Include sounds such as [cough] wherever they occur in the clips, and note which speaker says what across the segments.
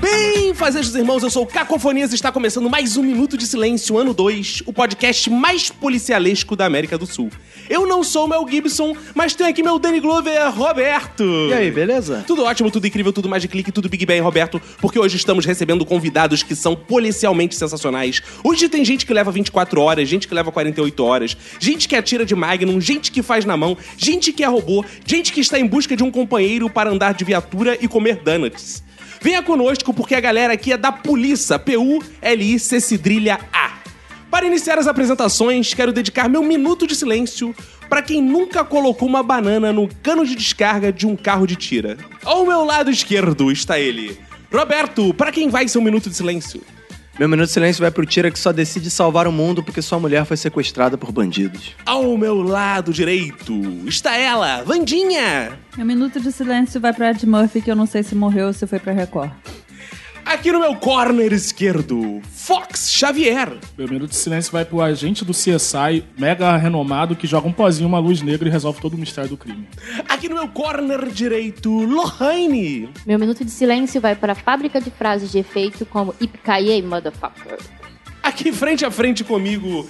Speaker 1: Bem, fazejos irmãos, eu sou o Cacofonias e está começando mais um Minuto de Silêncio, ano 2, o podcast mais policialesco da América do Sul. Eu não sou o Mel Gibson, mas tenho aqui meu Danny Glover, Roberto.
Speaker 2: E aí, beleza?
Speaker 1: Tudo ótimo, tudo incrível, tudo mais de clique, tudo Big Bang, Roberto, porque hoje estamos recebendo convidados que são policialmente sensacionais. Hoje tem gente que leva 24 horas, gente que leva 48 horas, gente que atira de Magnum, gente que faz na mão, gente que é robô, gente que está em busca de um companheiro para andar de viatura e comer donuts. Venha conosco porque a galera aqui é da Polícia, P-U-L-I-C Cidrilha A. Para iniciar as apresentações, quero dedicar meu minuto de silêncio para quem nunca colocou uma banana no cano de descarga de um carro de tira. Ao meu lado esquerdo está ele, Roberto. Para quem vai ser um minuto de silêncio?
Speaker 2: Meu minuto de silêncio vai pro Tira que só decide salvar o mundo porque sua mulher foi sequestrada por bandidos.
Speaker 1: Ao meu lado direito está ela, Vandinha.
Speaker 3: Meu Um minuto de silêncio vai pra Ed Murphy, que eu não sei se morreu ou se foi pra Record.
Speaker 1: Aqui no meu corner esquerdo, Fox Xavier.
Speaker 4: Meu minuto de silêncio vai pro agente do CSI, mega renomado, que joga um pozinho, uma luz negra e resolve todo o mistério do crime.
Speaker 1: Aqui no meu corner direito, Lohane.
Speaker 5: Meu minuto de silêncio vai para a fábrica de frases de efeito como Ipkaye, motherfucker.
Speaker 1: Aqui frente a frente comigo,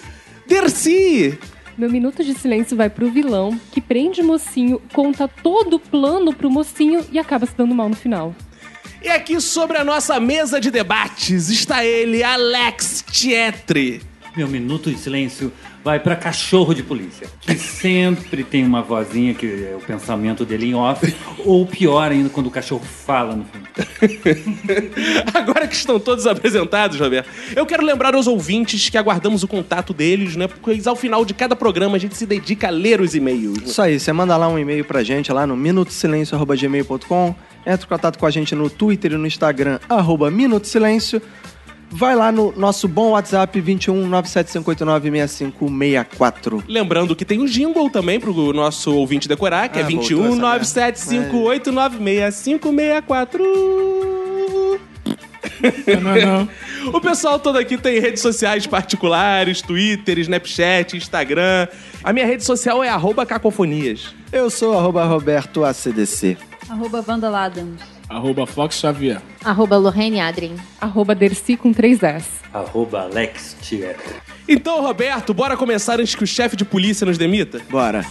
Speaker 1: Dercy.
Speaker 6: Meu minuto de silêncio vai pro vilão que prende o mocinho, conta todo o plano pro mocinho e acaba se dando mal no final.
Speaker 1: E aqui sobre a nossa mesa de debates está ele, Alex Tietri.
Speaker 7: Meu minuto de silêncio vai para cachorro de polícia, que sempre tem uma vozinha que é o pensamento dele em off, ou pior ainda, quando o cachorro fala no
Speaker 1: [laughs]
Speaker 7: filme.
Speaker 1: Agora que estão todos apresentados, Roberto, eu quero lembrar aos ouvintes que aguardamos o contato deles, né? Porque ao final de cada programa a gente se dedica a ler os e-mails. né?
Speaker 2: Isso aí, você manda lá um e-mail pra gente lá no minutosilencio.gmail.com, entra em contato com a gente no Twitter e no Instagram, arroba Minuto de Silêncio. Vai lá no nosso bom WhatsApp 21 6564.
Speaker 1: Lembrando que tem o jingle também pro nosso ouvinte decorar, que
Speaker 2: Ah,
Speaker 1: é
Speaker 2: voltou
Speaker 1: 21
Speaker 2: essa merda.
Speaker 1: 975896564.
Speaker 4: Não,
Speaker 1: [laughs]
Speaker 4: não.
Speaker 1: O pessoal todo aqui tem redes sociais particulares, Twitter, Snapchat, Instagram. A minha rede social é arroba cacofonias.
Speaker 2: Eu sou arroba Roberto ACDC.
Speaker 3: Arroba Wanda Ladams.
Speaker 4: Arroba Fox Xavier.
Speaker 5: Arroba Lorraine Adrien.
Speaker 6: Arroba Dercy com 3S.
Speaker 7: Arroba Alex Tietri.
Speaker 1: Então, Roberto, bora começar antes que o chefe de polícia nos demita?
Speaker 2: Bora.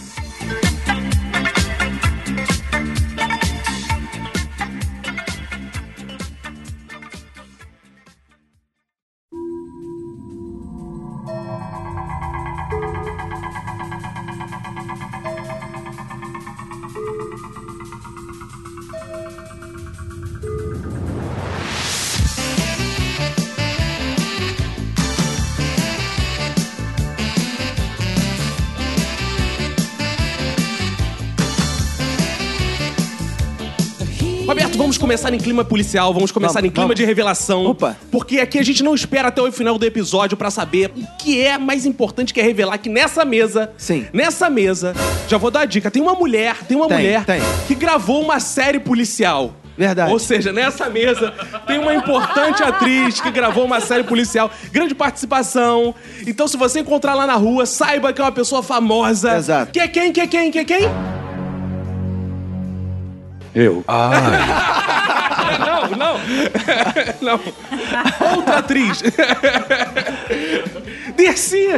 Speaker 1: Roberto, vamos começar em clima policial, vamos começar
Speaker 2: Vamos,
Speaker 1: em clima
Speaker 2: vamos.
Speaker 1: de revelação.
Speaker 2: Opa.
Speaker 1: Porque aqui a gente não espera até o final do episódio pra saber o que é mais importante que é revelar que nessa mesa.
Speaker 2: Sim.
Speaker 1: Nessa mesa, já vou dar a dica: tem uma mulher, tem uma
Speaker 2: Tem,
Speaker 1: mulher
Speaker 2: tem.
Speaker 1: que gravou uma série policial.
Speaker 2: Verdade.
Speaker 1: Ou seja, nessa mesa tem uma importante atriz que gravou uma série policial, grande participação. Então, se você encontrar lá na rua, saiba que é uma pessoa famosa.
Speaker 2: Exato.
Speaker 1: Que é quem, que é quem, que é quem?
Speaker 7: Eu.
Speaker 1: Não,
Speaker 7: [laughs]
Speaker 1: não. não. Outra atriz. Dercy.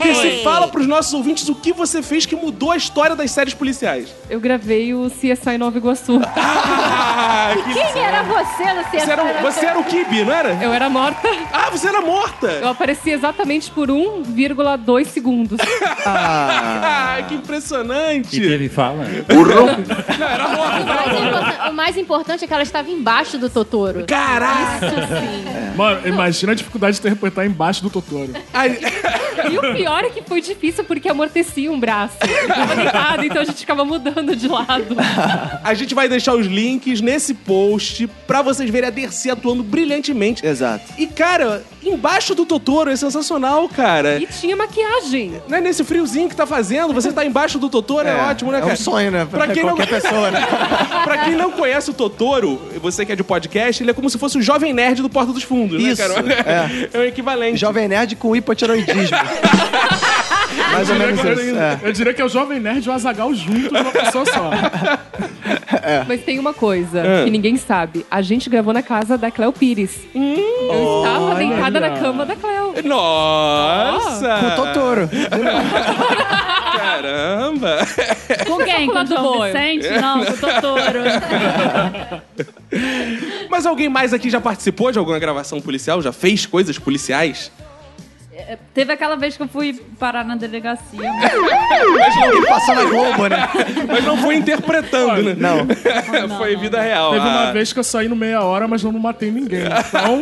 Speaker 1: Dercy, fala pros nossos ouvintes o que você fez que mudou a história das séries policiais.
Speaker 6: Eu gravei o CSI Nova Iguaçu.
Speaker 1: Ah, que...
Speaker 5: Quem era você no
Speaker 1: você, era, um- você era o Kibi, não era?
Speaker 6: Eu era morta.
Speaker 1: Ah, você era
Speaker 6: Eu
Speaker 1: morta.
Speaker 6: apareci exatamente por 1,2 segundos.
Speaker 1: [laughs] Ah, que
Speaker 7: E
Speaker 1: impressionante.
Speaker 7: teve fala?
Speaker 1: Não, era morta.
Speaker 5: Mas o importan- o mais importante é que ela estava embaixo do Totoro.
Speaker 1: Caraca.
Speaker 5: Isso sim.
Speaker 6: Ah.
Speaker 4: Mano, imagina a dificuldade de interpretar embaixo do Totoro.
Speaker 1: Ai,
Speaker 6: E o pior é que foi difícil porque amortecia um braço. Ficava deitado, então a gente ficava mudando de lado.
Speaker 1: A gente vai deixar os links nesse post pra vocês verem a Dercy atuando brilhantemente.
Speaker 2: Exato.
Speaker 1: E, cara, embaixo do Totoro é sensacional, cara.
Speaker 6: E tinha maquiagem.
Speaker 1: Não é nesse friozinho que tá fazendo, você tá embaixo do Totoro, é, ótimo, né,
Speaker 2: É
Speaker 1: cara?
Speaker 2: um sonho, né?
Speaker 1: Pra quem não-
Speaker 2: qualquer pessoa, né?
Speaker 1: pra quem não conhece o Totoro, você que é de podcast, ele é como se fosse o jovem nerd do Porta dos Fundos,
Speaker 2: Isso,
Speaker 1: né, cara? [laughs] É. o equivalente.
Speaker 2: Jovem nerd
Speaker 1: [laughs]
Speaker 2: com hipotiroidismo. Mais ou menos isso. É.
Speaker 4: Eu diria que é o Jovem Nerd e o Azagal junto de uma pessoa só.
Speaker 6: Mas tem uma coisa que ninguém sabe. A gente gravou na casa da Cléo Pires. Eu estava deitada na cama da Cléo.
Speaker 1: Nossa!
Speaker 2: Com o Totoro.
Speaker 1: Ah. Caramba!
Speaker 3: Com quem? Com o
Speaker 6: lado
Speaker 3: João
Speaker 6: bom.
Speaker 3: Vicente?
Speaker 6: É.
Speaker 3: Não, com o Totoro.
Speaker 1: Mas alguém mais aqui já participou de alguma gravação policial? Já fez coisas policiais?
Speaker 3: [laughs] Teve aquela vez que eu fui parar na delegacia.
Speaker 2: E passar na Globo, né?
Speaker 1: Mas não foi interpretando, né?
Speaker 2: Não.
Speaker 1: [laughs] foi vida real.
Speaker 4: Teve
Speaker 1: Ah.
Speaker 4: uma vez que eu saí no meia hora, mas eu não matei ninguém. Então,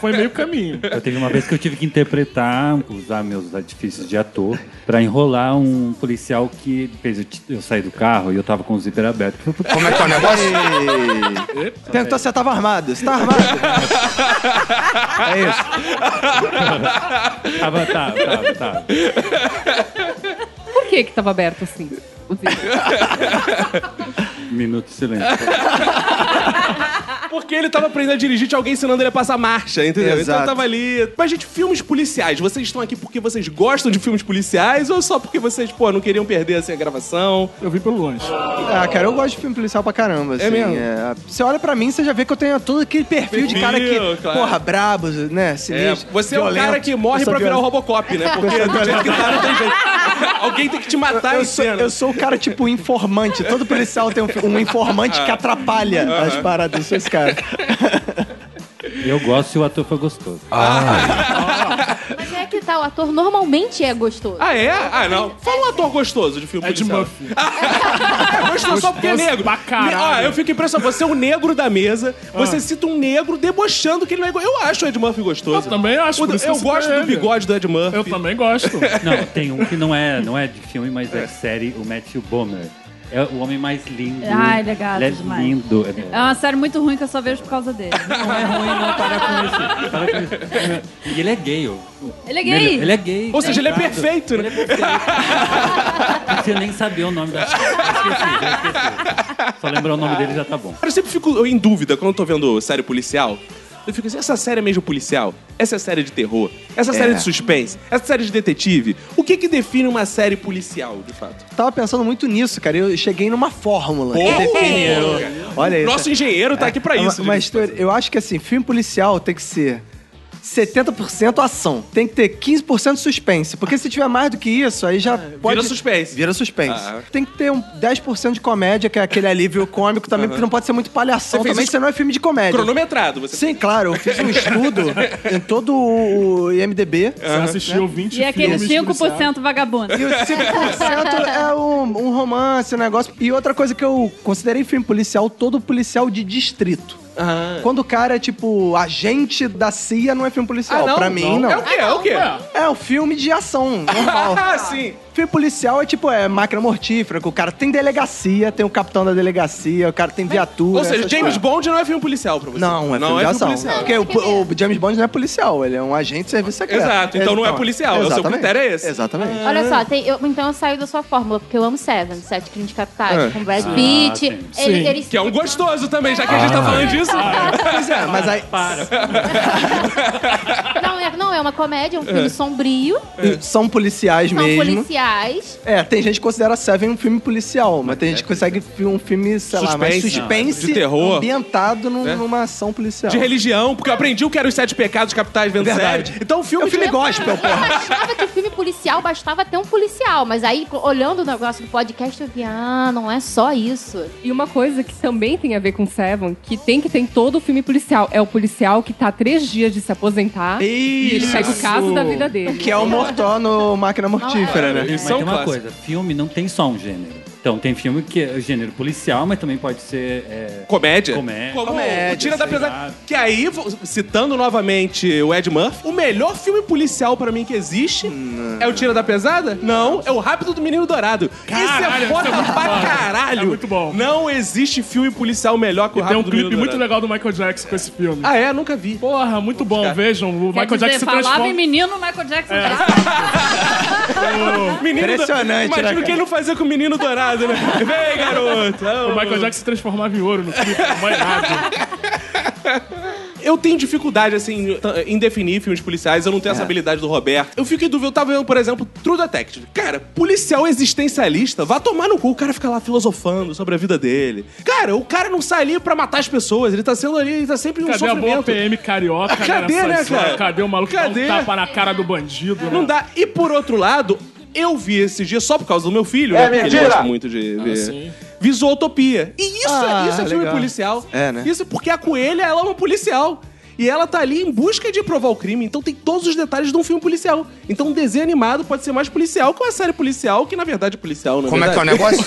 Speaker 4: foi meio caminho.
Speaker 7: Eu teve uma vez que eu tive que interpretar, usar meus artifícios de ator, pra enrolar um policial que fez eu, t- eu sair do carro e eu tava com o zíper aberto.
Speaker 2: Como é que é o negócio? Perguntou se você tava armado. Você tá armado?
Speaker 7: É isso. tava, tava, tava, tava.
Speaker 6: Por que que tava aberto assim? O vídeo?
Speaker 7: Minuto de silêncio.
Speaker 1: Porque ele tava aprendendo a dirigir, tinha alguém ensinando ele a passar marcha, entendeu? Então
Speaker 2: Exato.
Speaker 1: tava ali. Mas, gente, filmes policiais. Vocês estão aqui porque vocês gostam de filmes policiais ou só porque vocês, pô, não queriam perder assim, a gravação?
Speaker 4: Eu vim pelo longe.
Speaker 2: Ah, cara, eu gosto de filme policial pra caramba, assim.
Speaker 1: mesmo?
Speaker 2: é. Você olha pra mim, você já vê que eu tenho todo aquele perfil, de cara
Speaker 1: Perfil,
Speaker 2: que,
Speaker 1: claro.
Speaker 2: porra, brabo, né? Sinistro,
Speaker 1: É, você é o
Speaker 2: violento,
Speaker 1: cara que morre
Speaker 2: pessoa
Speaker 1: pra virar o
Speaker 2: violenta.
Speaker 1: Robocop, né? Porque do jeito que tá, não tem jeito. Alguém tem que te matar
Speaker 2: Eu
Speaker 1: em
Speaker 2: sou,
Speaker 1: cena.
Speaker 2: eu sou o cara tipo informante. Todo policial tem um, um informante
Speaker 1: Ah.
Speaker 2: que atrapalha as paradas. Eu sou esse cara.
Speaker 7: E eu gosto se o ator foi gostoso.
Speaker 5: Mas é que tá, o ator normalmente é gostoso.
Speaker 1: Ah, é? Ah, não. Fala um ator gostoso de filme
Speaker 4: Ed
Speaker 1: policial.
Speaker 4: Murphy.
Speaker 1: É gostoso só porque é negro.
Speaker 4: pra caralho.
Speaker 1: Ah, eu fico impressionado. Você é o negro da mesa, você cita um negro debochando que ele não é... go- Eu acho o Ed Murphy
Speaker 4: Eu
Speaker 1: gostoso.
Speaker 4: também acho. por isso que
Speaker 1: eu
Speaker 4: citei
Speaker 1: gosto do
Speaker 4: ele.
Speaker 1: bigode do Ed Murphy.
Speaker 4: Eu também gosto.
Speaker 1: [laughs]
Speaker 7: Não, tem um que não é, não é de filme, mas é de série, o Matthew Bomer. É o homem mais lindo.
Speaker 3: Ah, ele é gato
Speaker 7: Ele é
Speaker 3: demais.
Speaker 7: lindo. É bom.
Speaker 3: É uma série muito ruim que eu só vejo por causa dele.
Speaker 7: Não é ruim, não, para com isso. Para com isso. E ele é gay. ó.
Speaker 3: Ele é gay.
Speaker 7: Ele é gay.
Speaker 1: Ou seja, ele é
Speaker 7: coitado.
Speaker 1: perfeito, né?
Speaker 7: Ele é perfeito. Não precisa nem saber o nome da. Esqueci, já esqueci. Só lembrar o nome dele já tá bom.
Speaker 1: Cara, eu sempre fico em dúvida quando eu tô vendo série policial. Eu fico assim, essa série é mesmo policial? Essa é série de terror? Essa
Speaker 2: É.
Speaker 1: série de suspense? Essa série de detetive? O que que define uma série policial, de fato?
Speaker 2: Tava pensando muito nisso, cara. Eu cheguei numa fórmula.
Speaker 1: Porra!
Speaker 2: Olha isso.
Speaker 1: Nosso engenheiro tá aqui pra
Speaker 2: É,
Speaker 1: isso.
Speaker 2: Mas
Speaker 1: gente.
Speaker 2: eu- eu acho que assim, filme policial tem que ser 70% ação. Tem que ter 15% suspense. Porque se tiver mais do que isso, aí já pode.
Speaker 1: É, Vira suspense.
Speaker 2: Vira suspense.
Speaker 1: Ah.
Speaker 2: Tem que ter um 10% de comédia, que é aquele alívio cômico também, porque não pode ser muito palhação
Speaker 1: Você fez
Speaker 2: também,
Speaker 1: isso-
Speaker 2: senão é filme de comédia.
Speaker 1: Cronometrado. Você...
Speaker 2: Sim, claro, eu fiz um
Speaker 1: [laughs]
Speaker 2: estudo em todo o IMDB.
Speaker 1: É.
Speaker 4: Você assistiu 20
Speaker 3: E é aquele
Speaker 4: filmes policiais.
Speaker 3: 5% vagabundo.
Speaker 2: E o 5% é um, um romance, um negócio. E outra coisa que eu considerei filme policial, todo policial de distrito.
Speaker 1: Ah.
Speaker 2: Quando o cara é, tipo, agente da CIA, não é filme policial.
Speaker 1: Ah, não?
Speaker 2: pra mim, não.
Speaker 1: É o quê? É o quê?
Speaker 2: É um filme de ação, normal.
Speaker 1: [laughs] Ah, sim.
Speaker 2: filme policial é, tipo, é máquina mortífera, que o cara tem delegacia, tem o capitão da delegacia, o cara tem viatura.
Speaker 1: Ou seja,
Speaker 2: essas
Speaker 1: James
Speaker 2: coisas.
Speaker 1: Bond assim. não é filme policial pra você.
Speaker 2: Não, é filme de ação. Porque o, o James Bond não é policial, ele é um agente de serviço secreto.
Speaker 1: Exato, então não é policial, é o seu
Speaker 2: Exatamente.
Speaker 1: critério é esse.
Speaker 2: Exatamente.
Speaker 5: Olha só, tem- eu- então eu saio da sua fórmula, porque eu amo Seven, Sete Crimes Capitais,
Speaker 1: É.
Speaker 5: com Brad Pitt.
Speaker 7: sim.
Speaker 5: ele,
Speaker 4: Sim.
Speaker 5: ele-
Speaker 1: Ah, Que é um gostoso também, já que a gente
Speaker 2: Ah.
Speaker 1: tá falando disso.
Speaker 2: Pois é, mas aí...
Speaker 5: não, é, não, é uma comédia, é um filme sombrio,
Speaker 2: São policiais
Speaker 5: são
Speaker 2: mesmo.
Speaker 5: policiais.
Speaker 2: É, tem gente que considera Seven um filme policial, mas tem
Speaker 8: É,
Speaker 2: gente que consegue ver um filme, sei lá, mais
Speaker 1: Suspense.
Speaker 2: suspense,
Speaker 1: De terror.
Speaker 2: ambientado num-
Speaker 1: Né?
Speaker 2: numa ação policial.
Speaker 1: De religião, porque eu aprendi o que era os sete pecados capitais vendo
Speaker 2: Então. Verdade.
Speaker 1: série. Então o filme,
Speaker 2: É um filme
Speaker 1: de-
Speaker 2: gospel,
Speaker 5: Eu
Speaker 2: porra.
Speaker 5: achava que o filme policial bastava ter um policial, mas aí, co- olhando o negócio do podcast, eu vi, ah, não é só isso.
Speaker 6: E uma coisa que também tem a ver com Seven, que tem que ter em todo o filme policial, é o policial que tá há três dias de se aposentar e ele pega o caso da vida dele.
Speaker 2: Que é o Mortó no Máquina Mortífera, né?
Speaker 7: Mas
Speaker 1: São
Speaker 7: tem uma
Speaker 1: clássicos.
Speaker 7: coisa: filme não tem só um gênero. Então, tem filme que é gênero policial, mas também pode ser. é,
Speaker 1: Comédia?
Speaker 7: Comédia.
Speaker 1: Como
Speaker 2: Comédia,
Speaker 1: o Tira da
Speaker 7: sei
Speaker 1: Pesada.
Speaker 7: lá.
Speaker 1: Que aí, vo- citando novamente o Ed Murphy, o melhor filme policial pra mim que existe é o Tira da Pesada? Não, é o Rápido do Menino Dourado.
Speaker 4: Caralho,
Speaker 1: Isso é foda
Speaker 4: isso é muito
Speaker 1: pra
Speaker 4: bom.
Speaker 1: caralho.
Speaker 4: É muito bom.
Speaker 1: Não existe filme policial melhor que o
Speaker 4: E tem
Speaker 1: Rápido
Speaker 4: um
Speaker 1: do Menino
Speaker 4: clipe muito
Speaker 1: Dourado.
Speaker 4: legal do Michael Jackson com esse filme.
Speaker 1: Ah, é? Nunca vi.
Speaker 4: Porra, muito bom. Vejam, o
Speaker 3: Quer
Speaker 4: Michael
Speaker 3: dizer,
Speaker 4: Jackson se
Speaker 3: falava em
Speaker 4: transforma.
Speaker 3: menino, Michael Jackson.
Speaker 7: É.
Speaker 3: tá?
Speaker 1: Menino do-
Speaker 2: Impressionante, né,
Speaker 1: Imagina o
Speaker 2: cara?
Speaker 1: que ele não fazia com o Menino Dourado, né? Vem, garoto.
Speaker 4: O Michael Jackson se transformava em ouro
Speaker 1: [laughs]
Speaker 4: no clipe. Mãe
Speaker 1: Ah,
Speaker 4: nada.
Speaker 1: Eu tenho dificuldade, assim, t- em definir filmes policiais. Eu não tenho essa habilidade do Roberto. Eu fico em dúvida. Eu tava vendo, por exemplo, True Detective. Cara, policial existencialista, vá tomar no cu. O cara fica lá filosofando sobre a vida dele. Cara, o cara não sai ali pra matar as pessoas. Ele tá sendo ali, ele tá sempre um
Speaker 4: Cadê a boa
Speaker 1: sofrimento.
Speaker 4: PM carioca? né,
Speaker 1: Cadê,
Speaker 4: nessa
Speaker 1: né,
Speaker 4: história?
Speaker 1: cara?
Speaker 4: Cadê o maluco que
Speaker 1: Cadê?
Speaker 4: dá um tapa na cara do bandido? né?
Speaker 1: Não dá. E por outro lado, eu vi esse dia só por causa do meu filho, é né? Porque ele gosta muito de ver.
Speaker 4: Ah, sim.
Speaker 1: Visuotopia. E isso,
Speaker 2: Ah,
Speaker 1: isso é filme
Speaker 2: legal.
Speaker 1: policial.
Speaker 2: É, né?
Speaker 1: Isso porque a coelha, ela é uma policial. E ela tá ali em busca de provar o crime. Então tem todos os detalhes de um filme policial. Então um desenho animado pode ser mais policial que uma série policial, que na verdade é policial, não é
Speaker 8: Como é que é o negócio?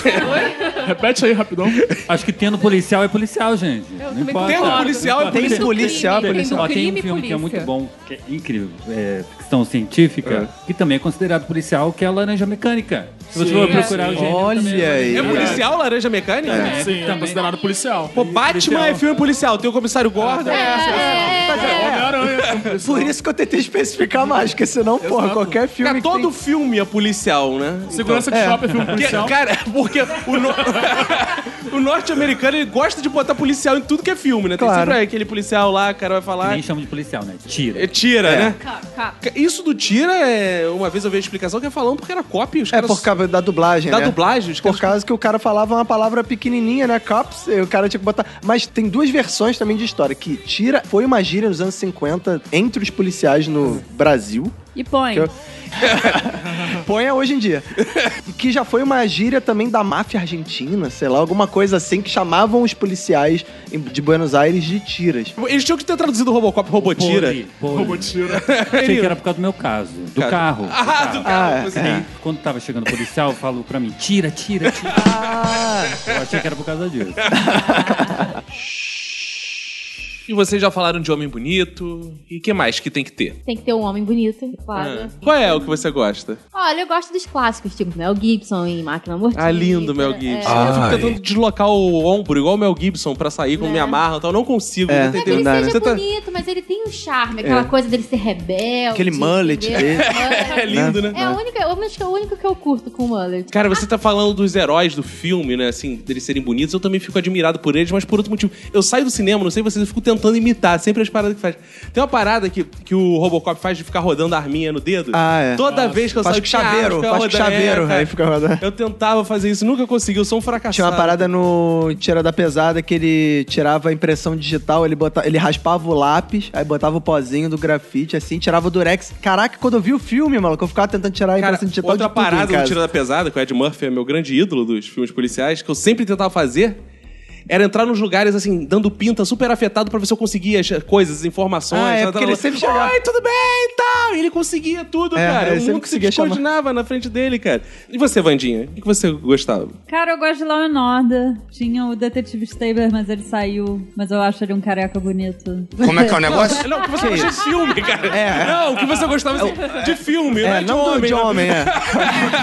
Speaker 4: Repete aí rapidão.
Speaker 7: Acho que tendo policial é policial, gente.
Speaker 6: Eu
Speaker 7: Não
Speaker 6: também
Speaker 7: importa.
Speaker 6: concordo.
Speaker 1: Tendo policial é
Speaker 7: Não importa.
Speaker 2: Tem
Speaker 7: um Tem-
Speaker 2: policial,
Speaker 6: crime,
Speaker 2: policial.
Speaker 7: Ó,
Speaker 6: do
Speaker 7: tem um
Speaker 6: crime,
Speaker 7: filme que é muito
Speaker 6: polícia.
Speaker 7: bom, que é incrível, é ficção científica, que também é considerado policial, que é a Laranja Mecânica. Se você for procurar o gênero também
Speaker 2: [laughs] Olha
Speaker 7: é
Speaker 2: aí.
Speaker 1: É policial, laranja mecânica?
Speaker 4: Sim, é considerado policial. É,
Speaker 1: Pô, Batman é filme policial. Tem o comissário Gordon.
Speaker 4: Homem-Aranha. é um policial.
Speaker 2: Por isso que eu tentei especificar mais, porque senão, porra, qualquer filme.
Speaker 1: Cara,
Speaker 2: que
Speaker 1: É todo filme é policial, né?
Speaker 4: Segurança de shopping é filme
Speaker 1: Porque,
Speaker 4: policial.
Speaker 1: cara, [laughs] porque o, no- [laughs] o norte-americano ele gosta de botar policial em tudo que é filme, né?
Speaker 2: Claro.
Speaker 1: Tem sempre aquele policial lá, o cara vai falar.
Speaker 7: Nem chama de policial, né? Tira.
Speaker 1: É tira, né?
Speaker 3: Ca- ca-
Speaker 1: Isso do tira, é... uma vez eu vi a explicação que é falando porque era copy. Os
Speaker 2: É
Speaker 1: caras...
Speaker 2: por causa da dublagem,
Speaker 1: Da
Speaker 2: né?
Speaker 1: dublagem, os
Speaker 2: Por
Speaker 1: caras...
Speaker 2: causa que o cara falava uma palavra pequenininha, né? Cops, e o cara tinha que botar... Mas tem duas versões também de história, que tira... Foi uma gíria nos anos 50 entre os policiais no Brasil.
Speaker 3: E põe.
Speaker 2: Eu- Põe é hoje
Speaker 1: [laughs]
Speaker 2: em dia. que já foi uma gíria também da máfia argentina, sei lá, alguma coisa assim, que chamavam os policiais em- de Buenos Aires de tiras.
Speaker 1: tipo, Eles tinham que ter traduzido Robocop Robotira.
Speaker 7: Poli, poli.
Speaker 4: Robotira.
Speaker 7: Achei que era por causa do meu caso, do
Speaker 1: Cara.
Speaker 7: carro.
Speaker 1: Ah, do
Speaker 2: Ah,
Speaker 1: carro.
Speaker 2: é.
Speaker 7: Aí, quando tava chegando o policial, falou pra mim: tira, tira, tira. Eu achei que era por causa disso.
Speaker 1: [laughs] E vocês já falaram de Homem Bonito. E que mais que tem que ter?
Speaker 5: Tem que ter um homem bonito, claro.
Speaker 1: Ah. Qual é o que você gosta?
Speaker 5: Olha, eu gosto dos clássicos, tipo Mel Gibson em Máquina Mortífera.
Speaker 1: Ah, lindo,
Speaker 5: É.
Speaker 1: Mel Gibson. Eu fico tentando deslocar o ombro, igual o Mel Gibson, pra sair quando me amarram e tal. Não consigo. não
Speaker 2: É.
Speaker 5: Não Né? é que
Speaker 1: tentei-
Speaker 5: ele
Speaker 2: Verdade.
Speaker 5: seja
Speaker 1: Você tá-
Speaker 5: bonito, mas ele tem um charme, aquela coisa dele ser rebelde.
Speaker 2: Aquele mullet
Speaker 5: entendeu?
Speaker 1: [laughs]
Speaker 2: dele.
Speaker 1: É lindo, né?
Speaker 5: É a única, eu acho que é o único que eu curto com o mullet.
Speaker 1: Cara, você tá falando dos heróis do filme, né? Assim, deles serem bonitos. Eu também fico admirado por eles, mas por outro motivo. Eu saio do cinema, não sei vocês, eu fico tentando imitar sempre as paradas que faz. Tem uma parada que, que o Robocop faz de ficar rodando a arminha no dedo.
Speaker 2: Ah, é.
Speaker 1: Toda vez que eu
Speaker 2: Faz
Speaker 1: saio
Speaker 2: com chaveiro,
Speaker 1: fica
Speaker 2: faz com
Speaker 1: rodando. É,
Speaker 2: chaveiro.
Speaker 1: cara.
Speaker 2: Aí fica rodando.
Speaker 1: Eu tentava fazer isso, nunca consegui. Eu sou um fracassado.
Speaker 2: Tinha uma parada no Tira da Pesada que ele tirava a impressão digital, ele, bota, ele raspava o lápis, aí botava o pozinho do grafite, assim, tirava o durex. Caraca, quando eu vi o filme, maluco, eu ficava tentando tirar a
Speaker 1: Cara,
Speaker 2: impressão digital
Speaker 1: outra
Speaker 2: de tudo
Speaker 1: parada
Speaker 2: em
Speaker 1: do
Speaker 2: casa.
Speaker 1: Tira da Pesada, que o Ed Murphy é meu grande ídolo dos filmes policiais, que eu sempre tentava fazer, era entrar nos lugares, assim, dando pinta, super afetado pra ver se eu conseguia as coisas, as informações.
Speaker 2: Ah, é,
Speaker 1: tal, tal,
Speaker 2: porque ele
Speaker 1: tal.
Speaker 2: sempre chegava.
Speaker 1: Oi, tudo bem e tal! E ele conseguia tudo,
Speaker 2: É,
Speaker 1: cara.
Speaker 2: ele
Speaker 1: Eu
Speaker 2: sempre
Speaker 1: nunca se
Speaker 2: conseguia chamar.
Speaker 1: descoordinava na frente dele, cara. E você, Vandinha? O que você gostava?
Speaker 3: Cara, eu gosto de Law and Order. Tinha o Detetive Stabler, mas ele saiu. Mas eu acho ele um careca bonito.
Speaker 8: Como é que é o negócio?
Speaker 1: Não, o que você gostava de filme, cara.
Speaker 2: É.
Speaker 1: Não, o que você gostava assim, de filme, não
Speaker 2: É,
Speaker 1: é de
Speaker 2: não do-
Speaker 1: homem.
Speaker 2: de
Speaker 1: né?
Speaker 2: homem, é.
Speaker 1: [laughs]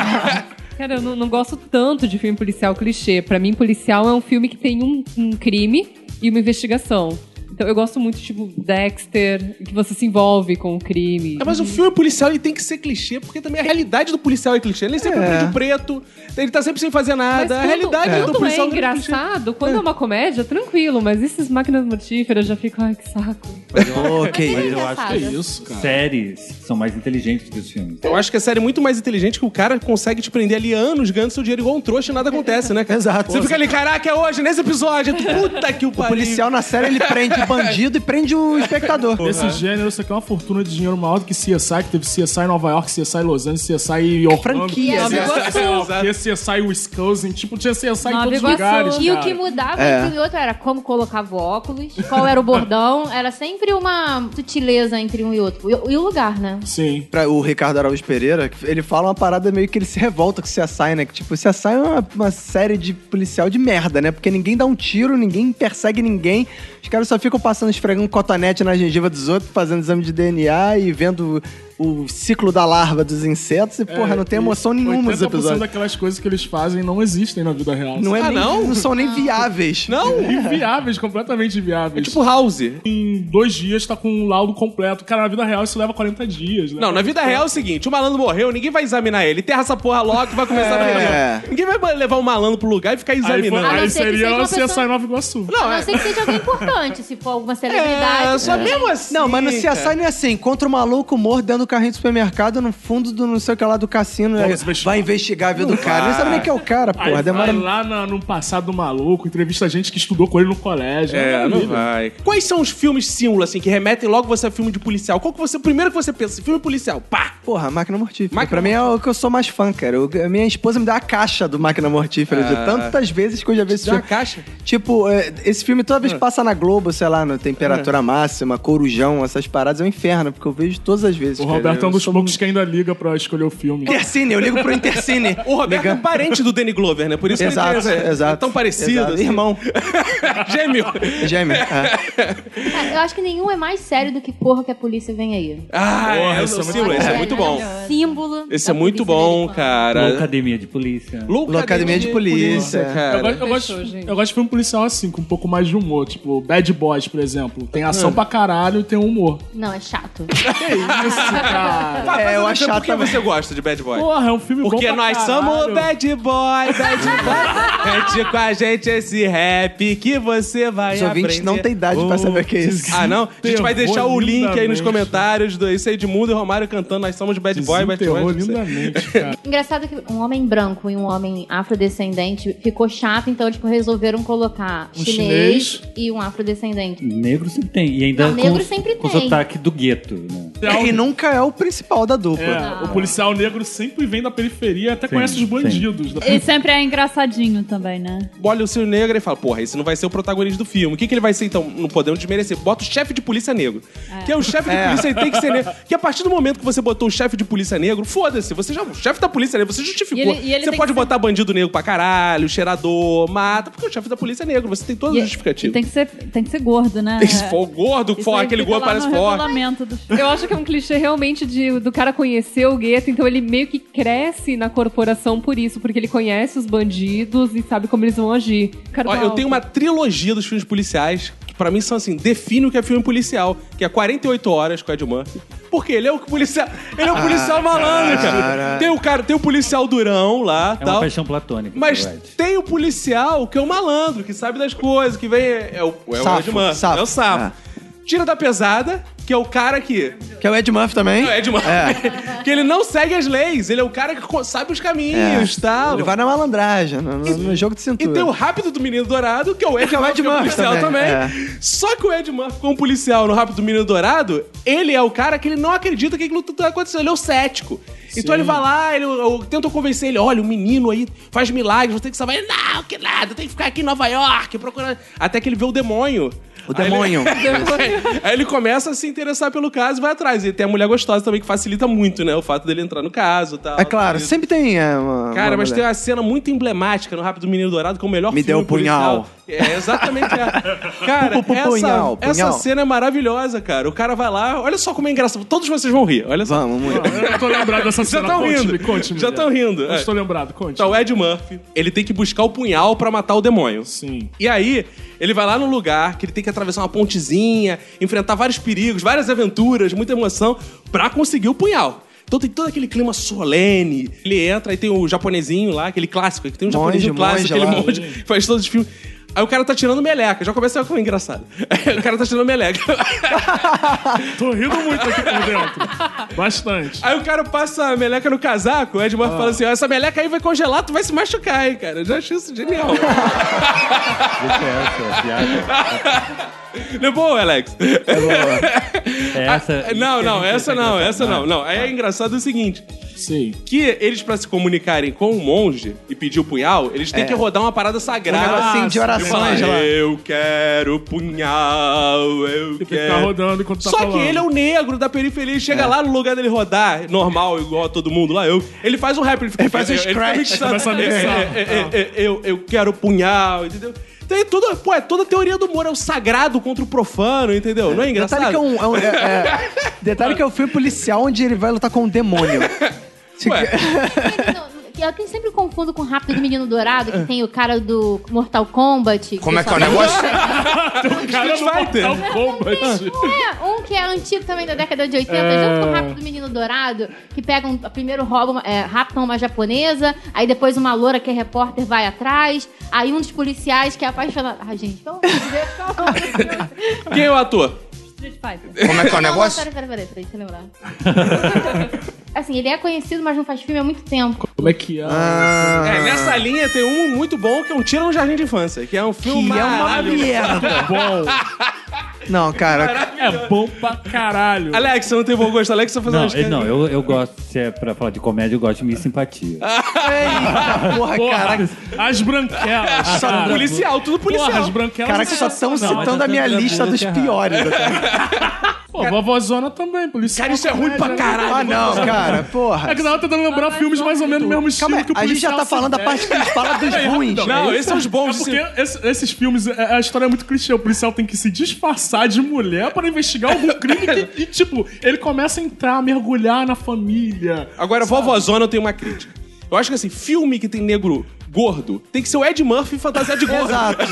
Speaker 6: Cara, eu não, não gosto tanto de filme policial clichê. Pra mim, policial é um filme que tem um, um crime e uma investigação. Então eu gosto muito, tipo, Dexter, que você se envolve com o crime.
Speaker 1: É, mas o filme policial ele tem que ser clichê, porque também a realidade do policial é clichê. Ele é sempre
Speaker 2: É.
Speaker 1: um prédio preto, ele tá sempre sem fazer
Speaker 6: Mas
Speaker 1: nada. a
Speaker 6: quando-
Speaker 1: realidade do
Speaker 6: quando é
Speaker 1: policial um clichê.
Speaker 6: engraçado, quando é. uma comédia, tranquilo, mas esses máquinas mortíferas já ficam, ai, que saco.
Speaker 2: Pô, que isso.
Speaker 7: Mas eu acho
Speaker 4: Que isso, cara.
Speaker 7: séries são mais inteligentes do que os filmes.
Speaker 1: Eu acho que a série é muito mais inteligente que o cara consegue te prender ali anos ganhando seu dinheiro igual um trouxa e nada acontece, né, cara?
Speaker 2: Exato.
Speaker 1: Você fica ali, caraca, é hoje, nesse episódio. Puta que o pariu.
Speaker 2: [laughs] O policial na série ele prende bandido e prende o espectador.
Speaker 4: Desse
Speaker 1: Né?
Speaker 4: gênero, isso aqui é uma fortuna de dinheiro maior do que CSI, que teve CSI em Nova York, CSI em Los Angeles, CSI em Orlando.
Speaker 2: Franquia,
Speaker 5: Nova
Speaker 2: né?
Speaker 5: Iguaçu.
Speaker 4: Porque CSI Wisconsin, tipo, tinha CSI em
Speaker 6: Nova
Speaker 4: todos os
Speaker 6: Iguaçu.
Speaker 4: lugares,
Speaker 5: é E
Speaker 4: cara.
Speaker 5: o que mudava
Speaker 2: É.
Speaker 5: entre um e outro era como colocava o óculos, qual era o bordão. Era sempre uma sutileza entre um e outro. E, e o lugar, né?
Speaker 4: Sim.
Speaker 2: Pra- o Ricardo Araújo Pereira, ele fala uma parada meio que ele se revolta com o CSI, né? Que tipo, o CSI é uma, uma série de policial de merda, né? Porque ninguém dá um tiro, ninguém persegue ninguém. Os caras só ficam passando, esfregando um cotonete na gengiva dos outros, fazendo exame de DNA e vendo o ciclo da larva dos insetos. E, porra, não tem emoção nenhuma nos
Speaker 4: 80%
Speaker 2: episódios.
Speaker 4: daquelas coisas que eles fazem não existem na vida real.
Speaker 2: Não, é
Speaker 1: Ah,
Speaker 2: nem-
Speaker 1: não?
Speaker 2: não são nem viáveis.
Speaker 1: Não!
Speaker 4: Inviáveis, completamente
Speaker 1: É
Speaker 4: inviáveis.
Speaker 1: tipo House.
Speaker 4: em dois dias tá com um laudo completo. Cara, na vida real isso leva 40 dias, né?
Speaker 1: Não, na vida real é o seguinte: o malandro morreu, ninguém vai examinar ele. Enterra essa porra logo e vai começar
Speaker 2: É.
Speaker 1: a brigar. Ninguém vai levar o malandro pro lugar e ficar
Speaker 4: Aí, foi,
Speaker 1: examinando.
Speaker 5: Ah, não
Speaker 4: aí
Speaker 5: ser que seja
Speaker 4: seria
Speaker 5: uma
Speaker 4: você
Speaker 5: pessoa-
Speaker 4: sair Nova Iguaçu.
Speaker 5: a não ser que seja alguém importante, se for alguma celebridade.
Speaker 1: [laughs]
Speaker 5: né?
Speaker 1: É, só mesmo assim.
Speaker 2: Não, mas no
Speaker 1: cara.
Speaker 2: CSI não é assim. Encontra um maluco morto dentro do carrinho do supermercado, no fundo do não sei o que lá do cassino. né?
Speaker 4: Vamos investigar.
Speaker 2: Vai investigar a vida do cara. Nem sabe nem que é o cara,
Speaker 4: Aí
Speaker 2: porra.
Speaker 4: vai
Speaker 2: demora
Speaker 4: lá na- no passado maluco, entrevista gente que estudou com ele no colégio.
Speaker 1: É, não
Speaker 4: maravilha.
Speaker 1: vai. Quais são os filmes símbolo, assim, que remetem logo você a filme de policial? Qual que você. Primeiro que você pensa, filme policial, pá!
Speaker 2: Porra, Máquina Mortífera.
Speaker 1: Máquina
Speaker 2: pra mim é o que eu sou mais fã, cara. Eu- a minha esposa me dá a caixa do Máquina Mortífera de tantas vezes que eu já vi esse
Speaker 1: Ah. Dá uma Ah.
Speaker 2: filme.
Speaker 1: caixa?
Speaker 2: Tipo, é, esse filme toda vez que passa na Globo, sei lá, na Temperatura
Speaker 1: Ah.
Speaker 2: Máxima, Corujão, essas paradas, é um inferno, porque eu vejo todas as vezes.
Speaker 4: O
Speaker 2: cara.
Speaker 4: Roberto é um
Speaker 2: Eu
Speaker 4: dos
Speaker 2: sou
Speaker 4: poucos que ainda liga pra escolher o filme.
Speaker 2: Intercine, eu ligo pro Intercine.
Speaker 1: O Roberto é parente do Danny Glover, né? Por isso
Speaker 2: Exato,
Speaker 1: que ele tem essa-
Speaker 2: exato.
Speaker 1: é tão parecido.
Speaker 2: Exato. Irmão.
Speaker 1: [laughs] Gêmeo.
Speaker 2: Gêmeo. é.
Speaker 5: É, Eu acho que nenhum é mais sério do que porra que a polícia vem aí.
Speaker 1: Ah, é,
Speaker 4: esse é
Speaker 1: o
Speaker 4: muito
Speaker 1: símbolo,
Speaker 4: bom.
Speaker 1: esse é muito bom.
Speaker 5: Símbolo.
Speaker 1: Esse
Speaker 5: da
Speaker 1: é muito
Speaker 5: polícia
Speaker 1: bom,
Speaker 5: americana.
Speaker 1: cara.
Speaker 7: Academia de Polícia.
Speaker 2: Loucademia de polícia,
Speaker 4: Eu,
Speaker 1: cara.
Speaker 4: gosto- eu gosto,
Speaker 6: Fechou, gente.
Speaker 4: eu gosto de filme policial assim, com um pouco mais de humor. Tipo, Bad Boys, por exemplo. Tem ação
Speaker 2: Ah.
Speaker 4: pra caralho e tem um humor.
Speaker 5: Não, é chato.
Speaker 1: Pá,
Speaker 2: É,
Speaker 1: mas
Speaker 2: eu
Speaker 1: não
Speaker 2: acho
Speaker 1: sei Por que
Speaker 2: chato
Speaker 1: você gosta de Bad Boy?
Speaker 4: Porra, é um filme bom
Speaker 1: Porque
Speaker 4: pra
Speaker 1: nós
Speaker 4: caralho.
Speaker 1: somos bad boy, bad
Speaker 4: [laughs]
Speaker 1: boy. Cante com a gente esse rap que você vai
Speaker 2: Os ouvintes
Speaker 1: aprender.
Speaker 2: não têm idade pra saber o que é isso.
Speaker 1: Ah, não? A gente vai deixar o link aí nos
Speaker 4: Lindamente.
Speaker 1: comentários do esse Edmundo e Romário cantando Nós somos bad boy, bad
Speaker 4: Desenterrou
Speaker 1: boy.
Speaker 4: lindamente, cara.
Speaker 5: Engraçado que um homem branco e um homem afrodescendente ficou chato, então, tipo, resolveram colocar
Speaker 4: Um
Speaker 5: chinês,
Speaker 4: chinês.
Speaker 5: e um afrodescendente.
Speaker 7: Negro sempre tem. E ainda
Speaker 5: Não,
Speaker 7: com,
Speaker 5: negro
Speaker 7: o-
Speaker 5: sempre
Speaker 7: com o
Speaker 5: tem.
Speaker 7: sotaque do gueto, né?
Speaker 2: E nunca é o principal da dupla.
Speaker 4: É, o policial negro sempre vem da periferia, até
Speaker 7: Sim,
Speaker 4: conhece os
Speaker 7: sim.
Speaker 4: bandidos.
Speaker 3: E sempre é engraçadinho também, né?
Speaker 1: Olha o seu negro e fala, porra, esse não vai ser o protagonista do filme. O que, que ele vai ser, então? Não podemos desmerecer. Bota o chefe de polícia negro. Que é o chefe de polícia, ele tem que ser negro. Que a partir do momento que você botou o chefe de polícia negro, foda-se, você já... O chefe da polícia negro, você justificou.
Speaker 3: E ele- e ele
Speaker 1: você
Speaker 3: tem
Speaker 1: pode
Speaker 3: que ser-
Speaker 1: botar bandido negro pra caralho, cheirador, mata, porque o chefe da polícia é negro. Você tem toda a
Speaker 3: E-
Speaker 1: justificativa.
Speaker 3: e tem que ser, tem que ser gordo, né?
Speaker 1: Tem [laughs]
Speaker 3: [laughs]
Speaker 1: que se for gordo,
Speaker 3: Isso
Speaker 1: for,
Speaker 3: aí
Speaker 1: aquele
Speaker 3: fica
Speaker 1: gordo
Speaker 3: lá
Speaker 1: parece
Speaker 3: no
Speaker 1: forte.
Speaker 3: regulamento do filme.
Speaker 6: Eu acho que é um clichê realmente de, do cara conhecer o gueto, então ele meio que cresce na corporação por isso, porque ele conhece os bandidos e sabe como eles vão agir. Cara
Speaker 1: Ó,
Speaker 6: do
Speaker 1: eu
Speaker 7: um
Speaker 6: alto.
Speaker 1: tenho uma trilogia dos filmes policiais que pra mim são assim, define o que é filme policial, que é 48 horas com o Ed Murphy. Porque ele é o policial, ele
Speaker 2: Ah,
Speaker 1: é o policial malandro, cara. Tem o cara, tem o policial durão lá,
Speaker 7: É uma
Speaker 1: tal.
Speaker 7: paixão platônica.
Speaker 1: Mas
Speaker 7: na verdade.
Speaker 1: tem o policial que é o malandro, que sabe das coisas, que vem é o é o
Speaker 2: Safo,
Speaker 1: Ed Murphy,
Speaker 2: safo.
Speaker 1: é o safo. Tira da pesada, que é o cara que
Speaker 2: Que é o Ed Murphy também.
Speaker 1: é o Ed Murphy, [laughs]
Speaker 2: É.
Speaker 1: que ele não segue as leis, ele é o cara que co- sabe os caminhos, tal.
Speaker 2: É. Ele vai na malandragem, no, no- no jogo de
Speaker 1: E
Speaker 2: cintura.
Speaker 1: tem o Rápido do Menino Dourado, que é o Ed,
Speaker 2: Que é o Ed
Speaker 1: Murphy, que é
Speaker 2: Murphy
Speaker 1: policial também.
Speaker 2: também, é.
Speaker 1: Só que o Ed Murphy, como policial no Rápido do Menino Dourado, ele é o cara que ele não acredita que aquilo tudo tá acontecendo. Ele é o cético. Então ele vai lá, ele eu- eu tento convencer ele, olha, o menino aí faz milagres, você tem que salvar ele. Não, que nada, tem que ficar aqui em Nova York procurando... Até que ele vê o demônio.
Speaker 2: O
Speaker 1: [laughs] Aí ele-
Speaker 2: demônio.
Speaker 1: Aí ele começa a se interessar pelo caso e vai atrás. E tem a mulher gostosa também, que facilita muito, né? O fato dele entrar no caso e tal.
Speaker 2: É claro, sempre tem é, uma.
Speaker 1: Cara,
Speaker 2: uma
Speaker 1: mas tem
Speaker 2: mulher.
Speaker 1: uma cena muito emblemática no Rápido Menino Dourado, que é o melhor
Speaker 2: Me
Speaker 1: filme
Speaker 2: deu o punhal.
Speaker 1: policial. É, exatamente.
Speaker 2: [laughs]
Speaker 1: É. Cara,
Speaker 2: Pu- pu- pu-
Speaker 1: essa,
Speaker 2: punhal,
Speaker 1: essa
Speaker 2: punhal.
Speaker 1: cena é maravilhosa, cara. O cara vai lá, olha só como é engraçado. Todos vocês vão rir, olha só.
Speaker 2: Vamos, muito.
Speaker 1: é
Speaker 4: Eu tô lembrado dessa
Speaker 1: Já
Speaker 4: cena.
Speaker 1: tão
Speaker 4: Conte-me,
Speaker 1: rindo.
Speaker 4: Conte-me.
Speaker 1: Já tão rindo,
Speaker 4: Eu
Speaker 1: é.
Speaker 4: estou lembrado, conte.
Speaker 1: Então, o Ed Murphy, ele tem que buscar o punhal pra matar o demônio.
Speaker 4: Sim.
Speaker 1: E aí, ele vai lá num lugar que ele tem que atravessar uma pontezinha, enfrentar vários perigos, várias aventuras, muita emoção, pra conseguir o punhal. Então tem todo aquele clima solene. Ele entra e tem o japonesinho lá, aquele clássico, que tem um
Speaker 2: Monge,
Speaker 1: japonesinho clássico,
Speaker 2: monge
Speaker 1: aquele
Speaker 2: lá.
Speaker 1: monge, que faz todos os filmes. Aí o cara tá tirando meleca, já começa com engraçado. [laughs] o cara tá tirando meleca. [laughs]
Speaker 4: Tô rindo muito aqui por dentro. Bastante.
Speaker 1: Aí o cara passa a meleca no casaco, o
Speaker 2: Ah.
Speaker 1: Edmar fala assim: ó, essa meleca aí vai congelar, tu vai se
Speaker 2: [laughs]
Speaker 1: machucar, hein, cara. Eu já achei isso genial.
Speaker 7: Deixa essa, piada.
Speaker 1: [laughs] Não é boa, Alex? [laughs]
Speaker 7: É essa.
Speaker 1: Ah, não, não, essa não, essa não. Não, aí é engraçado o seguinte,
Speaker 4: Sim.
Speaker 1: que eles pra se comunicarem com o monge e pedir o punhal, eles têm que rodar uma parada
Speaker 2: É. Um
Speaker 1: sagrada.
Speaker 2: negocinho de
Speaker 1: E
Speaker 2: oração,
Speaker 1: falar,
Speaker 2: Angela.
Speaker 1: eu quero punhal, eu
Speaker 4: Tem que ficar
Speaker 1: quero...
Speaker 4: rodando enquanto tá
Speaker 1: Só
Speaker 4: falando.
Speaker 1: que ele é o negro da periferia, ele
Speaker 2: É.
Speaker 1: chega lá no lugar dele rodar, normal, igual a todo mundo lá, eu. Ele faz um rap, ele, fica-
Speaker 2: Ele faz um
Speaker 1: ele fica
Speaker 2: scratch.
Speaker 1: mixando.
Speaker 4: Começa a mixar.
Speaker 1: É, é, é, é, eu, eu quero punhal, entendeu? Então é tudo, pô, é toda a teoria do humor, é o sagrado contra o profano, entendeu? Não é engraçado?
Speaker 2: Detalhe que é um. é um- é- é- detalhe que é o filme policial onde ele vai lutar com um demônio.
Speaker 1: Ué.
Speaker 5: Ele não- Eu tenho- sempre confundo com o Rápido do Menino Dourado, que tem o cara do Mortal Kombat.
Speaker 8: Ah. Como é que é o
Speaker 5: só- um
Speaker 8: negócio?
Speaker 4: Cara
Speaker 1: Street Fighter.
Speaker 4: Mortal Kombat.
Speaker 5: É, um que é antigo também da década de 80,
Speaker 8: É.
Speaker 5: junto com o Rápido do Menino Dourado, que pega um, primeiro rouba, uma- é, raptam uma japonesa, aí depois uma loura que é repórter vai atrás, aí um dos policiais que é apaixonado. Ai, gente, pelo amor de Deus, pelo amor de Deus.
Speaker 1: Quem é o ator?
Speaker 3: Street Fighter.
Speaker 8: Como é que é o
Speaker 5: Não, não,
Speaker 8: negócio?
Speaker 5: Peraí, peraí, peraí, peraí, deixa eu lembrar. [laughs] Assim, ele é conhecido, mas não faz filme há muito tempo.
Speaker 4: Como é que é?
Speaker 1: É, nessa linha tem um muito bom que é um Tira no Jardim de Infância, que é um filme
Speaker 2: Que é uma
Speaker 1: maravilhoso.
Speaker 2: merda.
Speaker 4: Bom.
Speaker 2: Não, cara.
Speaker 4: É bom pra caralho.
Speaker 1: Alex, você não tem bom gosto. Alex, você tá faz
Speaker 7: Não,
Speaker 1: umas
Speaker 7: eu, não eu, eu gosto, se é pra falar de comédia, eu gosto de Miss Simpatia.
Speaker 2: Eita, porra,
Speaker 4: Porra,
Speaker 2: cara.
Speaker 4: as branquelas.
Speaker 2: Só
Speaker 4: Ah, cara.
Speaker 1: Policial, tudo policial.
Speaker 4: Porra, as branquelas.
Speaker 2: Ah, Cara, que só estão
Speaker 7: mas tá
Speaker 2: citando a minha
Speaker 7: tendo
Speaker 2: lista
Speaker 7: muito
Speaker 1: é
Speaker 2: dos
Speaker 7: errado.
Speaker 2: piores. até.
Speaker 4: Pô, vovózona também, policial.
Speaker 1: Cara, isso é ruim pra caralho.
Speaker 2: Ah, não, cara, porra.
Speaker 4: É que tava tentando lembrar filmes mais ou menos do mesmo estilo
Speaker 2: Calma aí,
Speaker 4: que o
Speaker 2: a gente já
Speaker 4: policial
Speaker 2: tá
Speaker 4: se É
Speaker 2: falando da
Speaker 4: deve.
Speaker 2: parte que a gente fala
Speaker 4: [laughs]
Speaker 2: dos ruins.
Speaker 1: Não, esses são os
Speaker 4: É
Speaker 1: bons.
Speaker 4: porque esse- esses filmes, é- a história é muito clichê. O policial tem que se disfarçar de mulher para investigar
Speaker 1: [laughs]
Speaker 4: algum crime que- e, tipo, ele começa a entrar, a mergulhar na família.
Speaker 1: Agora, vovozona, eu tenho uma crítica. Eu acho que assim, filme que tem negro gordo, tem que ser o Ed Murphy fantasia
Speaker 4: [laughs]
Speaker 1: de gordo.
Speaker 2: Exato.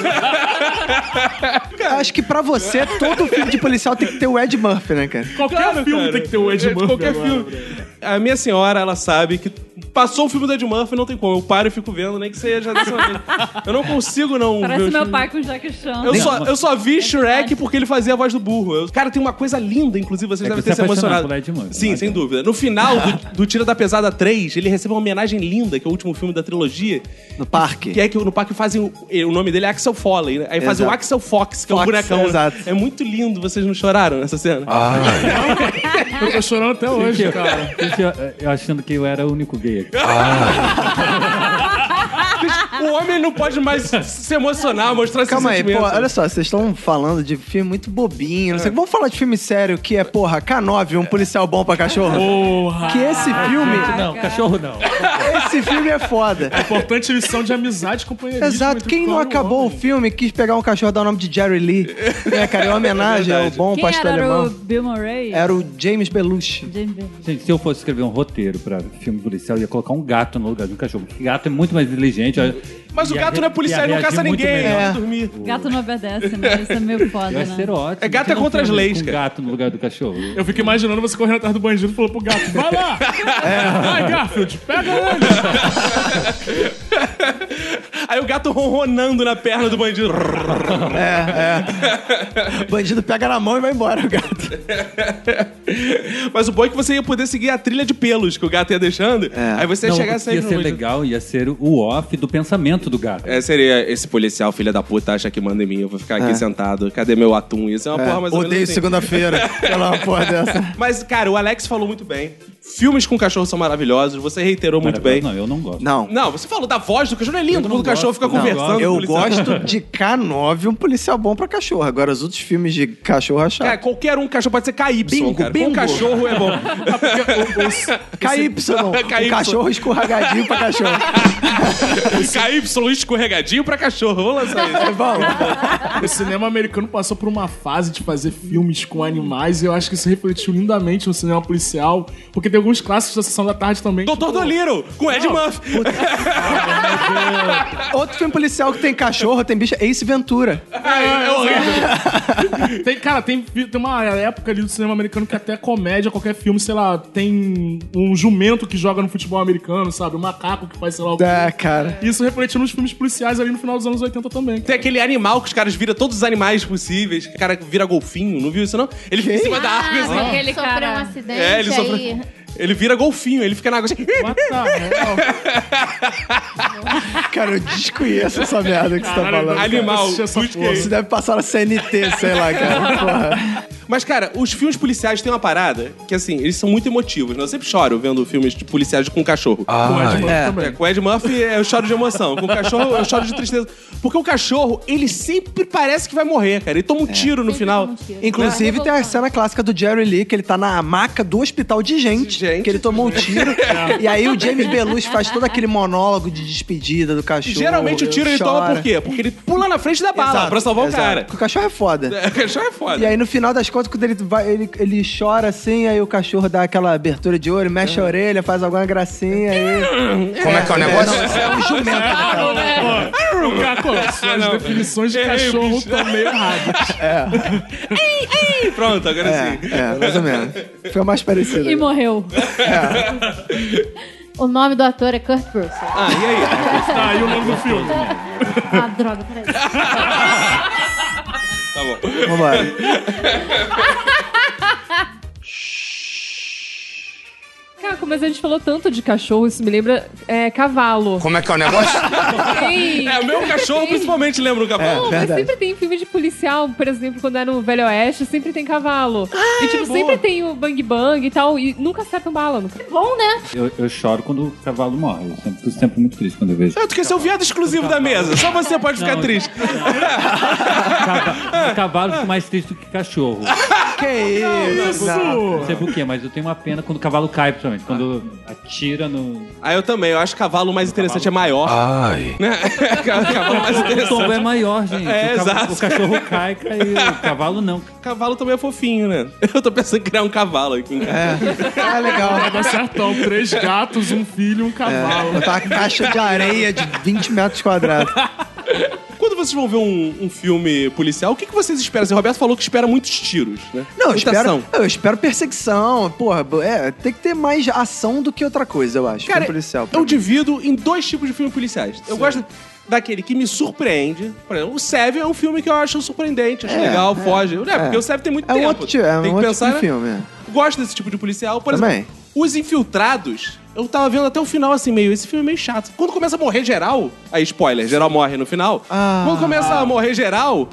Speaker 2: Acho que pra você, todo filme de policial tem que ter o Ed Murphy, né, cara?
Speaker 4: Qualquer
Speaker 1: Claro,
Speaker 4: filme
Speaker 1: cara.
Speaker 4: tem que ter o Ed
Speaker 1: É,
Speaker 4: Murphy.
Speaker 1: Qualquer
Speaker 4: agora,
Speaker 1: filme.
Speaker 4: Bruno.
Speaker 1: A minha senhora, ela sabe que passou o filme do Ed Murphy, não tem como. Eu paro e fico vendo, nem que seja dessa vez. Eu não consigo não ver
Speaker 3: Parece
Speaker 1: os
Speaker 3: meu
Speaker 1: filmes.
Speaker 3: pai com Jack Chan.
Speaker 1: Eu só, eu só vi Shrek porque ele fazia a voz do burro. Eu- cara, tem uma coisa linda, inclusive, vocês
Speaker 7: É
Speaker 1: devem
Speaker 7: que você
Speaker 1: ter se
Speaker 7: é apaixonado
Speaker 1: emocionado.
Speaker 7: por Ed Murphy,
Speaker 1: Sim,
Speaker 7: não
Speaker 1: sem
Speaker 7: adianta.
Speaker 1: dúvida. No final do, do Tira da Pesada 3, ele recebe uma homenagem linda, que é o último filme da trilogia,
Speaker 2: No parque.
Speaker 1: que é que no parque fazem. O, o nome dele é Axel Foley, né? Aí fazem o
Speaker 2: Exato.
Speaker 1: Axel Fox, que é o
Speaker 2: Fox,
Speaker 1: buracão. né?
Speaker 2: exato.
Speaker 1: É muito lindo, vocês não choraram nessa cena?
Speaker 4: Eu tô chorando até hoje, cara.
Speaker 7: Gente, eu, eh, eu achando que eu era o único gay aqui.
Speaker 1: O homem não pode mais se emocionar, mostrar esse
Speaker 2: Calma aí, pô,
Speaker 1: sentimento.
Speaker 2: olha só, vocês estão falando de filme muito bobinho, não sei. o que.
Speaker 4: É.
Speaker 2: Vamos falar de filme sério que é, porra, K9, um policial bom pra cachorro?
Speaker 4: Porra. né?
Speaker 2: Que esse filme,
Speaker 7: Não,
Speaker 1: Ah,
Speaker 7: cachorro não.
Speaker 2: esse filme é foda.
Speaker 4: Importante lição de amizade e companheirismo.
Speaker 2: Exato,
Speaker 4: entre
Speaker 2: quem não
Speaker 4: cão e
Speaker 2: acabou o
Speaker 4: homem.
Speaker 2: filme quis pegar um cachorro e dar o nome de Jerry Lee. Né, cara, em
Speaker 4: É
Speaker 2: homenagem ao bom
Speaker 3: Quem
Speaker 2: um pastor
Speaker 3: era
Speaker 2: alemão. É.
Speaker 3: o Bill Murray?
Speaker 2: Era o James Belushi.
Speaker 3: Jim Beam.
Speaker 7: Gente, se eu fosse escrever um roteiro pra filme policial, eu ia colocar um gato no lugar de um cachorro. Porque gato é muito mais inteligente. olha-
Speaker 1: Mas o
Speaker 7: ia
Speaker 1: gato
Speaker 7: re-
Speaker 1: não é policial,
Speaker 7: ia
Speaker 1: ele não caça
Speaker 7: reagir muito
Speaker 1: ninguém, ele
Speaker 7: melhor.
Speaker 1: não dormir.
Speaker 3: Gato não obedece, né? Isso é meio foda,
Speaker 7: Vai
Speaker 3: né?
Speaker 7: ser ótimo.
Speaker 1: É, gato
Speaker 7: Por que
Speaker 1: é
Speaker 7: não
Speaker 1: contra as
Speaker 7: filme
Speaker 1: leis,
Speaker 7: com
Speaker 1: cara.
Speaker 7: gato no lugar do cachorro.
Speaker 4: Eu fico imaginando você correndo atrás do bandido e falou pro gato: vai lá! Vai, Garfield, pega ele!
Speaker 1: Aí o gato ronronando na perna do bandido.
Speaker 2: O É, bandido pega na mão e vai embora, o gato.
Speaker 1: Mas o bom é que você ia poder seguir a trilha de pelos que o gato ia deixando.
Speaker 2: É.
Speaker 1: Aí você ia
Speaker 7: Não,
Speaker 1: chegar
Speaker 7: o que ia
Speaker 1: sempre
Speaker 7: ser
Speaker 1: no bandido.
Speaker 7: legal, ia ser o off do pensamento do gato.
Speaker 1: É, seria esse policial, filha da puta, acha que manda em mim, eu vou ficar aqui sentado. Cadê meu atum? Isso é uma porra mais ou menos
Speaker 2: É. Odeio
Speaker 1: assim.
Speaker 2: segunda-feira. Sei lá, uma porra dessa.
Speaker 1: Mas, cara, o Alex falou muito bem. Filmes com cachorro são maravilhosos, você reiterou muito bem.
Speaker 7: Não, eu não gosto.
Speaker 2: Não.
Speaker 1: Não, você falou da voz do cachorro, é lindo,
Speaker 7: não
Speaker 1: quando o cachorro
Speaker 7: gosto,
Speaker 1: fica
Speaker 7: não
Speaker 1: conversando. com o
Speaker 2: Eu
Speaker 1: policial.
Speaker 2: gosto de K9, um policial bom pra cachorro. Agora, os outros filmes de cachorro acham.
Speaker 1: Cara, qualquer um cachorro pode ser KY,
Speaker 2: Bingo,
Speaker 1: cara. Bom
Speaker 2: bingo.
Speaker 1: cachorro é
Speaker 7: [laughs]
Speaker 1: bom.
Speaker 2: KY, um
Speaker 1: [laughs] KY.
Speaker 2: cachorro escorragadinho pra cachorro.
Speaker 1: KY escorregadinho pra cachorro. Vamos lançar isso.
Speaker 2: É bom. [laughs]
Speaker 4: O cinema americano passou por uma fase de fazer filmes com animais e eu acho que isso refletiu lindamente no cinema policial, porque tem alguns clássicos da Sessão da Tarde também.
Speaker 1: Doutor Doliro, com Ed Murphy.
Speaker 2: Outro filme policial que tem cachorro, tem bicho, é Ace Ventura.
Speaker 1: Ai, é horrível.
Speaker 4: Tem, cara, tem, vi- tem uma época ali do cinema americano que até comédia, qualquer filme, sei lá, tem um jumento que joga no futebol americano, sabe? Um macaco que faz, sei lá, o
Speaker 2: É,
Speaker 4: quê.
Speaker 2: cara.
Speaker 4: Isso refletiu nos filmes policiais ali no final dos anos 80 também.
Speaker 1: Tem aquele animal que os caras viram todos os animais possíveis. O cara vira golfinho, não viu isso não? Ele fica em cima da árvore.
Speaker 5: Ah,
Speaker 1: assim.
Speaker 5: mas
Speaker 3: aquele
Speaker 5: ele sofreu
Speaker 3: cara-
Speaker 5: um acidente
Speaker 1: É, ele sofreu-
Speaker 5: aí.
Speaker 1: Ele vira golfinho, ele fica na água assim.
Speaker 4: What the hell?
Speaker 2: Cara, eu desconheço essa merda que você tá
Speaker 4: Caralho,
Speaker 2: falando. cara.
Speaker 1: Animal,
Speaker 4: Assistir essa
Speaker 1: busca
Speaker 4: porra.
Speaker 1: aí.
Speaker 2: Você deve passar na CNT, sei lá, cara. Porra.
Speaker 1: [laughs] Mas, cara, os filmes policiais têm uma parada que, assim, eles são muito emotivos. Né? Eu sempre choro vendo filmes de policiais com cachorro.
Speaker 4: Pô, é de boa
Speaker 2: é.
Speaker 4: também.
Speaker 1: É, com o Ed Murphy eu choro de emoção. Com o cachorro eu choro de tristeza. Porque o cachorro, ele sempre parece que vai morrer, cara. Ele toma um tiro no
Speaker 5: Sempre
Speaker 1: final.
Speaker 5: toma um tiro.
Speaker 2: Inclusive, tem a cena clássica do Jerry Lee, que ele tá na maca do hospital de gente,
Speaker 1: De gente. É.
Speaker 2: que ele tomou
Speaker 1: [laughs]
Speaker 2: um tiro. e aí o James Belushi faz todo aquele monólogo de despedida do cachorro.
Speaker 1: Geralmente o tiro ele toma
Speaker 2: chora.
Speaker 1: por quê? Porque ele pula na frente da bala
Speaker 2: Exato,
Speaker 1: pra salvar
Speaker 2: exato.
Speaker 1: o cara.
Speaker 2: Porque o cachorro é foda.
Speaker 1: É, O cachorro é foda.
Speaker 2: E aí, no final das contas, quando ele, vai, ele, ele chora assim, aí o cachorro dá aquela abertura de olho, mexe
Speaker 1: É.
Speaker 2: a orelha, faz alguma gracinha. Aí...
Speaker 8: Como é que é o negócio?
Speaker 2: não, isso é um jumento, né,
Speaker 6: Ah,
Speaker 2: cara?
Speaker 4: Pô, o cara, pô, as
Speaker 1: Ah, não.
Speaker 4: definições de
Speaker 1: Errei,
Speaker 4: cachorro
Speaker 1: bicho.
Speaker 4: estão meio erradas.
Speaker 1: Ih, Pronto, agora sim.
Speaker 2: É, é, mais ou menos. Foi o mais parecido.
Speaker 3: E morreu.
Speaker 5: O nome do ator é Kurt Russell.
Speaker 1: Ah, e aí?
Speaker 4: Tá, e o nome do filme?
Speaker 5: Ah, droga, peraí.
Speaker 1: Tá bom.
Speaker 2: Vambora.
Speaker 6: Caco, mas a gente falou tanto de cachorro, isso me lembra é, cavalo.
Speaker 8: Como é que é o negócio?
Speaker 6: Sim.
Speaker 1: É, o meu cachorro principalmente lembra o
Speaker 2: É,
Speaker 1: cavalo.
Speaker 6: Não, mas sempre tem filme de policial, por exemplo, quando é no Velho Oeste, sempre tem cavalo.
Speaker 1: Ah,
Speaker 6: e
Speaker 1: é,
Speaker 6: tipo, sempre tem o bang bang e tal, e nunca acertam bala. Nunca.
Speaker 5: Bom, né?
Speaker 7: Eu, eu choro quando o cavalo morre. Eu sempre, fico sempre muito triste quando eu
Speaker 2: É.
Speaker 7: vejo.
Speaker 1: Ah, tu quer ser o viado exclusivo da mesa. Só você pode ficar
Speaker 7: Não,
Speaker 1: triste.
Speaker 7: Cava- o cavalo fica mais triste do que cachorro.
Speaker 2: Que É isso?
Speaker 7: Não sei porquê, mas eu tenho uma pena quando o cavalo cai, principalmente. Quando atira no.
Speaker 1: Ah, eu também. Eu acho que cavalo mais interessante é maior. Né?
Speaker 9: Ai.
Speaker 1: [laughs] cavalo mais
Speaker 7: O tombo
Speaker 1: interessante.
Speaker 7: é maior, gente.
Speaker 1: É,
Speaker 7: o, cava-
Speaker 1: exato.
Speaker 7: o cachorro cai, caiu. O cavalo não.
Speaker 1: Cavalo também é fofinho, né? [laughs] Eu tô pensando em criar um cavalo aqui em casa.
Speaker 2: Ah, legal.
Speaker 4: Vai certão, três gatos, um filho
Speaker 6: É.
Speaker 4: e um cavalo.
Speaker 2: Botar uma caixa de areia de 20
Speaker 1: [laughs]
Speaker 2: metros quadrados.
Speaker 1: Quando vocês vão ver um, um filme policial, o que, que vocês esperam? Assim, o Roberto falou que espera muitos tiros, né?
Speaker 2: Não, eu
Speaker 1: Muita
Speaker 2: espero,
Speaker 1: ação.
Speaker 2: eu espero perseguição. Porra, é, tem que ter mais ação do que outra coisa, eu acho.
Speaker 1: Cara, é um
Speaker 2: filme policial. pra
Speaker 1: eu
Speaker 2: mim.
Speaker 1: divido em dois tipos de filmes policiais. Eu gosto daquele que me surpreende. Por exemplo, o Seven é um filme que eu acho surpreendente, acho
Speaker 2: É,
Speaker 1: legal,
Speaker 2: é,
Speaker 1: foge. É, porque o Seven tem muito
Speaker 2: É
Speaker 1: tempo.
Speaker 2: um outro, ti- é um
Speaker 1: tem que
Speaker 2: outro
Speaker 1: pensar,
Speaker 2: tipo de
Speaker 1: né?
Speaker 2: filme. é.
Speaker 1: gosto desse tipo de policial. Por
Speaker 2: Também.
Speaker 1: exemplo, Os Infiltrados, eu tava vendo até o final assim, meio, esse filme é meio chato. Quando começa a morrer geral, aí spoiler, geral morre no final.
Speaker 2: Ah.
Speaker 1: Quando começa a morrer geral,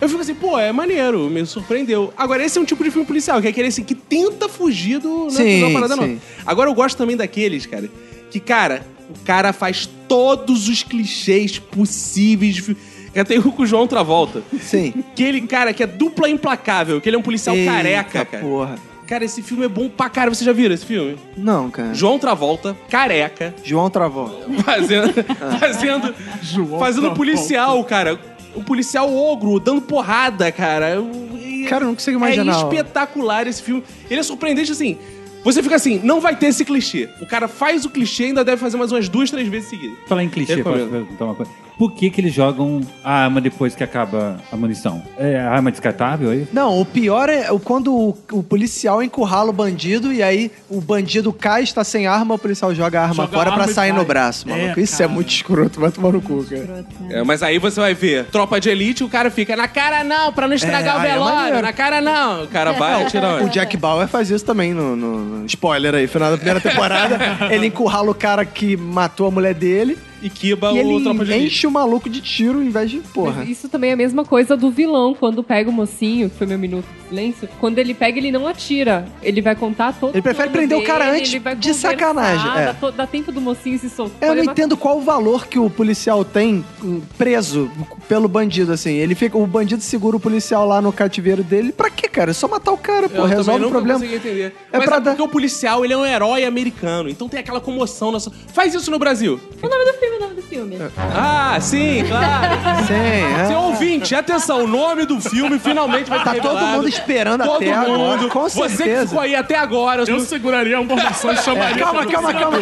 Speaker 1: eu fico assim, pô, é maneiro, me surpreendeu. Agora, esse é um tipo de filme policial, que é aquele assim, que tenta fugir do... Não
Speaker 2: Sim,
Speaker 1: é uma parada não.
Speaker 2: sim.
Speaker 1: Agora, eu gosto também daqueles, cara, que, cara, o cara faz todos os clichês possíveis de filme. Cara, Tem o com o João Travolta.
Speaker 2: Sim.
Speaker 1: Aquele cara que é dupla implacável, que ele é um policial
Speaker 2: Eita,
Speaker 1: careca, cara.
Speaker 2: Porra.
Speaker 1: Cara, esse filme é bom pra cara. Vocês já viram esse filme?
Speaker 2: Não, cara.
Speaker 1: João Travolta, careca,
Speaker 2: João Travolta.
Speaker 1: fazendo. fazendo.
Speaker 4: João
Speaker 1: fazendo
Speaker 4: Travolta.
Speaker 1: policial, cara. Um policial ogro, dando porrada, cara. E-
Speaker 2: Cara, eu não consigo imaginar.
Speaker 1: É espetacular esse filme. Ele é surpreendente assim. Você fica assim, não vai ter esse clichê. O cara faz o clichê e ainda deve fazer mais umas duas, três vezes seguidas.
Speaker 7: Falar em clichê, posso
Speaker 1: Recomendo.
Speaker 7: perguntar uma coisa? Por que, que eles jogam a arma depois que acaba a munição? É a arma descartável aí?
Speaker 2: Não, o pior é o- quando o, o policial encurrala o bandido e aí o bandido cai, está sem arma, o policial joga a arma
Speaker 4: Joga a
Speaker 2: fora pra
Speaker 4: arma e
Speaker 2: sair
Speaker 4: cai.
Speaker 2: no braço, maluco.
Speaker 7: É,
Speaker 2: Isso é muito escroto, vai tomar no cu, cara.
Speaker 1: É, mas aí você vai ver, tropa de elite, o cara fica na cara não, pra não estragar
Speaker 2: É,
Speaker 1: o
Speaker 2: aí é
Speaker 1: velório,
Speaker 2: maneiro. É.
Speaker 1: na cara não. O cara vai, tira
Speaker 2: O Jack Bauer faz isso também no, no- no- spoiler aí, final da
Speaker 1: [laughs]
Speaker 2: primeira temporada. ele encurrala o cara que matou a mulher dele
Speaker 1: e quiba
Speaker 2: e
Speaker 1: É o tropa de
Speaker 2: ele é
Speaker 1: elite.
Speaker 2: enche o maluco de tiro em vez de porra.
Speaker 6: Mas isso também é a mesma coisa do vilão, quando pega o mocinho, que foi meu minuto de silêncio. Quando ele pega, ele não atira. Ele vai contar todo
Speaker 2: Ele prefere
Speaker 6: o plano
Speaker 2: prender o cara
Speaker 6: dele,
Speaker 2: antes
Speaker 6: ele vai
Speaker 2: de sacanagem,
Speaker 6: conversar,
Speaker 2: é.
Speaker 6: Dá, to- dá tempo do mocinho se soltar.
Speaker 2: Eu não
Speaker 6: Ele é
Speaker 2: entendo qual o valor que o policial tem hum, preso pelo bandido, assim. Ele fica, o bandido segura o policial lá no cativeiro dele. Pra quê, cara? É só matar o cara, pô.
Speaker 1: Eu também
Speaker 2: Resolve
Speaker 1: nunca
Speaker 2: o problema.
Speaker 1: consegui entender.
Speaker 2: É
Speaker 1: Mas
Speaker 2: pra
Speaker 1: é
Speaker 2: dar-
Speaker 1: porque o policial, ele é um herói americano. Então tem aquela comoção. Na so- Faz isso no Brasil.
Speaker 3: O nome do filme, o nome do filme.
Speaker 1: Ah, sim, claro.
Speaker 2: Sim, [laughs] é.
Speaker 1: Seu ouvinte, atenção, o nome do filme finalmente vai
Speaker 2: Tá
Speaker 1: ser
Speaker 2: todo
Speaker 1: revelado.
Speaker 2: mundo esperando
Speaker 1: Todo
Speaker 2: até agora,
Speaker 1: mundo.
Speaker 2: com
Speaker 1: Você que
Speaker 2: certeza.
Speaker 1: ficou aí até agora.
Speaker 4: Eu seguraria a informação e chamaria.
Speaker 2: É, Calma,
Speaker 4: o
Speaker 2: calma, calma.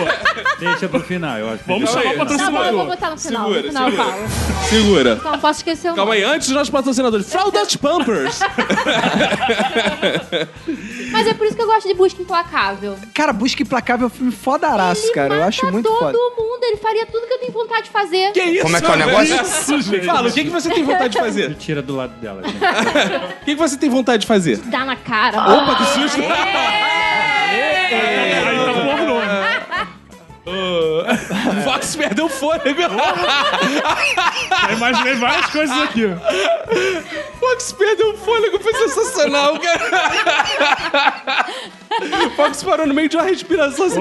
Speaker 7: Deixa pro final, eu acho. que-
Speaker 4: Vamos chamar o
Speaker 5: Tá bom, eu vou
Speaker 4: patrocinador.
Speaker 5: botar no final.
Speaker 1: Segura,
Speaker 5: no final
Speaker 1: segura.
Speaker 5: eu falo.
Speaker 1: Segura.
Speaker 5: Então não posso esquecer o
Speaker 1: Calma
Speaker 5: nome.
Speaker 1: aí, antes dos nossos patrocinadores. Fraudas Pampers.
Speaker 5: Mas é por isso que eu gosto de Busca Implacável.
Speaker 2: Cara, Busca Implacável é um filme fodaraço,
Speaker 5: Ele
Speaker 2: cara. Eu
Speaker 5: mata
Speaker 2: acho muito
Speaker 5: todo
Speaker 2: foda.
Speaker 5: mundo, ele faria tudo que eu tenho vontade de fazer.
Speaker 1: Que isso?
Speaker 8: Como é que é o
Speaker 1: velho?
Speaker 8: negócio?
Speaker 4: Isso, gente.
Speaker 1: Fala, o que, que você tem vontade de fazer?
Speaker 7: Me
Speaker 1: O
Speaker 7: tira do lado dela, gente.
Speaker 1: que, que você tem vontade de fazer?
Speaker 5: Dá na cara.
Speaker 1: Opa, que susto!
Speaker 4: Aí tava É.
Speaker 1: Nossa, perdeu tá o fôlego.
Speaker 4: Eu imaginei várias coisas aqui.
Speaker 1: Fox perdeu o fôlego, foi sensacional, cara. Fox parou no meio de uma respiração. assim.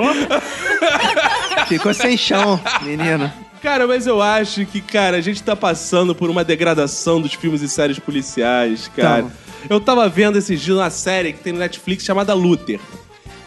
Speaker 2: Ficou sem chão, menino.
Speaker 1: Cara, mas eu acho que, cara, a gente tá passando por uma degradação dos filmes e séries policiais, cara.
Speaker 2: Tamo.
Speaker 1: Eu tava vendo esses dias uma série que tem no Netflix chamada Luther.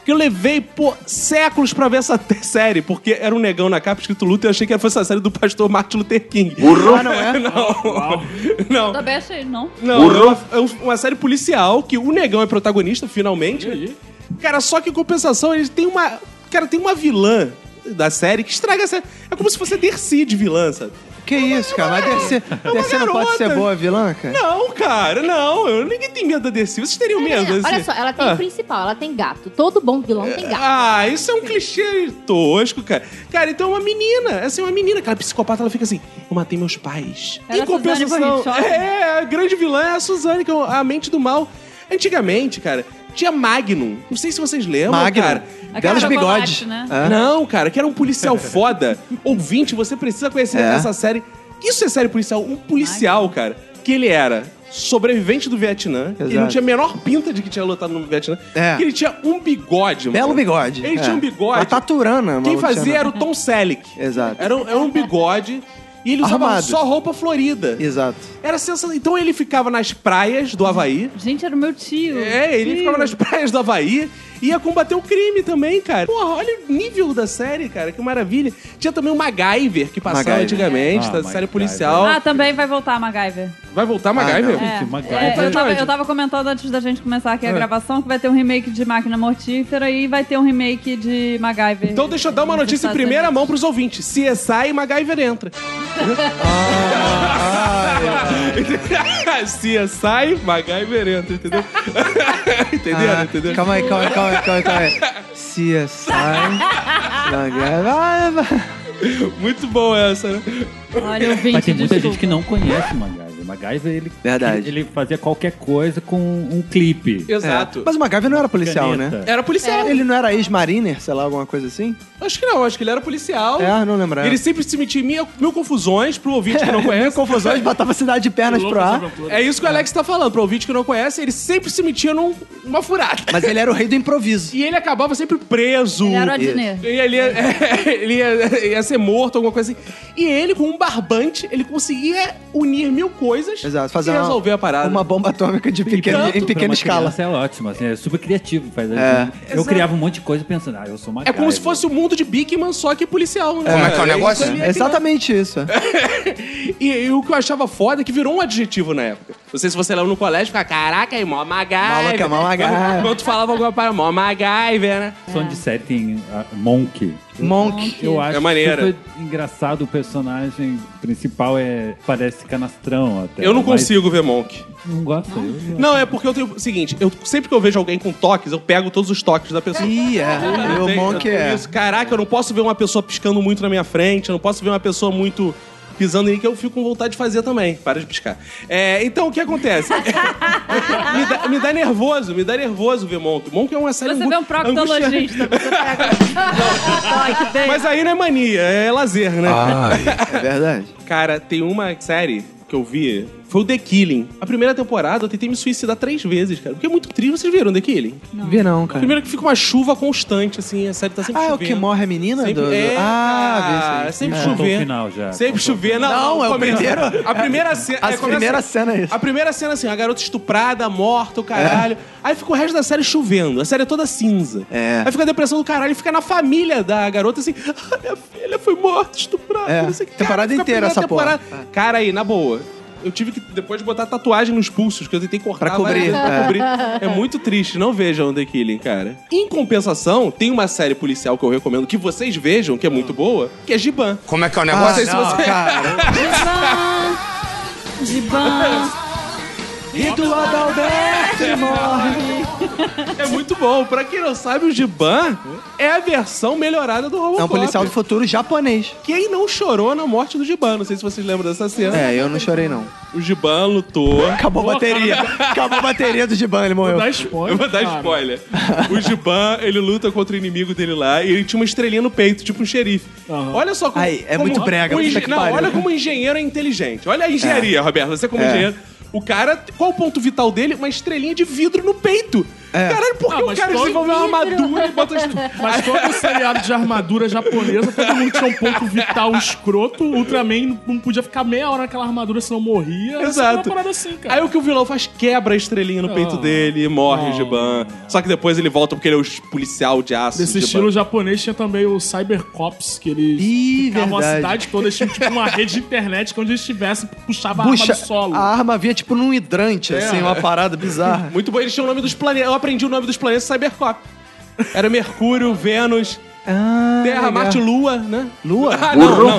Speaker 1: Que eu levei por séculos pra ver essa [laughs] te- série, porque era um negão na capa escrito Luther, eu achei que fosse a série do pastor Martin Luther King.
Speaker 2: Ah, não é?
Speaker 1: [laughs] Não. [laughs] Não.
Speaker 3: Da Best aí, não.
Speaker 1: Não, é uma, é uma série policial que o negão é protagonista, finalmente. Cara, só que em compensação, ele tem uma. Cara, tem uma vilã da série que estraga a série. É como se fosse a Dercy de vilã, sabe?
Speaker 2: Que isso, cara? Mas descer, descer não pode
Speaker 1: garota.
Speaker 2: ser boa vilã, cara?
Speaker 1: Não, cara, não. Eu, ninguém tem medo da Dercy. Vocês teriam medo. assim.
Speaker 5: Olha só, ela tem
Speaker 1: Ah.
Speaker 5: o principal, ela tem gato. Todo bom vilão tem gato.
Speaker 1: Ah, isso é um clichê tosco, cara. Cara, então é uma menina. Essa é uma menina. Cara, psicopata, ela fica assim: eu matei meus pais.
Speaker 3: Era
Speaker 1: em
Speaker 3: a Suzane
Speaker 1: compensação.
Speaker 3: Borrichon.
Speaker 1: É, a grande vilã é a Suzane, que é a mente do mal. Antigamente, cara, tinha Magnum. Não sei se vocês lembram,
Speaker 2: Magno.
Speaker 1: cara.
Speaker 2: Belos
Speaker 3: Aquela
Speaker 2: bigodes.
Speaker 3: chocolate, É né?
Speaker 2: Hã?
Speaker 1: Não, cara, que era um
Speaker 2: [laughs]
Speaker 1: policial foda. Ouvinte, você precisa conhecer
Speaker 2: É.
Speaker 1: essa série. Isso é série policial. Um policial, cara, que ele era sobrevivente do Vietnã. Ele não
Speaker 2: Exato.
Speaker 1: tinha a menor pinta de que tinha lutado no Vietnã.
Speaker 2: É.
Speaker 1: Que ele tinha um bigode,
Speaker 2: Belo
Speaker 1: mano.
Speaker 2: bigode.
Speaker 1: Ele
Speaker 2: é.
Speaker 1: tinha um bigode.
Speaker 2: Uma taturana, mano.
Speaker 1: Quem fazia era o Tom Selleck.
Speaker 2: Exato.
Speaker 1: Era um, era um bigode. E ele usava
Speaker 2: Armado.
Speaker 1: só roupa florida.
Speaker 2: Exato.
Speaker 1: Era sensacional. Então ele ficava nas praias do Havaí.
Speaker 3: Gente, era o meu tio.
Speaker 1: É, ele
Speaker 3: Tio.
Speaker 1: ficava nas praias do Havaí e ia combater o crime também, cara. Porra, olha o nível da série, cara, que maravilha. Tinha também o MacGyver que passava
Speaker 2: MacGyver.
Speaker 1: antigamente, da
Speaker 7: Ah,
Speaker 1: série
Speaker 7: MacGyver.
Speaker 1: policial.
Speaker 3: Ah, também vai voltar a MacGyver.
Speaker 1: Vai voltar MacGyver?
Speaker 7: não.
Speaker 3: É.
Speaker 7: MacGyver.
Speaker 3: É, eu, tava,
Speaker 1: Verdade. É.
Speaker 3: eu tava comentando antes da gente começar aqui a gravação que vai ter um remake de Máquina Mortífera e vai ter um remake de MacGyver.
Speaker 1: Então deixa eu dar uma
Speaker 3: Dos
Speaker 1: notícia em
Speaker 3: Estados
Speaker 1: primeira
Speaker 3: Unidos.
Speaker 1: mão pros ouvintes. CSI e MacGyver entra. [laughs] CSI, MacGyver entra, entendeu? [laughs] Entenderam?
Speaker 2: Ah,
Speaker 1: Entendeu?
Speaker 2: Calma aí, calma aí, calma aí, calma aí. Calma aí. é CSI. Magal- Ah, vai-
Speaker 1: Muito bom essa, né?
Speaker 3: Olha, o
Speaker 7: Mas tem
Speaker 3: 20,
Speaker 7: muita gente
Speaker 3: desculpa.
Speaker 7: que não conhece o MacGyver. MacGyver, ele,
Speaker 2: Verdade.
Speaker 7: ele fazia qualquer coisa com um clipe.
Speaker 1: Exato.
Speaker 2: Mas o MacGyver não era policial, né?
Speaker 7: Caneta.
Speaker 1: Era policial.
Speaker 2: Ele não era ex-mariner, sei lá, alguma coisa assim?
Speaker 1: Acho que não, acho que ele era policial.
Speaker 2: É, não lembrava.
Speaker 1: E Ele sempre se metia em mil, mil confusões pro ouvinte
Speaker 2: [laughs]
Speaker 1: que não conhece.
Speaker 2: Confusões, botava a cidade de pernas pro ar.
Speaker 1: É isso que o Alex tá falando, pro ouvinte que não conhece, ele sempre se metia num- numa furada.
Speaker 2: Mas ele era o rei do improviso.
Speaker 1: E ele acabava sempre preso.
Speaker 3: Ele era o Adnet.
Speaker 1: E ele, ia, [laughs] ele ia- ia ser morto, alguma coisa assim. E ele, com um barbante, ele conseguia unir mil coisas
Speaker 2: Exato, fazer
Speaker 1: e
Speaker 2: uma-
Speaker 1: resolver a parada.
Speaker 2: Uma bomba atômica de pequena-
Speaker 1: tanto,
Speaker 2: em
Speaker 7: Pra
Speaker 2: pequena
Speaker 7: uma
Speaker 2: escala. É.
Speaker 7: criança é ótimo, assim, é super criativo. Faz, eu
Speaker 1: Exato.
Speaker 7: criava um monte de coisa pensando, ah, eu sou
Speaker 1: É
Speaker 7: MacGyver.
Speaker 1: como se fosse o mundo de Bigman, só que policial. Né?
Speaker 8: Como é que é o negócio?
Speaker 1: isso aí,
Speaker 2: É Exatamente isso.
Speaker 1: E, e o que eu achava foda é que virou um adjetivo na época. Não sei se você lembra no colégio, ficava, caraca, aí, mó MacGyver.
Speaker 2: Maluca, é mó MacGyver.
Speaker 1: Quando tu falava alguma parada, mó MacGyver, né?
Speaker 7: Som de série tem ah, Monk.
Speaker 2: Monk.
Speaker 1: É
Speaker 7: Eu acho
Speaker 1: maneiro.
Speaker 7: super engraçado o personagem principal é parece canastrão
Speaker 2: É,
Speaker 7: até.
Speaker 1: Eu não
Speaker 7: mas
Speaker 1: consigo ver Monk.
Speaker 7: Não gosto. eu não-
Speaker 1: Não, é porque eu tenho. Seguinte, eu, sempre que eu vejo alguém com toques, eu pego todos os toques da pessoa.
Speaker 2: Ih, é.
Speaker 1: Eu
Speaker 2: O
Speaker 1: tenho-
Speaker 2: Monk
Speaker 1: eu tenho
Speaker 2: é.
Speaker 1: isso. Caraca, eu não posso ver uma pessoa piscando muito na minha frente, eu não posso ver uma pessoa muito pisando em mim, que eu fico com vontade de fazer também. Para de piscar. É, então, o que acontece? [laughs] me, dá, me dá nervoso, me dá nervoso ver Monk. Monk é uma série
Speaker 3: Você
Speaker 1: angu-
Speaker 3: vê um
Speaker 1: angustiante.
Speaker 3: proctologista, você pega.
Speaker 1: [laughs]
Speaker 3: Ai, que bem.
Speaker 1: Mas aí não é mania, é lazer, né?
Speaker 2: É verdade.
Speaker 1: Cara, tem uma série que eu vi, foi o The Killing. A primeira temporada eu tentei me suicidar três vezes, cara. Porque é muito triste, vocês viram The Killing?
Speaker 2: Vi não, cara.
Speaker 1: Primeiro que fica uma chuva constante, assim, a série tá sempre
Speaker 2: É. Ah, é o
Speaker 1: chovendo.
Speaker 2: que morre a menina?
Speaker 1: Sempre,
Speaker 2: do- do-
Speaker 1: É,
Speaker 2: Ah,
Speaker 1: cara,
Speaker 2: vi isso aí.
Speaker 1: sempre
Speaker 7: É. Contou
Speaker 1: chover.
Speaker 7: o final já,
Speaker 1: Sempre
Speaker 7: contou o
Speaker 1: chover. Não,
Speaker 2: final. Não, é o
Speaker 1: começa-
Speaker 2: primeiro.
Speaker 1: A primeira cena.
Speaker 2: As
Speaker 1: é, começa-
Speaker 2: primeiras cenas é isso.
Speaker 1: A primeira cena, assim, a garota estuprada, morta, o caralho. Aí fica o resto da série chovendo. A série é toda cinza.
Speaker 2: É.
Speaker 1: Aí fica a depressão do caralho. Fica na família da garota, assim, ah, minha filha foi morta, estuprada.
Speaker 2: É,
Speaker 1: não sei o que.
Speaker 2: temporada
Speaker 1: Cara, fica a
Speaker 2: inteira essa
Speaker 1: primeira
Speaker 2: porra. É.
Speaker 1: temporada. Cara, aí, na boa. Eu tive que depois botar tatuagem nos pulsos, que eu tentei cortar.
Speaker 2: Pra cobrir,
Speaker 1: várias vezes pra
Speaker 2: é.
Speaker 1: cobrir. É muito triste, não vejam The Killing, cara. Em compensação, tem uma série policial que eu recomendo que vocês vejam, que é muito boa, que é Giban.
Speaker 8: Como é que é o
Speaker 2: Ah,
Speaker 1: [laughs]
Speaker 8: negócio?
Speaker 1: sei se
Speaker 2: não,
Speaker 1: você-
Speaker 2: cara.
Speaker 1: [laughs]
Speaker 3: Giban. Giban.
Speaker 2: E do Adalberto morre.
Speaker 1: É muito bom. Pra quem não sabe, o Giban é a versão melhorada do Robocop.
Speaker 2: É um policial do futuro japonês.
Speaker 1: Quem não chorou na morte do Giban? Não sei se vocês lembram dessa cena.
Speaker 2: É, eu não chorei não.
Speaker 1: O Giban lutou.
Speaker 2: Acabou a bateria. Acabou a bateria do Giban, ele morreu.
Speaker 4: Dá
Speaker 1: Eu
Speaker 4: spoiler.
Speaker 1: vou dar
Speaker 4: cara.
Speaker 1: spoiler. O Giban, ele luta contra o inimigo dele lá e ele tinha uma estrelinha no peito, tipo um xerife. Olha só como.
Speaker 2: Aí, é
Speaker 1: como-
Speaker 2: muito brega,
Speaker 1: o
Speaker 2: puta
Speaker 1: engen-
Speaker 2: que
Speaker 1: Não,
Speaker 2: pariu.
Speaker 1: olha como o engenheiro é inteligente. Olha a engenharia, Roberto. Você, como
Speaker 2: É.
Speaker 1: engenheiro. O cara, qual o ponto vital dele? Uma estrelinha de vidro no peito.
Speaker 2: É.
Speaker 1: Caralho, por que
Speaker 4: Ah,
Speaker 1: o
Speaker 4: mas
Speaker 1: cara
Speaker 4: todo-
Speaker 1: desenvolveu uma armadura e [laughs] bota. as-
Speaker 4: Mas todo o seriado de armadura japonesa, todo mundo tinha um ponto vital escroto. O Ultraman não podia ficar meia hora naquela armadura, senão morria. Isso é uma
Speaker 1: Exato.
Speaker 4: parada assim, cara.
Speaker 1: Aí o que o vilão faz? Quebra a estrelinha no peito dele e morre o Giban. Só que depois ele volta porque ele é o policial de aço.
Speaker 4: Desse
Speaker 1: Giban.
Speaker 4: estilo japonês tinha também o Cybercops, que eles
Speaker 2: Ih,
Speaker 4: ficavam a
Speaker 2: verdade.
Speaker 4: cidade toda, eles tinham tipo uma rede de internet que onde eles estivessem puxava a arma
Speaker 2: Puxa,
Speaker 4: do solo.
Speaker 2: a arma vinha tipo num
Speaker 1: É.
Speaker 2: hidrante, assim, uma parada
Speaker 1: [laughs]
Speaker 2: bizarra.
Speaker 1: Muito bom. Eles tinham o nome dos planetas. Eu aprendi o nome dos planetas Cybercop. Era Mercúrio, Vênus,
Speaker 2: Ah,
Speaker 1: Terra,
Speaker 2: legal.
Speaker 1: Marte, Lua, né?
Speaker 2: Lua?
Speaker 1: Ah, não, não.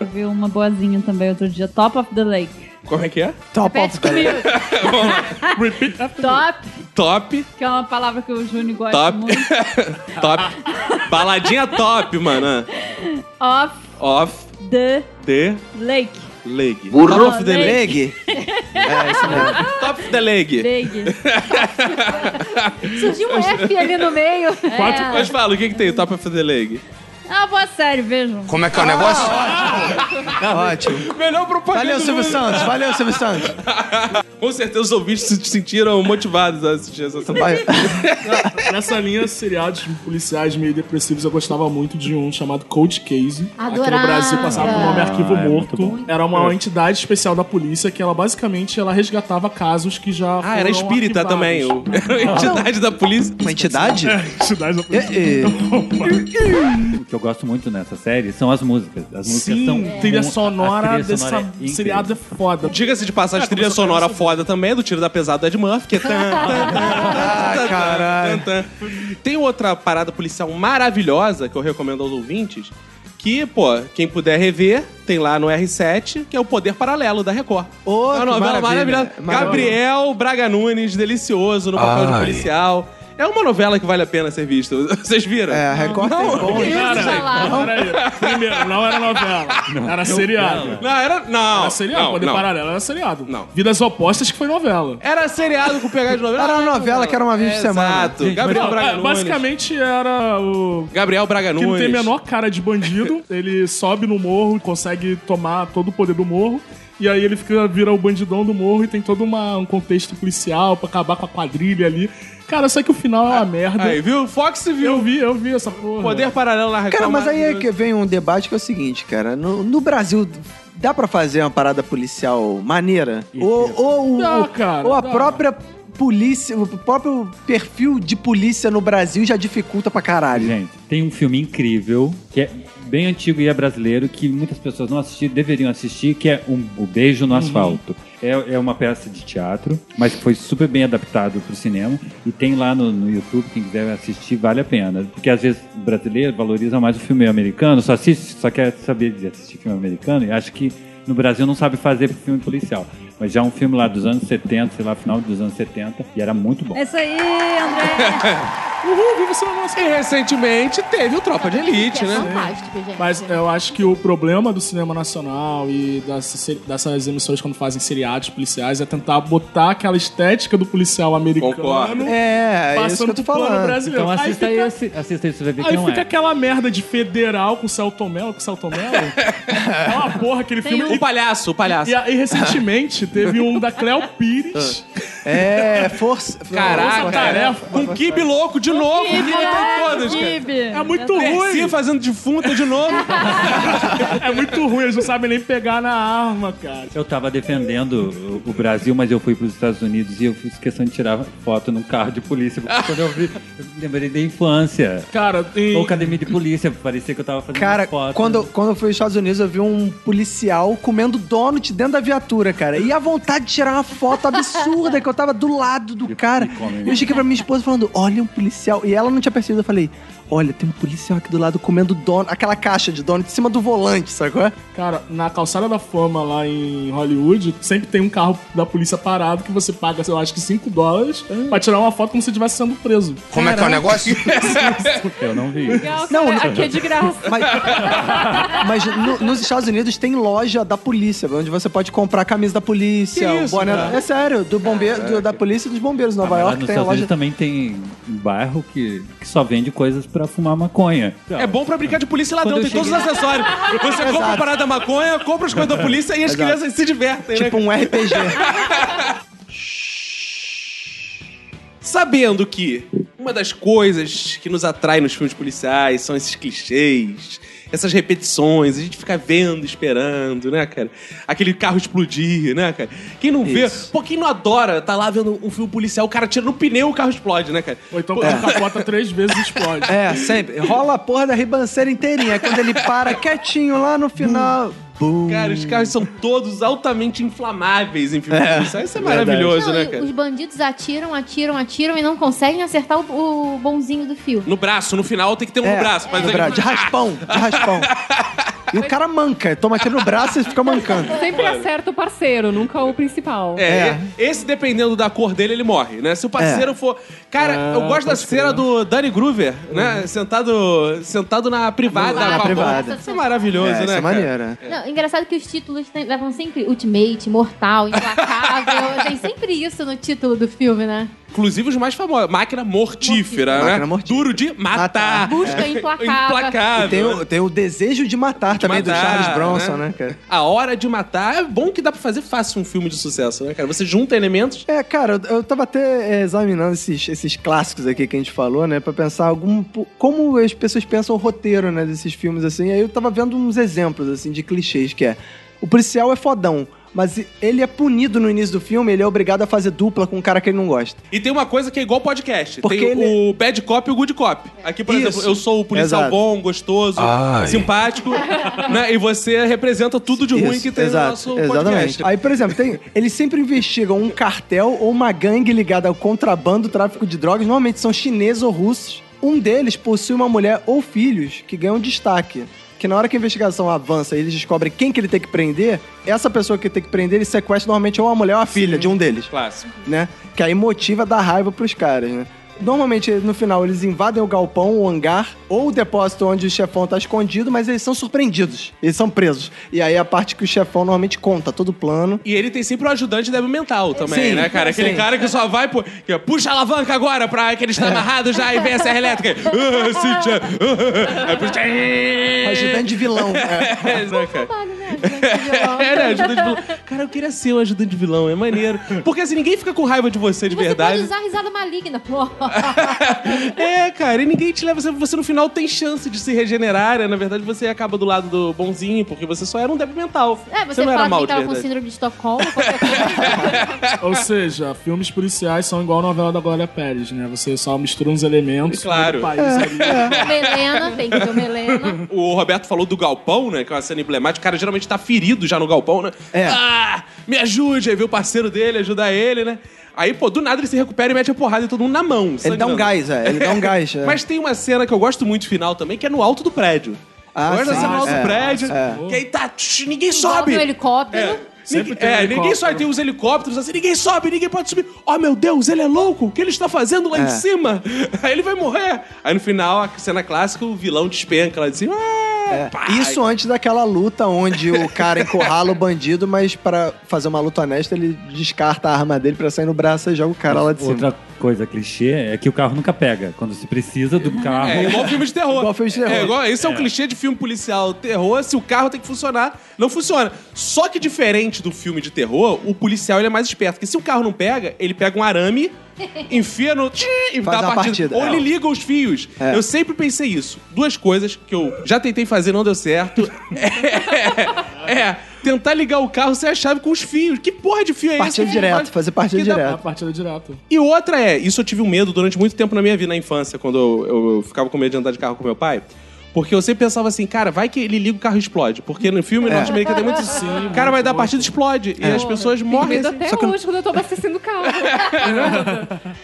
Speaker 3: Eu vi uma boazinha também outro dia. Top of the Lake.
Speaker 1: Como é que é?
Speaker 2: Top
Speaker 5: Repete
Speaker 6: [laughs]
Speaker 2: of the...
Speaker 5: comigo. Top,
Speaker 1: Top,
Speaker 3: Que é uma palavra que o Júnior gosta
Speaker 1: Top.
Speaker 3: muito.
Speaker 1: top. Baladinha top, mano.
Speaker 3: Of
Speaker 1: Off
Speaker 3: the
Speaker 1: the
Speaker 3: Lake.
Speaker 1: leg.
Speaker 2: Burro
Speaker 3: of the
Speaker 2: leg?
Speaker 1: É, Top of the leg.
Speaker 6: [laughs]
Speaker 3: Lake.
Speaker 5: surgiu um
Speaker 1: Ah.
Speaker 5: F ali no meio.
Speaker 2: Ah.
Speaker 1: Quatro,
Speaker 5: É.
Speaker 1: Mas fala, o que que tem? Top of the leg.
Speaker 3: Ah, boa série, vejam.
Speaker 8: Como é que é o negócio?
Speaker 2: Ótimo.
Speaker 1: Melhor propaganda
Speaker 2: Valeu,
Speaker 1: do
Speaker 2: Silvio
Speaker 1: mundo.
Speaker 2: Santos. Valeu, Silvio Santos.
Speaker 1: Com certeza os ouvintes se sentiram motivados a assistir essa série.
Speaker 2: Vai.
Speaker 4: Nessa linha, seriados policiais meio depressivos, eu gostava muito de um chamado Cold Case. Aqui
Speaker 5: Adorava.
Speaker 4: no Brasil passava por nome Arquivo
Speaker 7: Ah, é muito
Speaker 4: Morto. Era uma entidade especial da polícia que ela basicamente ela resgatava casos que já
Speaker 1: Ah, era
Speaker 4: foram
Speaker 1: espírita
Speaker 4: arquivados.
Speaker 1: também. o- [laughs] Era a entidade da polícia.
Speaker 2: Uma entidade?
Speaker 4: [laughs] Entidade da
Speaker 2: É,
Speaker 4: polícia.
Speaker 2: é.
Speaker 7: O que eu gosto muito nessa série são as músicas. As músicas
Speaker 4: Sim,
Speaker 7: são
Speaker 4: Então, trilha
Speaker 7: a
Speaker 4: sonora
Speaker 7: trilha
Speaker 4: dessa
Speaker 7: sonora é incrível.
Speaker 4: seriado é foda.
Speaker 1: Diga-se de passagem,
Speaker 4: É,
Speaker 1: trilha
Speaker 4: começou a
Speaker 1: sonora
Speaker 4: falar
Speaker 1: foda também, do tiro da pesada do Ed Murphy, que é... tan, tan, tan, tan,
Speaker 2: caralho.
Speaker 1: tan, tan. Tem outra parada policial maravilhosa que eu recomendo aos ouvintes, que, pô, quem puder rever, tem lá no R7, que é o Poder Paralelo, da Record.
Speaker 2: Ô,
Speaker 1: é uma
Speaker 2: que
Speaker 1: novela
Speaker 2: maravilha.
Speaker 1: maravilhosa.
Speaker 2: Maravilha.
Speaker 1: Gabriel Braga Nunes, delicioso, no papel de
Speaker 8: Ai.
Speaker 1: policial. É uma novela que vale a pena ser vista. [laughs] Vocês viram?
Speaker 2: [laughs] É, a Record tem bom. hein?
Speaker 5: Isso,
Speaker 4: Cara,
Speaker 1: é
Speaker 5: falar.
Speaker 4: peraí. Primeiro, não era novela, era seriado.
Speaker 1: Não, era... Não,
Speaker 4: Era seriado,
Speaker 1: não,
Speaker 4: Poder
Speaker 1: não.
Speaker 4: Paralelo era seriado.
Speaker 1: Não.
Speaker 4: Vidas Opostas que foi novela.
Speaker 1: Era seriado com pegada de novela. É,
Speaker 2: Era uma novela que era uma vez por semana.
Speaker 1: Exato. Gabriel
Speaker 4: Não,
Speaker 1: Braga
Speaker 4: é,
Speaker 1: Nunes.
Speaker 4: basicamente era o.
Speaker 1: Gabriel Braga
Speaker 4: Que
Speaker 1: Nunes.
Speaker 4: não tem a menor cara de bandido. ele sobe no morro, consegue tomar todo o poder do morro. E aí ele fica, vira o bandidão do morro e tem todo uma, um contexto policial pra acabar com a quadrilha ali. Cara, só que o final é uma merda.
Speaker 1: Ah, Aí, viu? Fox viu.
Speaker 4: Eu vi, eu vi essa porra.
Speaker 1: Poder paralelo na
Speaker 2: Cara,
Speaker 1: Record,
Speaker 2: mas aí é
Speaker 1: maravilhoso.
Speaker 2: que vem um debate que é o seguinte, cara. No, no Brasil, dá pra fazer uma parada policial maneira? Ou, ou, o-
Speaker 4: Dá, cara,
Speaker 2: ou a
Speaker 4: dá.
Speaker 2: própria polícia, o próprio perfil de polícia no Brasil já dificulta pra caralho.
Speaker 7: Gente, tem um filme incrível que é bem antigo e é brasileiro que muitas pessoas não assistiram, deveriam assistir, que é um, O Beijo no Asfalto. É, é uma peça de teatro, mas que foi super bem adaptado para o cinema e tem lá no, no YouTube, quem quiser assistir, vale a pena. Porque às vezes o brasileiro valoriza mais o filme americano, só assiste, só quer saber de assistir filme americano e acha que no Brasil não sabe fazer filme policial. Mas já é um filme lá dos anos 70, sei lá, final dos anos 70, e era muito bom.
Speaker 3: É isso aí,
Speaker 6: [laughs]
Speaker 3: André.
Speaker 4: Uhul, viva seu negócio.
Speaker 1: E recentemente teve o Tropa de Elite,
Speaker 5: É
Speaker 1: né?
Speaker 5: fantástico, gente.
Speaker 4: Mas eu acho que o problema do cinema nacional e das- dessas emissoras quando fazem seriados policiais é tentar botar aquela estética do policial americano
Speaker 1: Concordo.
Speaker 2: É, é isso que
Speaker 4: passando
Speaker 2: eu tô
Speaker 4: pro plano
Speaker 2: falando.
Speaker 4: brasileiro.
Speaker 7: Então
Speaker 4: aí fica,
Speaker 7: assista, aí esse- assista isso, você vai ver que
Speaker 4: aí
Speaker 7: não
Speaker 4: fica
Speaker 7: é.
Speaker 4: aquela merda de federal com o Celton Mello, com o Celton Mello.
Speaker 7: [laughs]
Speaker 4: é uma porra aquele
Speaker 3: Tem
Speaker 4: filme.
Speaker 1: O palhaço, o
Speaker 4: E,
Speaker 1: palhaço.
Speaker 4: e aí, recentemente teve um da Cleo
Speaker 7: [laughs]
Speaker 4: Pires.
Speaker 2: É, força.
Speaker 1: Caraca,
Speaker 4: Força
Speaker 7: né?
Speaker 4: tarefa.
Speaker 1: com o Kibe louco de novo. Kibe tá em todas, cara.
Speaker 4: É muito
Speaker 1: Dercy
Speaker 4: ruim.
Speaker 1: fazendo defunta de novo.
Speaker 4: É muito ruim, eles não sabem nem pegar na arma, cara.
Speaker 7: Eu tava defendendo o- o Brasil, mas eu fui pros Estados Unidos e eu fiz questão de tirar foto num carro de polícia. Porque quando eu
Speaker 6: [laughs]
Speaker 7: vi, eu lembrei da infância.
Speaker 4: Cara, tem.
Speaker 7: Ou academia de polícia, parecia que eu tava fazendo
Speaker 2: Cara,
Speaker 7: foto.
Speaker 2: quando, quando eu fui aos Estados Unidos, eu vi um policial comendo donut dentro da viatura, cara. E a vontade de tirar uma foto absurda que eu tava do lado do cara.
Speaker 7: e come, né?
Speaker 2: Eu cheguei pra minha esposa falando, olha um policial. E ela não tinha percebido. Eu falei, olha, tem um policial aqui do lado comendo dono, aquela caixa de dono em cima do volante, é? sacou?
Speaker 4: Cara, na calçada da fama lá em Hollywood, sempre tem um carro da polícia parado que você paga, sei lá, acho que 5 dólares
Speaker 7: Hum.
Speaker 4: pra tirar uma foto como se estivesse sendo preso.
Speaker 8: Como é que é o negócio?
Speaker 7: Eu não vi.
Speaker 6: Legal,
Speaker 2: Não,
Speaker 6: cara,
Speaker 2: não.
Speaker 6: aqui é de graça. [laughs]
Speaker 2: Mas, [laughs] mas no- nos Estados Unidos tem loja da polícia, onde você pode comprar a camisa da polícia,
Speaker 4: Que
Speaker 2: o
Speaker 4: isso,
Speaker 2: boné.
Speaker 4: cara?
Speaker 2: É sério, do bombeiro, do- da polícia e dos bombeiros. Nova
Speaker 7: Tá, Lá
Speaker 2: York
Speaker 7: nos
Speaker 2: tem a
Speaker 7: Estados
Speaker 2: loja.
Speaker 7: Unidos também tem um bairro que, que só vende coisas pra fumar maconha.
Speaker 1: É bom pra brincar de polícia e ladrão,
Speaker 7: Quando
Speaker 1: tem
Speaker 7: eu
Speaker 1: todos os acessórios. Você compra a parada da maconha, compra as [laughs] coisas da polícia e as crianças se divertem, né?
Speaker 2: Tipo um RPG.
Speaker 1: Sabendo que uma das coisas que nos atrai nos filmes policiais são esses clichês, essas repetições, a gente fica vendo, esperando, né, cara? Aquele carro explodir, né, cara? Quem não vê, pô, quem não adora tá lá vendo um filme policial, o cara tira no pneu o carro explode, né, cara?
Speaker 4: Ou então
Speaker 7: É.
Speaker 4: quando capota três vezes e explode.
Speaker 2: É, sempre. Rola a porra da ribanceira inteirinha. Quando ele para quietinho lá no final.
Speaker 1: Cara, os carros são todos altamente inflamáveis em filmes policiais. Isso é maravilhoso,
Speaker 5: Não,
Speaker 1: né,
Speaker 5: e
Speaker 1: cara?
Speaker 5: os bandidos atiram, atiram, atiram e não conseguem acertar o, o bonzinho do fio.
Speaker 1: No braço, no final tem que ter um
Speaker 2: É,
Speaker 1: no braço. Mas
Speaker 2: no
Speaker 1: aí-
Speaker 2: braço, de raspão, de
Speaker 1: [laughs]
Speaker 2: raspão. E o cara manca, toma aqui no braço e fica mancando.
Speaker 6: Sempre acerta o parceiro, nunca o principal.
Speaker 1: É, e- esse dependendo da cor dele, ele morre, né? Se o
Speaker 2: É.
Speaker 1: parceiro for. Cara,
Speaker 2: Ah,
Speaker 1: eu gosto da cena do Danny Groover, né? Sentado, sentado na privada.
Speaker 5: Na
Speaker 1: com a mão.
Speaker 2: privada.
Speaker 1: Isso é maravilhoso,
Speaker 2: É,
Speaker 1: né?
Speaker 2: isso é
Speaker 1: cara?
Speaker 2: maneira.
Speaker 5: Não, engraçado que os títulos tem- levam sempre Ultimate,
Speaker 1: [laughs]
Speaker 5: Mortal, Implacável. tem sempre isso no título do filme, né?
Speaker 1: Inclusive os mais famosos. Máquina mortífera, né?
Speaker 2: Máquina mortífera.
Speaker 1: Duro de matar. É.
Speaker 2: Matar.
Speaker 1: [laughs]
Speaker 5: Busca Implacável.
Speaker 2: E tem o, tem o desejo de matar também do
Speaker 1: matar,
Speaker 2: Charles Bronson,
Speaker 1: né?
Speaker 2: né, cara?
Speaker 1: A hora de matar é bom que dá pra fazer fácil um filme de sucesso, né, cara? Você junta elementos.
Speaker 2: É, cara, eu, eu tava até é, examinando esses, esses clássicos aqui que a gente falou, né? Pra pensar algum. po- Como as pessoas pensam o roteiro, né? Desses filmes, assim. Aí eu tava vendo uns exemplos, assim, de clichês, que é. O policial é fodão, mas ele é punido no início do filme, ele é obrigado a fazer dupla com um cara que ele não gosta.
Speaker 1: E tem uma coisa que é igual podcast.
Speaker 2: Porque
Speaker 1: tem
Speaker 2: ele- é-
Speaker 1: o bad cop e o good cop. Aqui, por
Speaker 2: Isso.
Speaker 1: exemplo, eu sou o policial
Speaker 2: Exato.
Speaker 1: bom, gostoso,
Speaker 9: Ai.
Speaker 1: simpático, [laughs] né? E você representa tudo de ruim
Speaker 2: Isso,
Speaker 1: que tem
Speaker 2: exato,
Speaker 1: no nosso
Speaker 2: Exatamente.
Speaker 1: podcast.
Speaker 2: Aí, por exemplo, tem, eles sempre investigam um cartel ou uma gangue ligada ao contrabando, tráfico de drogas. Normalmente são chineses ou russos. Um deles possui uma mulher ou filhos que ganham destaque. Que na hora que a investigação avança e eles descobrem quem que ele tem que prender, essa pessoa que tem que prender, ele sequestra normalmente ou a mulher ou a filha de um deles
Speaker 1: Clássico.
Speaker 2: né? Que aí motiva dar raiva pros caras, né? Normalmente, no final, eles invadem o galpão, o hangar ou o depósito onde o chefão tá escondido, mas eles são surpreendidos. Eles são presos. E aí é a parte que o chefão normalmente conta todo o plano.
Speaker 1: E ele tem sempre um ajudante débil mental também,
Speaker 2: Sim,
Speaker 1: né, cara? Aquele
Speaker 2: sim.
Speaker 1: cara que só vai, pô, que é, puxa a alavanca agora pra que ele
Speaker 2: É.
Speaker 1: está amarrado já e vem a serra elétrica.
Speaker 2: [laughs]
Speaker 1: Ah, Cíntia! [laughs] Ah, ah, ah. Aí puxa-
Speaker 2: Ajudante de vilão. É.
Speaker 1: [laughs] É, né, cara?
Speaker 5: Trabalho, né, gente, de
Speaker 1: [laughs]
Speaker 5: vilão.
Speaker 1: É, né? Ajudante de vilão. Cara, eu queria ser um ajudante de vilão, é maneiro. Porque assim, ninguém fica com raiva de você de
Speaker 5: Você
Speaker 1: verdade.
Speaker 5: pode usar risada maligna,
Speaker 1: [laughs]
Speaker 5: pô.
Speaker 1: É, cara, e ninguém te leva. Você, você no final tem chance de se regenerar. né? Na verdade, você acaba do lado do bonzinho, porque você só era um débil mental.
Speaker 5: É, você,
Speaker 1: não era
Speaker 5: fala
Speaker 1: mal
Speaker 5: que
Speaker 1: de
Speaker 5: tava com
Speaker 1: verdade.
Speaker 5: síndrome de Estocolmo, qualquer coisa.
Speaker 4: Ou seja, filmes policiais são igual a novela da Glória Pérez, né? Você só mistura uns elementos
Speaker 1: Claro.
Speaker 4: do
Speaker 7: É.
Speaker 4: país ali.
Speaker 1: [laughs]
Speaker 5: Melena, tem que ter o Melena.
Speaker 1: O Roberto falou do galpão, né? Que é uma cena emblemática. O cara geralmente tá ferido já no galpão, né?
Speaker 2: É.
Speaker 1: Ah, me ajude! Aí vê o parceiro dele, ajuda ele, né? Aí, pô, do nada ele se recupera e mete a porrada em todo mundo na mão.
Speaker 2: Ele dá um
Speaker 1: sangrando.
Speaker 2: gás, é. Ele
Speaker 1: [laughs]
Speaker 2: dá um gás. é.
Speaker 1: Mas tem uma cena que eu gosto muito final também, que é no alto do prédio.
Speaker 2: Ah,
Speaker 1: eu gosto da
Speaker 2: sim,
Speaker 1: cena no alto
Speaker 2: é,
Speaker 1: do prédio, que aí tá... tch, ninguém sobe!
Speaker 5: No helicóptero.
Speaker 1: É.
Speaker 4: Sempre
Speaker 1: Ninguém-
Speaker 4: tem um
Speaker 1: é, ninguém
Speaker 4: helicóptero.
Speaker 1: só tem os helicópteros assim, ninguém sobe, ninguém pode subir. Oh meu Deus, ele é louco, o que ele está fazendo
Speaker 4: É.
Speaker 1: lá em cima? Aí ele vai morrer. Aí no final, a cena clássica, o vilão despenca lá de cima. Ah,
Speaker 2: É.
Speaker 1: pá.
Speaker 2: Isso antes daquela luta onde o cara encurrala o bandido, mas pra fazer uma luta honesta, ele descarta a arma dele pra sair no braço e joga o cara lá de cima.
Speaker 7: Outra coisa clichê é que o carro nunca pega. Quando se precisa do carro.
Speaker 1: É igual filme de terror.
Speaker 2: Igual filme de terror.
Speaker 1: É, igual- esse é, um clichê de filme policial terror. Se o carro tem que funcionar, não funciona. Só que diferente do filme de terror, o policial ele é mais esperto. Porque se o carro não pega, ele pega um arame, enfia no... tchim, e
Speaker 2: Faz
Speaker 1: dá a
Speaker 2: uma
Speaker 1: partida.
Speaker 2: partida.
Speaker 1: Ou
Speaker 2: É.
Speaker 1: ele liga os fios.
Speaker 2: É.
Speaker 1: Eu sempre pensei isso. Duas coisas que eu já tentei fazer e não deu certo. [laughs] é... é Tentar ligar o carro sem a chave com os fios. Que porra de fio é esse?
Speaker 2: Partida
Speaker 1: Que
Speaker 2: direta,
Speaker 1: faz-
Speaker 2: fazer partida
Speaker 1: que dá-
Speaker 4: É a
Speaker 2: direta.
Speaker 4: partida direta.
Speaker 1: e outra é, isso eu tive um medo durante muito tempo na minha vida, na infância, quando eu, eu ficava com medo de andar de carro com meu pai. Porque eu sempre pensava assim, cara, vai que ele liga o carro e explode. Porque no
Speaker 2: É.
Speaker 1: filme norte-americano tem muito isso. O cara vai dar a partida e explode. E as pessoas
Speaker 6: Tenho
Speaker 1: morrem.
Speaker 6: É. medo
Speaker 1: assim.
Speaker 6: até
Speaker 2: Só que eu-
Speaker 6: hoje quando eu tô abastecendo o
Speaker 1: [laughs]
Speaker 6: carro.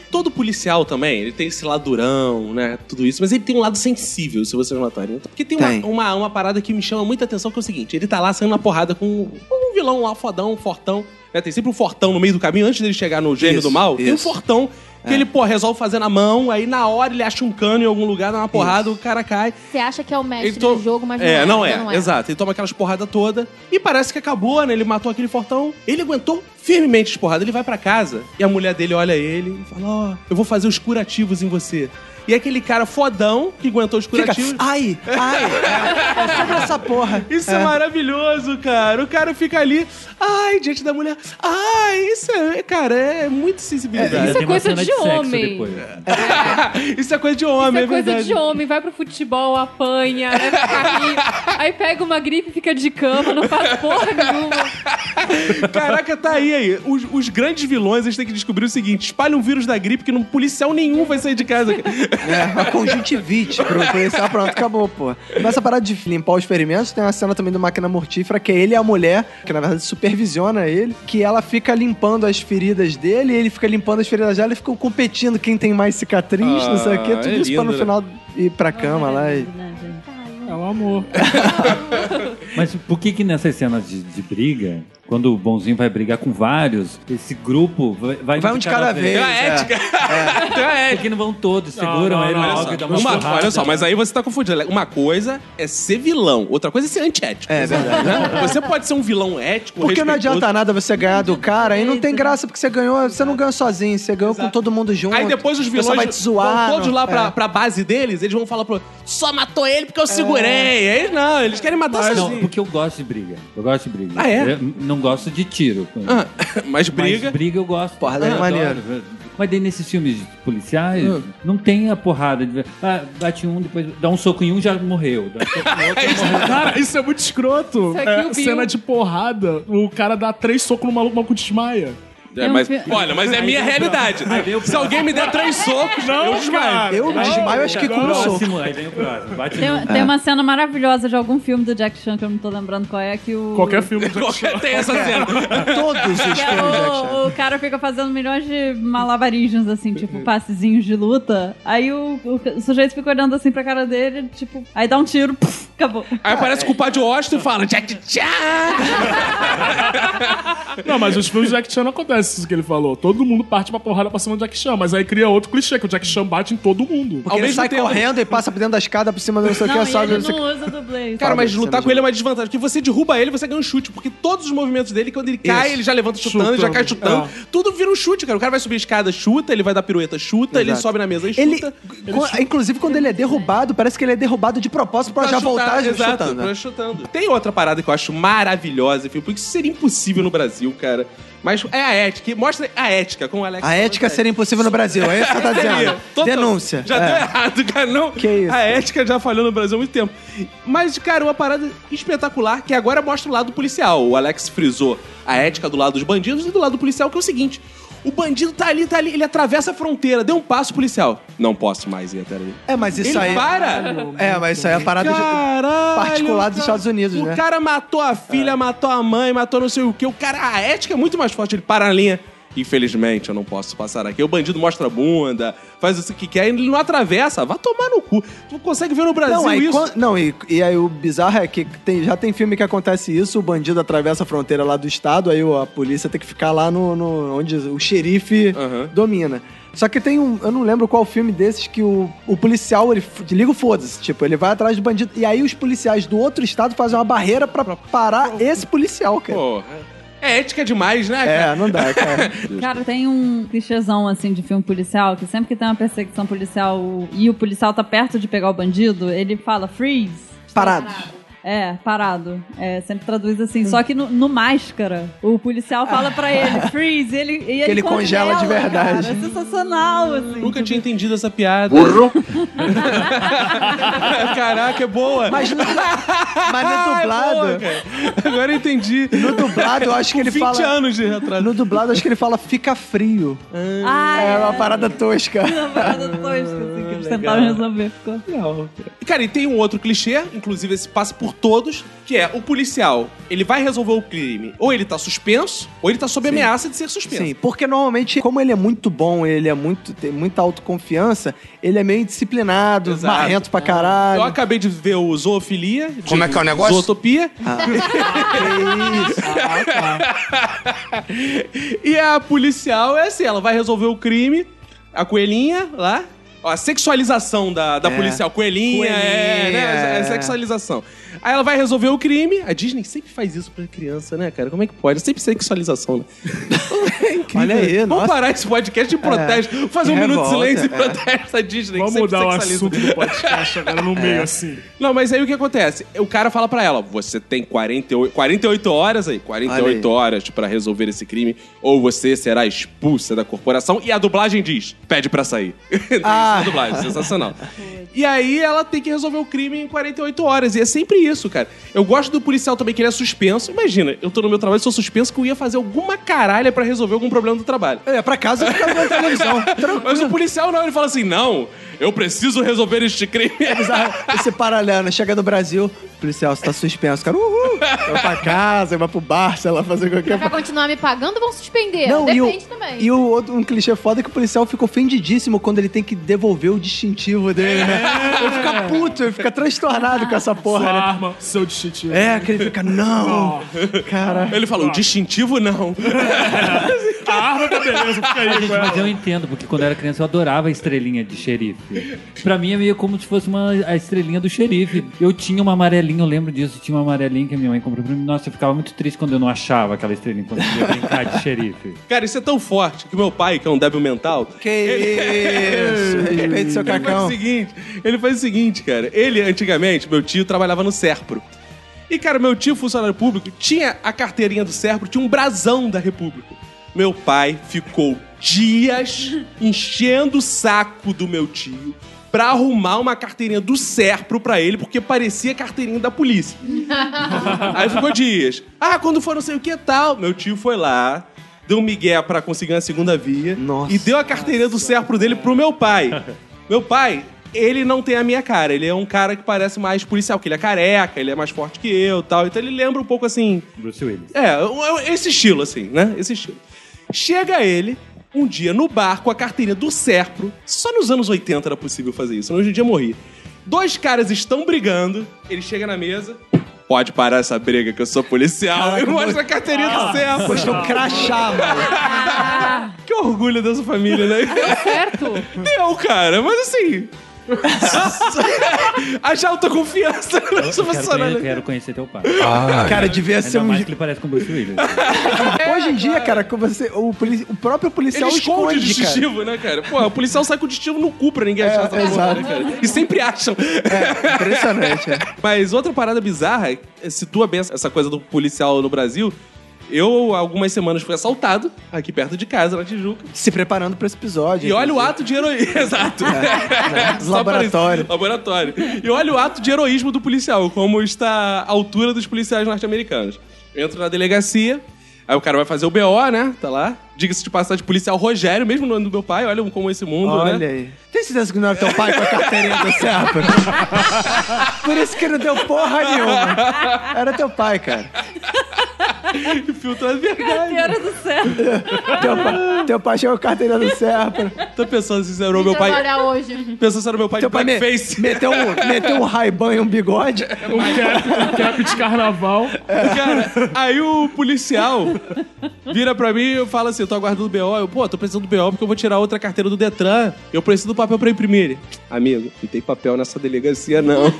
Speaker 1: Todo policial também, ele tem esse ladurão, né? Tudo isso. Mas ele tem um lado sensível, se vocês notarem. né? Porque tem, uma-
Speaker 2: Tem.
Speaker 1: Uma, uma, parada que me chama muita atenção, que é o seguinte: ele tá lá saindo na porrada com um vilão lá, fodão, fortão. né? Tem sempre um fortão no meio do caminho, antes dele chegar no gênio
Speaker 2: Isso,
Speaker 1: do mal. Tem um
Speaker 2: isso. É.
Speaker 1: fortão que ele, pô, resolve fazer na mão. Aí na hora ele acha um cano em algum lugar, dá uma porrada, o cara cai.
Speaker 5: Você acha que é o mestre
Speaker 1: to-
Speaker 5: do jogo, mas não
Speaker 1: é,
Speaker 5: é.
Speaker 1: não é.
Speaker 5: ainda
Speaker 1: Exato. Ele toma aquelas porradas toda e parece que acabou, né? Ele matou aquele fortão. Ele aguentou firmemente as porradas. Ele vai pra casa e a mulher dele olha ele e fala: Ó, eu vou fazer os curativos em você. E é aquele cara fodão que aguentou os
Speaker 2: Fica,
Speaker 1: curativos.
Speaker 2: ai, ai, é, é sobre essa porra.
Speaker 1: Isso ah, é. maravilhoso, cara. O cara fica ali, ai, diante da mulher. Ai, isso é, cara, é muito sensibilidade.
Speaker 6: Isso é
Speaker 7: Tem uma
Speaker 6: coisa
Speaker 7: cena
Speaker 6: de
Speaker 7: sexo
Speaker 6: homem. É.
Speaker 7: depois.
Speaker 1: isso é coisa de
Speaker 6: Isso
Speaker 1: homem,
Speaker 6: é coisa
Speaker 1: verdade.
Speaker 6: de homem, vai pro futebol, apanha, vai pro
Speaker 3: [laughs]
Speaker 6: caminho, aí pega uma gripe e fica de cama, não faz porra
Speaker 3: [laughs]
Speaker 6: nenhuma.
Speaker 1: Caraca, tá aí aí. Os, os grandes vilões, eles têm que descobrir o seguinte: espalha um vírus da gripe que não policial nenhum vai sair de casa.
Speaker 2: É, uma conjuntivite pro policial, pronto, acabou, pô. Mas essa parada de limpar os ferimentos, tem uma cena também do Máquina Mortífera, que é ele e a mulher, que na verdade supervisiona ele, que ela fica limpando as feridas dele, e ele fica limpando as feridas dela, e ficam competindo quem tem mais cicatriz, não sei o quê,
Speaker 1: Ah,
Speaker 2: tudo
Speaker 1: é
Speaker 2: isso pra no
Speaker 1: lindo,
Speaker 2: final ir pra cama lá e...
Speaker 4: É o amor.
Speaker 7: Mas por que que nessas cenas de, de briga, quando o bonzinho vai brigar com vários, esse grupo vai... Vai,
Speaker 2: Vai um de cada vez.
Speaker 1: Tem uma
Speaker 2: é.
Speaker 1: ética. Tem uma
Speaker 7: É
Speaker 1: ética.
Speaker 7: que não vão todos, seguram
Speaker 4: não,
Speaker 7: ele
Speaker 4: não,
Speaker 7: logo
Speaker 4: olha
Speaker 7: e
Speaker 4: só.
Speaker 7: dá uma né?
Speaker 1: Uma,
Speaker 7: porrada.
Speaker 1: olha só, mas aí você tá confundindo. Uma coisa é ser vilão, outra coisa é ser antiético.
Speaker 2: É verdade.
Speaker 1: Né? Você pode ser um vilão ético,
Speaker 2: Porque não adianta nada você ganhar do cara e não tem
Speaker 3: Exato.
Speaker 2: graça porque você ganhou, você não ganhou sozinho, você ganhou com todo mundo junto.
Speaker 1: Aí depois os
Speaker 2: o pessoal
Speaker 1: vilões
Speaker 2: vai te zoar,
Speaker 1: vão todos
Speaker 2: não-
Speaker 1: lá pra,
Speaker 2: é.
Speaker 1: pra base deles, eles vão falar pro só matou ele porque eu segurei. Eles não, eles querem matar
Speaker 7: Mas
Speaker 1: sozinho.
Speaker 7: não, porque eu gosto de briga. Eu gosto de briga.
Speaker 1: Ah, é?
Speaker 7: Eu não gosto de tiro.
Speaker 1: Ah, mas briga.
Speaker 7: Mas briga eu gosto. Ah,
Speaker 2: Porrada é
Speaker 7: eu
Speaker 2: maneiro. Ah.
Speaker 7: adoro. Mas daí nesses filmes de policiais, não tem a porrada. De... Ah, bate um, depois dá um soco em um, já morreu.
Speaker 2: [laughs]
Speaker 7: Dá um soco em outro, já morreu.
Speaker 4: Cara, isso é muito escroto.
Speaker 6: Isso é
Speaker 4: É,
Speaker 6: Kill Bill.
Speaker 4: cena de porrada, o cara dá três socos no maluco, o maluco desmaia.
Speaker 1: É, mas-
Speaker 3: Tem um fi-
Speaker 1: olha, mas é minha realidade. Se alguém me der três socos,
Speaker 4: Não,
Speaker 1: eu desmaio.
Speaker 4: cara.
Speaker 2: É. Eu
Speaker 4: Não,
Speaker 2: desmaio, acho que com um
Speaker 4: não.
Speaker 2: soco.
Speaker 7: Próximo, aí vem o próximo. Bate
Speaker 3: Tem,
Speaker 7: um.
Speaker 3: tem uma cena maravilhosa de algum filme do Jack Chan, que eu não tô lembrando qual é, que o...
Speaker 4: Qualquer
Speaker 6: Uhum.
Speaker 4: filme de
Speaker 1: Qualquer tem essa cena.
Speaker 2: Todos os filmes
Speaker 3: Que
Speaker 2: de
Speaker 3: é
Speaker 2: action.
Speaker 3: o, o cara fica fazendo milhões de malabarismos, assim, tipo, passezinhos de luta. Aí o, o sujeito fica olhando assim pra cara dele, tipo, aí dá um tiro, puf, acabou.
Speaker 1: Aí aparece o culpado de Washington e fala Jack Chan.
Speaker 4: Não, mas os filmes do Jack Chan não acontece isso que ele falou. Todo mundo parte pra porrada pra cima do Jack Chan, mas aí cria outro clichê, que o Jack Chan bate em todo mundo.
Speaker 2: Porque ele
Speaker 1: mesmo
Speaker 2: sai
Speaker 1: tempo-
Speaker 2: correndo e passa por dentro da escada, por cima do não sei o
Speaker 3: Não,
Speaker 2: que,
Speaker 3: e
Speaker 2: sobe,
Speaker 3: ele
Speaker 2: não sei o
Speaker 3: não usa dublê.
Speaker 1: Cara,
Speaker 2: Sabe,
Speaker 1: mas lutar
Speaker 2: cenas
Speaker 1: com ele é uma desvantagem, porque você derruba ele, você ganha um chute, porque todos os movimentos dele, quando ele cai,
Speaker 2: Isso. É.
Speaker 1: ele já levanta chutando,
Speaker 4: Chutando.
Speaker 1: já cai chutando, tudo vira um chute, cara. O cara vai subir a escada, chuta, ele vai dar pirueta, chuta, ele
Speaker 2: Exato.
Speaker 1: sobe na mesa e
Speaker 2: que. Ele,
Speaker 1: chuta.
Speaker 2: co- inclusive, quando ele é derrubado, parece que ele é derrubado de propósito pra, já
Speaker 1: chutar,
Speaker 2: voltar
Speaker 1: exato,
Speaker 2: chutando.
Speaker 1: pra
Speaker 2: né?
Speaker 1: chutando. Tem outra parada que eu acho maravilhosa, filho, porque isso seria impossível no Brasil, cara. Mas é a ética, mostra a ética, como o Alex
Speaker 2: A
Speaker 1: falou, né?
Speaker 2: ética
Speaker 1: cara.
Speaker 2: seria impossível no Brasil, é isso que você tá
Speaker 1: Seria.
Speaker 2: dizendo.
Speaker 1: Total-
Speaker 2: Denúncia.
Speaker 1: Já
Speaker 2: é.
Speaker 1: deu errado, cara. Não.
Speaker 2: Que isso?
Speaker 1: A ética já falhou no Brasil há muito tempo. Mas, cara, uma parada espetacular que agora mostra o lado policial. O Alex frisou a ética do lado dos bandidos e do lado policial, que é o seguinte. O bandido tá ali, tá ali, ele atravessa a fronteira, deu um passo policial. Não posso mais ir até ali.
Speaker 2: É, mas isso
Speaker 1: ele
Speaker 2: aí.
Speaker 1: para!
Speaker 2: É, mas isso aí é a parada de.
Speaker 1: Caralho!
Speaker 2: particular dos Estados Unidos,
Speaker 1: o
Speaker 2: né? É.
Speaker 1: cara matou a filha, matou a mãe, matou não sei o quê. O cara, a ética é muito mais forte. Ele para na linha. Infelizmente, eu não posso passar aqui. O bandido mostra a bunda, faz o que quer, ele não atravessa. Vai tomar no cu. Tu consegue ver no Brasil
Speaker 2: Não, aí,
Speaker 1: isso?
Speaker 2: quan- não e, e aí o bizarro é que tem- já tem filme que acontece isso, o bandido atravessa a fronteira lá do estado, aí o- a polícia tem que ficar lá no, no- onde o xerife
Speaker 1: Aham.
Speaker 2: domina. Só que tem um, eu não lembro qual filme desses que o, o policial, ele f- liga o foda-se, tipo, ele vai atrás do bandido, e aí os policiais do outro estado fazem uma barreira pra parar esse policial, cara.
Speaker 1: Pô, é ética demais, né, cara?
Speaker 2: É, não
Speaker 1: [laughs]
Speaker 2: dá, cara.
Speaker 3: Cara, tem um clichêzão, assim, de filme policial, que sempre que tem uma perseguição policial o- e o policial tá perto de pegar o bandido, ele fala freeze.
Speaker 2: Parados.
Speaker 3: É, parado. É, sempre traduz assim. Só que no, no Máscara, o policial fala pra
Speaker 2: [laughs]
Speaker 3: ele freeze, e ele, e ele,
Speaker 2: ele congela de verdade.
Speaker 3: cara. É sensacional, assim.
Speaker 1: Nunca tinha entendido essa piada. [laughs] Caraca, é boa.
Speaker 2: Mas no,
Speaker 1: [laughs]
Speaker 2: mas no
Speaker 1: Ah, é boa,
Speaker 2: dublado,
Speaker 1: cara. Agora eu entendi.
Speaker 2: no dublado eu acho que ele
Speaker 1: 20
Speaker 2: fala...
Speaker 1: anos de atraso.
Speaker 2: No dublado, eu acho que ele fala fica frio.
Speaker 3: Ah,
Speaker 2: É uma parada tosca. [laughs] Ah,
Speaker 3: uma parada tosca, assim, que eles eles tentaram resolver. Ficou.
Speaker 4: Não.
Speaker 1: Cara, e tem um outro clichê, inclusive esse passa por todos, que é o policial, ele vai resolver o crime, ou ele tá suspenso, ou ele tá sob ameaça de ser suspenso.
Speaker 2: [laughs] Sim, porque normalmente, como ele é muito bom, ele é muito, tem muita autoconfiança, ele é meio indisciplinado,
Speaker 1: Exato.
Speaker 2: marrento pra
Speaker 1: Eu
Speaker 2: caralho.
Speaker 1: acabei de ver o Zoofilia. de
Speaker 8: Como é que é o negócio?
Speaker 1: Zootopia. e a policial é assim, ela vai resolver o crime, a coelhinha lá. Ó, a sexualização da, da
Speaker 2: É.
Speaker 1: policial. Coelhinha, é,
Speaker 2: Coelhinha,
Speaker 1: né? É
Speaker 2: é.
Speaker 1: sexualização. Aí ela vai resolver o crime. A Disney sempre faz isso pra criança, né, cara? Como é que pode? Sempre sexualização, né? [laughs] é incrível.
Speaker 2: Olha aí,
Speaker 1: Vamos
Speaker 2: nossa.
Speaker 1: parar esse podcast de protesto. Fazer um
Speaker 2: Revolta,
Speaker 1: minuto de silêncio e
Speaker 2: é.
Speaker 1: protesto. A Disney
Speaker 4: Vamos
Speaker 1: sempre
Speaker 4: mudar o
Speaker 1: sexualiza.
Speaker 4: assunto do podcast agora no
Speaker 7: É.
Speaker 4: meio, assim.
Speaker 1: Não, mas aí o que acontece? O cara fala pra ela: você tem 48, 48 horas aí, 48 horas pra resolver esse crime, ou você será expulsa da corporação. E a dublagem diz: pede pra sair. [laughs] Ah.
Speaker 2: Ah.
Speaker 1: a dublagem, sensacional. e aí ela tem que resolver o crime em 48 horas. E é sempre isso, cara. Eu gosto do policial também que ele é suspenso. Imagina, eu tô no meu trabalho, sou suspenso que eu ia fazer alguma caralha pra resolver algum problema do trabalho.
Speaker 2: É, pra casa fica vendo televisão. Tranquilo.
Speaker 1: Mas o policial não, ele fala assim: não, eu preciso resolver este crime. [laughs]
Speaker 2: Esse paralelo, né? chega no Brasil, policial, você tá suspenso, cara. Uhul! Vai pra casa, vai pro bar, sei lá, fazer qualquer
Speaker 5: Vai continuar me pagando, vão suspender.
Speaker 2: e o,
Speaker 5: É, Depende também.
Speaker 2: e o outro, um clichê foda é que o policial fica ofendidíssimo quando ele tem que devolver o distintivo dele, né?
Speaker 1: É.
Speaker 2: Ele fica puto, ele fica transtornado com essa
Speaker 4: Sua
Speaker 2: porra, né?
Speaker 4: arma, seu distintivo.
Speaker 2: É, que ele fica, não, cara.
Speaker 1: Ele fala, o distintivo não.
Speaker 4: A arma tá beleza, fica aí
Speaker 7: Gente,
Speaker 4: com ela.
Speaker 7: mas eu entendo, porque quando eu era criança eu adorava a estrelinha de xerife. Pra mim é meio como se fosse uma, a estrelinha do xerife. Eu tinha uma amarelinha, eu lembro disso, eu tinha uma amarelinha que a minha mãe comprou pra mim. Nossa, eu ficava muito triste quando eu não achava aquela estrelinha, quando eu ia brincar de xerife.
Speaker 1: Cara, isso é tão forte que meu pai, que é um débil mental,
Speaker 2: Que isso, respeita o
Speaker 1: ele faz
Speaker 2: seu
Speaker 1: o
Speaker 2: cacão.
Speaker 1: seguinte, ele faz o seguinte, cara. Ele, antigamente, meu tio trabalhava no Serpro. E, cara, meu tio, funcionário público, tinha a carteirinha do Serpro, tinha um brasão da República. Meu pai ficou
Speaker 2: [laughs]
Speaker 1: dias enchendo o saco do meu tio pra arrumar uma carteirinha do Serpro pra ele, porque parecia carteirinha da polícia. [laughs] Aí ficou dias. Ah, quando for não sei o que tal, meu tio foi lá, deu um migué pra conseguir uma segunda via
Speaker 2: Nossa.
Speaker 1: e deu a carteirinha do Serpro dele pro meu pai. Meu pai, ele não tem a minha cara, ele é um cara que parece mais policial, que ele é careca, ele é mais forte que eu, tal. Então ele lembra um pouco assim,
Speaker 7: Bruce Willis.
Speaker 1: é, eu- eu- esse estilo, assim, né? Esse estilo. Chega ele, um dia, no bar, com a carteirinha do Serpro. Só nos anos 80 era possível fazer isso, hoje em dia eu morri. Dois caras estão brigando, ele chega na mesa. Pode parar essa briga que eu sou policial. [laughs] E mostra a carteirinha do
Speaker 2: Poxa,
Speaker 1: Serpro.
Speaker 2: um crachá, mano.
Speaker 1: Que orgulho dessa família, né?
Speaker 6: Certo?
Speaker 1: Deu, cara, mas assim. [laughs] Achar né? autoconfiança no nosso
Speaker 7: Eu quero, conhe-
Speaker 1: funcionário.
Speaker 7: eu quero conhecer teu pai.
Speaker 2: Cara, devia ser
Speaker 7: Ainda
Speaker 2: um...
Speaker 7: mais que ele parece com Bruce Willis.
Speaker 2: Hoje em dia, cara, que você, o, poli- o próprio
Speaker 1: é, Ele
Speaker 2: policial
Speaker 1: esconde, o
Speaker 2: esconde, cara. É,
Speaker 1: distintivo, né, cara? Pô, o policial sai com o distintivo no cu pra ninguém achar essa porra,
Speaker 2: exato. É.
Speaker 1: né, cara? E sempre acham.
Speaker 2: Impressionante, é.
Speaker 1: Mas outra parada bizarra, eh, situa bem essa coisa do policial no Brasil. Eu, algumas semanas, fui assaltado aqui perto de casa, na Tijuca.
Speaker 2: Se preparando pra esse episódio.
Speaker 1: E olha o
Speaker 2: inclusive. né?
Speaker 1: ato de heroísmo. [laughs] Exato.
Speaker 2: É.
Speaker 1: É,
Speaker 2: [laughs]
Speaker 1: Só para isso.
Speaker 2: Laboratório.
Speaker 1: Laboratório. E olha o ato de heroísmo do policial, como está a altura dos policiais norte-americanos. Eu entro na delegacia, aí o cara vai fazer o BO, né? Tá lá. Diga-se de passagem, policial Rogério, mesmo nome do meu pai, olha como esse mundo,
Speaker 2: Olha
Speaker 1: né?
Speaker 2: aí. Tem certeza que não era teu pai com a carteirinha
Speaker 1: [laughs]
Speaker 2: do Serpa? Por isso que não deu porra nenhuma. Era teu pai, cara.
Speaker 1: Que filtro é verdade.
Speaker 3: Carteira do céu.
Speaker 2: Teu pai, teu pai chegou com a carteirinha do Serpa.
Speaker 1: Tô pensando se isso era o
Speaker 5: Vim
Speaker 1: meu pai.
Speaker 5: trabalhar hoje.
Speaker 1: Pensando se era o meu pai
Speaker 2: Teu
Speaker 1: de
Speaker 2: pai me,
Speaker 1: blackface. É
Speaker 2: meteu um, meteu um raibão e um bigode.
Speaker 4: Um cap, um cap de carnaval.
Speaker 1: Cara, aí o policial vira pra mim e fala assim: eu tô aguardando o BO. Eu, pô, tô precisando do BO porque eu vou tirar outra carteira do Detran. Eu preciso do papel pra imprimir. Ele, Amigo, não tem papel nessa delegacia, não.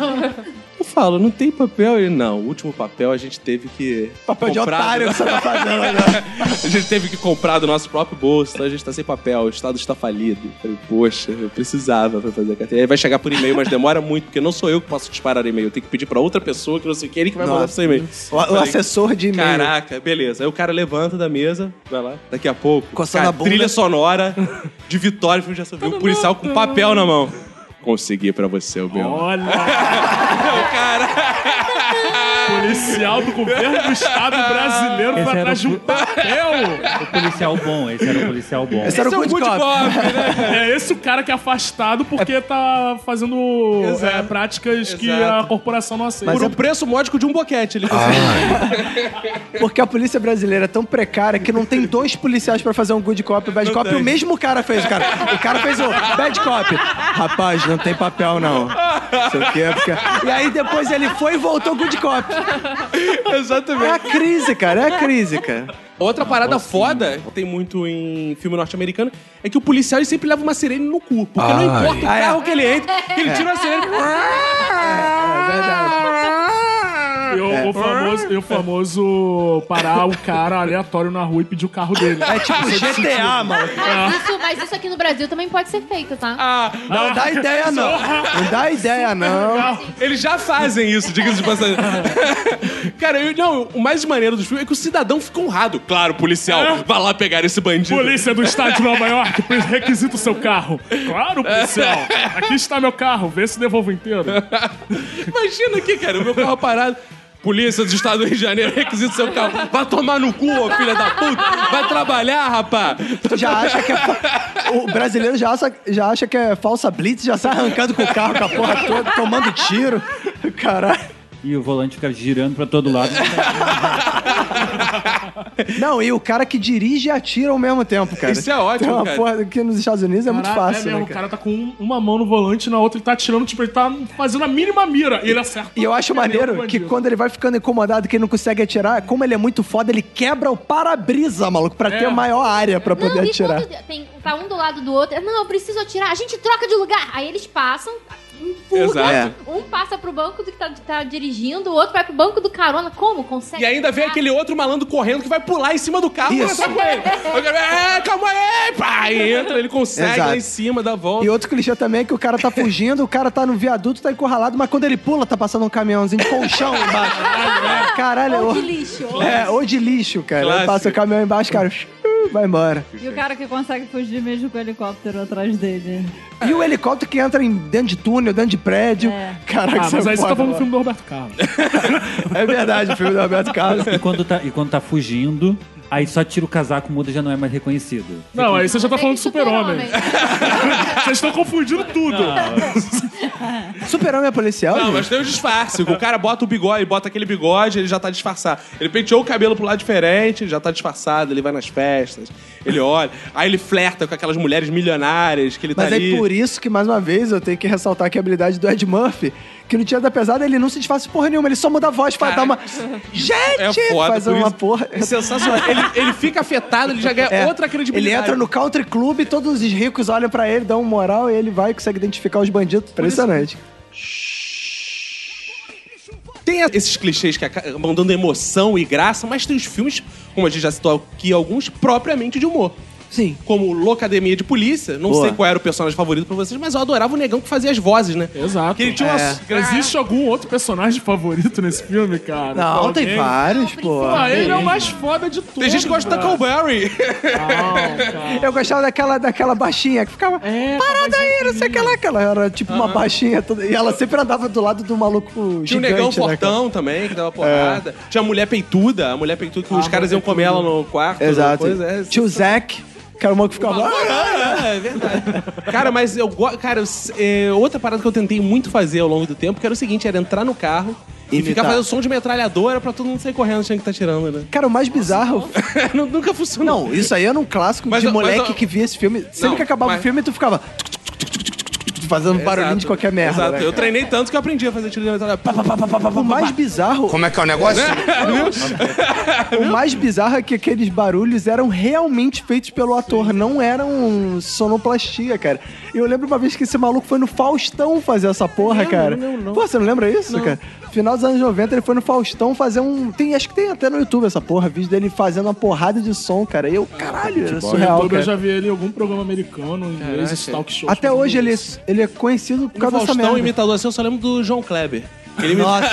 Speaker 1: Eu falo, não tem papel? Ele, não, o último papel a gente teve que.
Speaker 2: Papel de
Speaker 1: comprar do- [laughs]
Speaker 2: otário que você tá fazendo agora.
Speaker 1: a gente teve que comprar do nosso próprio bolso, então a gente tá sem papel, o Estado está falido. Eu Falei, poxa, eu precisava pra fazer a carteira. Aí vai chegar por e-mail, mas demora muito, porque não sou eu que posso disparar e-mail. Eu tenho que pedir pra outra pessoa que não sei o que, ele que vai mandar pro
Speaker 2: Nossa.
Speaker 1: seu e-mail.
Speaker 2: O, o assessor de e-mail.
Speaker 1: Caraca, beleza. Aí o cara levanta da mesa, vai lá. Daqui a pouco,
Speaker 2: Coçando
Speaker 1: cara,
Speaker 2: a bunda.
Speaker 1: trilha sonora de Vitória, filme já subiu. O policial com papel na mão.
Speaker 7: É.
Speaker 1: Consegui pra você, o meu.
Speaker 4: Olha.
Speaker 1: Cara!
Speaker 4: Policial do governo do estado brasileiro
Speaker 7: Esse
Speaker 4: foi
Speaker 7: era
Speaker 4: atrás
Speaker 7: o
Speaker 4: de um
Speaker 7: pu-
Speaker 4: papel.
Speaker 7: O policial bom, esse era o policial bom.
Speaker 2: Esse era o
Speaker 1: Esse é o
Speaker 2: good
Speaker 1: good
Speaker 2: cop.
Speaker 1: cop, né?
Speaker 4: É esse o cara que é afastado porque tá fazendo
Speaker 1: Exato.
Speaker 4: é, práticas que
Speaker 1: Exato.
Speaker 4: a corporação não aceita.
Speaker 1: Por um preço módico de um boquete, ele conseguiu.
Speaker 2: [laughs] Porque a polícia brasileira é tão precária que não tem dois policiais pra fazer um good cop e bad cop. E o mesmo cara fez, cara. O cara fez o bad cop. Rapaz, não tem papel, não. Não sei o quê, porque- E aí depois ele foi e voltou good cop. É
Speaker 1: Exatamente.
Speaker 2: a crise, cara. É a crise, cara.
Speaker 1: Outra parada foda, que tem muito em filme norte-americano, é que o policial ele sempre leva uma sirene no cu. Porque não importa o
Speaker 2: Ah, é.
Speaker 1: carro que ele entra, ele tira a sirene.
Speaker 2: É verdade.
Speaker 4: E o, o famoso, e o famoso parar o cara aleatório na rua e pedir o carro dele.
Speaker 2: É tipo GTA, mano.
Speaker 5: Mas isso, mas isso aqui no Brasil também pode ser feito, tá?
Speaker 1: Ah,
Speaker 2: Não dá ideia, não. Não dá ideia, não.
Speaker 1: eles já fazem isso, diga-se de passagem. [laughs] Cara, eu- não, o mais maneiro dos filmes é que o cidadão fica honrado. Claro, o policial, vai lá pegar esse bandido.
Speaker 4: Polícia do estado de Nova York, requisita o seu carro. Claro, policial. Aqui está meu carro, vê se devolvo inteiro.
Speaker 2: É
Speaker 1: Imagina aqui, cara, o meu carro parado. Polícia do Estado do Rio de Janeiro, requisita seu carro. Vai tomar no cu, ô filha da puta. Vai trabalhar, rapá.
Speaker 2: Tu já acha que é. fa- O brasileiro já acha, já acha que é falsa blitz, já sai arrancando com o carro, com a porra toda, tomando tiro. Caralho.
Speaker 7: E o volante fica girando pra todo lado.
Speaker 2: Não, e o cara que dirige e atira ao mesmo tempo, cara.
Speaker 1: Isso é ótimo,
Speaker 2: Tem uma
Speaker 1: cara.
Speaker 2: porra que nos Estados Unidos é muito
Speaker 4: Caralho,
Speaker 2: fácil,
Speaker 4: é mesmo,
Speaker 2: né,
Speaker 4: o
Speaker 2: cara?
Speaker 4: cara tá com um- uma mão no volante e na outra ele tá atirando, tipo, ele tá fazendo a mínima mira e ele é acerta.
Speaker 2: E eu acho maneiro que quando ele vai ficando incomodado que ele não consegue atirar, como ele é muito foda, ele quebra o para-brisa, maluco, pra ter maior área pra poder
Speaker 5: e
Speaker 2: atirar.
Speaker 5: quando tem, tá um do lado do outro. Não, eu preciso atirar. A gente troca de lugar. Aí eles passam, em fuga.
Speaker 1: Exato.
Speaker 5: Um passa pro banco do que tá, tá dirigindo, o outro vai pro banco do carona. Como? Consegue?
Speaker 1: E ainda vem
Speaker 5: Ah,
Speaker 1: aquele outro malandro correndo que vai pular em cima do carro
Speaker 5: tá
Speaker 1: e
Speaker 2: Isso.
Speaker 1: entrar com ele. Eu quero- É, calma aí, pai! Entra, ele consegue
Speaker 2: Exato.
Speaker 1: lá em cima, dá a volta.
Speaker 2: E outro clichê também é que o cara tá fugindo, o cara tá no viaduto, tá encurralado, mas quando ele pula, tá passando um caminhãozinho
Speaker 1: [laughs]
Speaker 2: de colchão embaixo. Caralho,
Speaker 5: Ou de
Speaker 2: ou,
Speaker 5: lixo.
Speaker 2: é, ou de lixo, cara. Ele
Speaker 1: Clássico.
Speaker 2: Passa o caminhão embaixo, cara, uh, vai embora.
Speaker 3: E o cara que consegue fugir mesmo com o helicóptero atrás dele.
Speaker 2: E o helicóptero que entra em, dentro de túnel, dentro de prédio.
Speaker 3: É.
Speaker 2: Caraca,
Speaker 4: Ah,
Speaker 2: isso
Speaker 4: mas
Speaker 2: é
Speaker 4: aí você tá
Speaker 2: foda,
Speaker 4: falando do
Speaker 2: mano.
Speaker 4: filme do Roberto Carlos.
Speaker 2: É verdade, o filme do Alberto
Speaker 1: [laughs]
Speaker 2: Carlos.
Speaker 7: E quando tá, e quando tá fugindo, aí só tira o casaco, muda e já não é mais reconhecido.
Speaker 4: Não, aí você já tá
Speaker 5: Tem
Speaker 4: falando de super-homem.
Speaker 1: [laughs] então,
Speaker 4: Vocês estão confundindo tudo.
Speaker 2: Super-Homem é policial?
Speaker 1: Não,
Speaker 2: gente?
Speaker 1: mas tem o disfarce. O cara bota o bigode, bota aquele bigode, ele já tá disfarçado. Ele penteou o cabelo pro lado diferente, ele já tá disfarçado, ele vai nas festas, ele olha. Aí ele flerta com aquelas mulheres milionárias que ele
Speaker 2: Mas
Speaker 1: tá
Speaker 2: é
Speaker 1: ali.
Speaker 2: por isso que, mais uma vez, eu tenho que ressaltar aqui a habilidade do Ed Murphy, que no Dia da Pesada ele não se disfarça de porra nenhuma, ele só muda a voz pra
Speaker 1: [laughs]
Speaker 2: dar uma.
Speaker 1: É
Speaker 2: Gente!
Speaker 1: foda,
Speaker 2: faz
Speaker 1: por
Speaker 2: uma
Speaker 1: isso-
Speaker 2: porra.
Speaker 1: É sensacional. ele, ele fica afetado, ele já ganha
Speaker 2: É.
Speaker 1: outra
Speaker 2: Ele
Speaker 1: credibilidade.
Speaker 2: entra no country club, todos os ricos olham pra ele, dão um moral e ele vai e consegue identificar os bandidos. Impressionante.
Speaker 1: Tem esses clichês que acabam dando emoção e graça, mas tem os filmes, como a gente já citou aqui, alguns propriamente de humor.
Speaker 2: Sim.
Speaker 1: Como Locademia de Polícia, não
Speaker 2: Boa.
Speaker 1: sei qual era o personagem favorito pra vocês, mas eu adorava o negão que fazia as vozes, né?
Speaker 4: Exato.
Speaker 1: Que ele tinha uma-
Speaker 4: Existe algum outro personagem favorito nesse filme, cara?
Speaker 2: Não,
Speaker 4: Alguém?
Speaker 2: tem vários, pô.
Speaker 4: Ah, ele é o mais foda de tudo.
Speaker 1: Tem gente que gosta do Tackleberry.
Speaker 2: Eu gostava daquela, daquela baixinha que ficava.
Speaker 4: É,
Speaker 2: Parada aí, não sei o que lá. Que ela era tipo uma baixinha toda. E ela sempre andava do lado do maluco
Speaker 1: Tinha o
Speaker 2: gigante,
Speaker 1: negão
Speaker 2: né, cara? É.
Speaker 1: fortão também, que dava porrada. Tinha a mulher peituda, a mulher peituda que os caras iam comer ela no quarto.
Speaker 2: Ah, Exato.
Speaker 1: coisa, é.
Speaker 2: Tinha o Zack, que era o maluco que ficava.
Speaker 1: Ah, é verdade. Cara, mas eu gosto. Cara, eu s- é, outra parada que eu tentei muito fazer ao longo do tempo, que era o seguinte: era entrar no carro e
Speaker 2: Imitar.
Speaker 1: ficar fazendo som de metralhadora pra todo mundo sair correndo achando que tá tirando, né? [laughs]
Speaker 2: "Ah, Cara, o mais bizarro.
Speaker 1: Não- Nunca funcionou.
Speaker 2: [laughs] Não, isso aí era um clássico
Speaker 1: Mas-
Speaker 2: de
Speaker 1: mas-
Speaker 2: moleque
Speaker 1: mas-
Speaker 2: que via esse filme. Sempre
Speaker 1: Não,
Speaker 2: que acabava
Speaker 1: mas-
Speaker 2: o filme, tu ficava. Fazendo barulhinho de qualquer merda.
Speaker 1: Exato.
Speaker 2: né,
Speaker 1: Eu
Speaker 2: cara?
Speaker 1: treinei tanto que eu aprendi a fazer tiro de metralhadora. Pá, pá, pá, pá,
Speaker 2: O mais bizarro. Como é que é [laughs] o negócio? o mais bizarro é que aqueles barulhos eram realmente feitos pelo ator, não eram sonoplastia, cara. E eu lembro uma vez que esse maluco foi no Faustão fazer essa porra, cara. Pô, você não lembra isso, cara? Final dos anos 90, ele foi no Faustão fazer um. Tem, acho que tem até no YouTube essa porra, vídeo dele fazendo uma porrada de som, cara. E eu, caralho, era surreal.
Speaker 4: Eu
Speaker 2: Cara.
Speaker 4: já vi ele em algum programa americano, inglês, esse talk show.
Speaker 2: Até hoje ele, ele é conhecido por
Speaker 1: No
Speaker 2: causa dessa
Speaker 1: Faustão,
Speaker 2: merda.
Speaker 1: imitador assim, eu só lembro do João Kleber. Ele me...
Speaker 2: Nossa,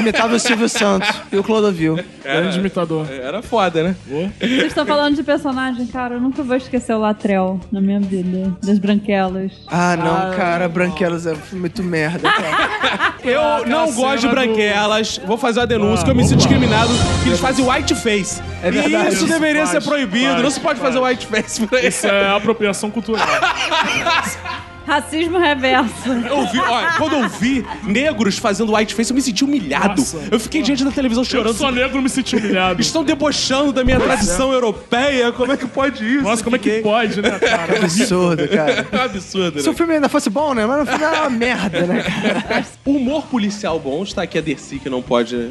Speaker 2: imitava o Silvio Santos e o Clodovil.
Speaker 4: Grande imitador.
Speaker 1: Era foda, né?
Speaker 3: Vocês estão falando de personagem, cara. Eu nunca vou esquecer o Latrell na minha vida. Das branquelas.
Speaker 2: Ah, não, cara, Branquelos é muito merda. cara.
Speaker 1: Eu não
Speaker 4: Ah, cena
Speaker 1: gosto de
Speaker 4: do- Ah,
Speaker 1: branquelas. Vou fazer uma denúncia que eu me sinto discriminado. Que eles fazem whiteface.
Speaker 2: É verdade.
Speaker 1: e isso
Speaker 4: Isso
Speaker 1: deveria
Speaker 4: faz,
Speaker 1: ser proibido.
Speaker 4: faz,
Speaker 1: não se pode
Speaker 4: faz.
Speaker 1: fazer whiteface pra
Speaker 4: Isso
Speaker 1: isso.
Speaker 4: é apropriação
Speaker 1: [laughs]
Speaker 4: cultural.
Speaker 3: Racismo reverso.
Speaker 2: [laughs]
Speaker 1: Eu vi, ó, quando eu vi negros fazendo whiteface, eu me senti humilhado.
Speaker 4: Nossa.
Speaker 1: eu fiquei diante da televisão
Speaker 4: Eu
Speaker 1: chorando.
Speaker 4: sou negro me senti humilhado.
Speaker 1: Estão debochando da minha tradição europeia. Como é que pode isso?
Speaker 4: Nossa, como é que pode, né, cara?
Speaker 2: Um Absurdo, [laughs] cara.
Speaker 1: É um absurdo,
Speaker 2: Se o
Speaker 1: né?
Speaker 2: filme ainda fosse bom, né? Mas no final era uma merda, né, cara?
Speaker 1: Humor policial bom, está aqui a Dercy que não pode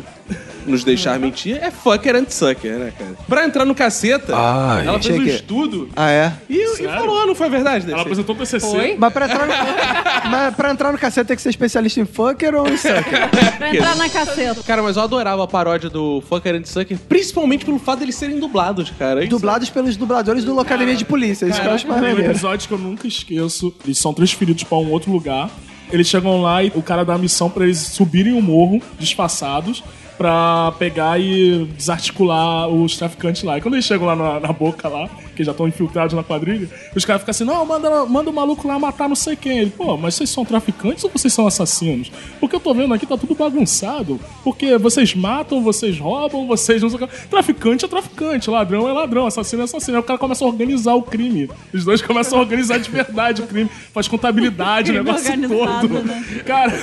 Speaker 1: nos deixar mentir, é fucker and sucker, né, cara? Pra entrar no caceta,
Speaker 10: Ai.
Speaker 1: ela fez
Speaker 2: Tinha
Speaker 1: um
Speaker 2: que-
Speaker 1: estudo
Speaker 2: Ah, é?
Speaker 1: e, e falou, não foi verdade,
Speaker 4: Ela um
Speaker 1: Dercy?
Speaker 4: apresentou o PCC.
Speaker 6: Foi?
Speaker 2: Mas pra entrar no, mas pra entrar no cacete tem que ser especialista em fucker ou em sucker?
Speaker 3: Pra entrar na caceta.
Speaker 1: Cara, mas eu adorava a paródia do Fucker and Sucker, principalmente pelo fato deles serem dublados, cara. É Isso-
Speaker 2: Dublados pelos dubladores do Locademia de Polícia. Isso que eu acho mais
Speaker 4: Tem um
Speaker 2: maneiro.
Speaker 4: episódio que eu nunca esqueço. Eles são transferidos pra um outro lugar. Eles chegam lá e o cara dá a missão pra eles subirem o morro disfarçados pra pegar e desarticular os traficantes lá. E quando eles chegam lá na, na boca lá, que já estão infiltrados na quadrilha, os caras ficam assim, não, manda, manda o maluco lá matar não sei quem. Ele, pô, mas vocês são traficantes ou vocês são assassinos? Porque eu tô vendo aqui, tá tudo bagunçado. Porque vocês matam, vocês roubam, vocês não sei o que. Traficante é traficante, ladrão é ladrão, assassino é assassino. Aí o cara começa a organizar o crime. Os dois começam a organizar de verdade o crime. Faz contabilidade, o
Speaker 3: [laughs] Crime
Speaker 4: negócio
Speaker 3: organizado,
Speaker 4: todo.
Speaker 3: né?
Speaker 4: Cara,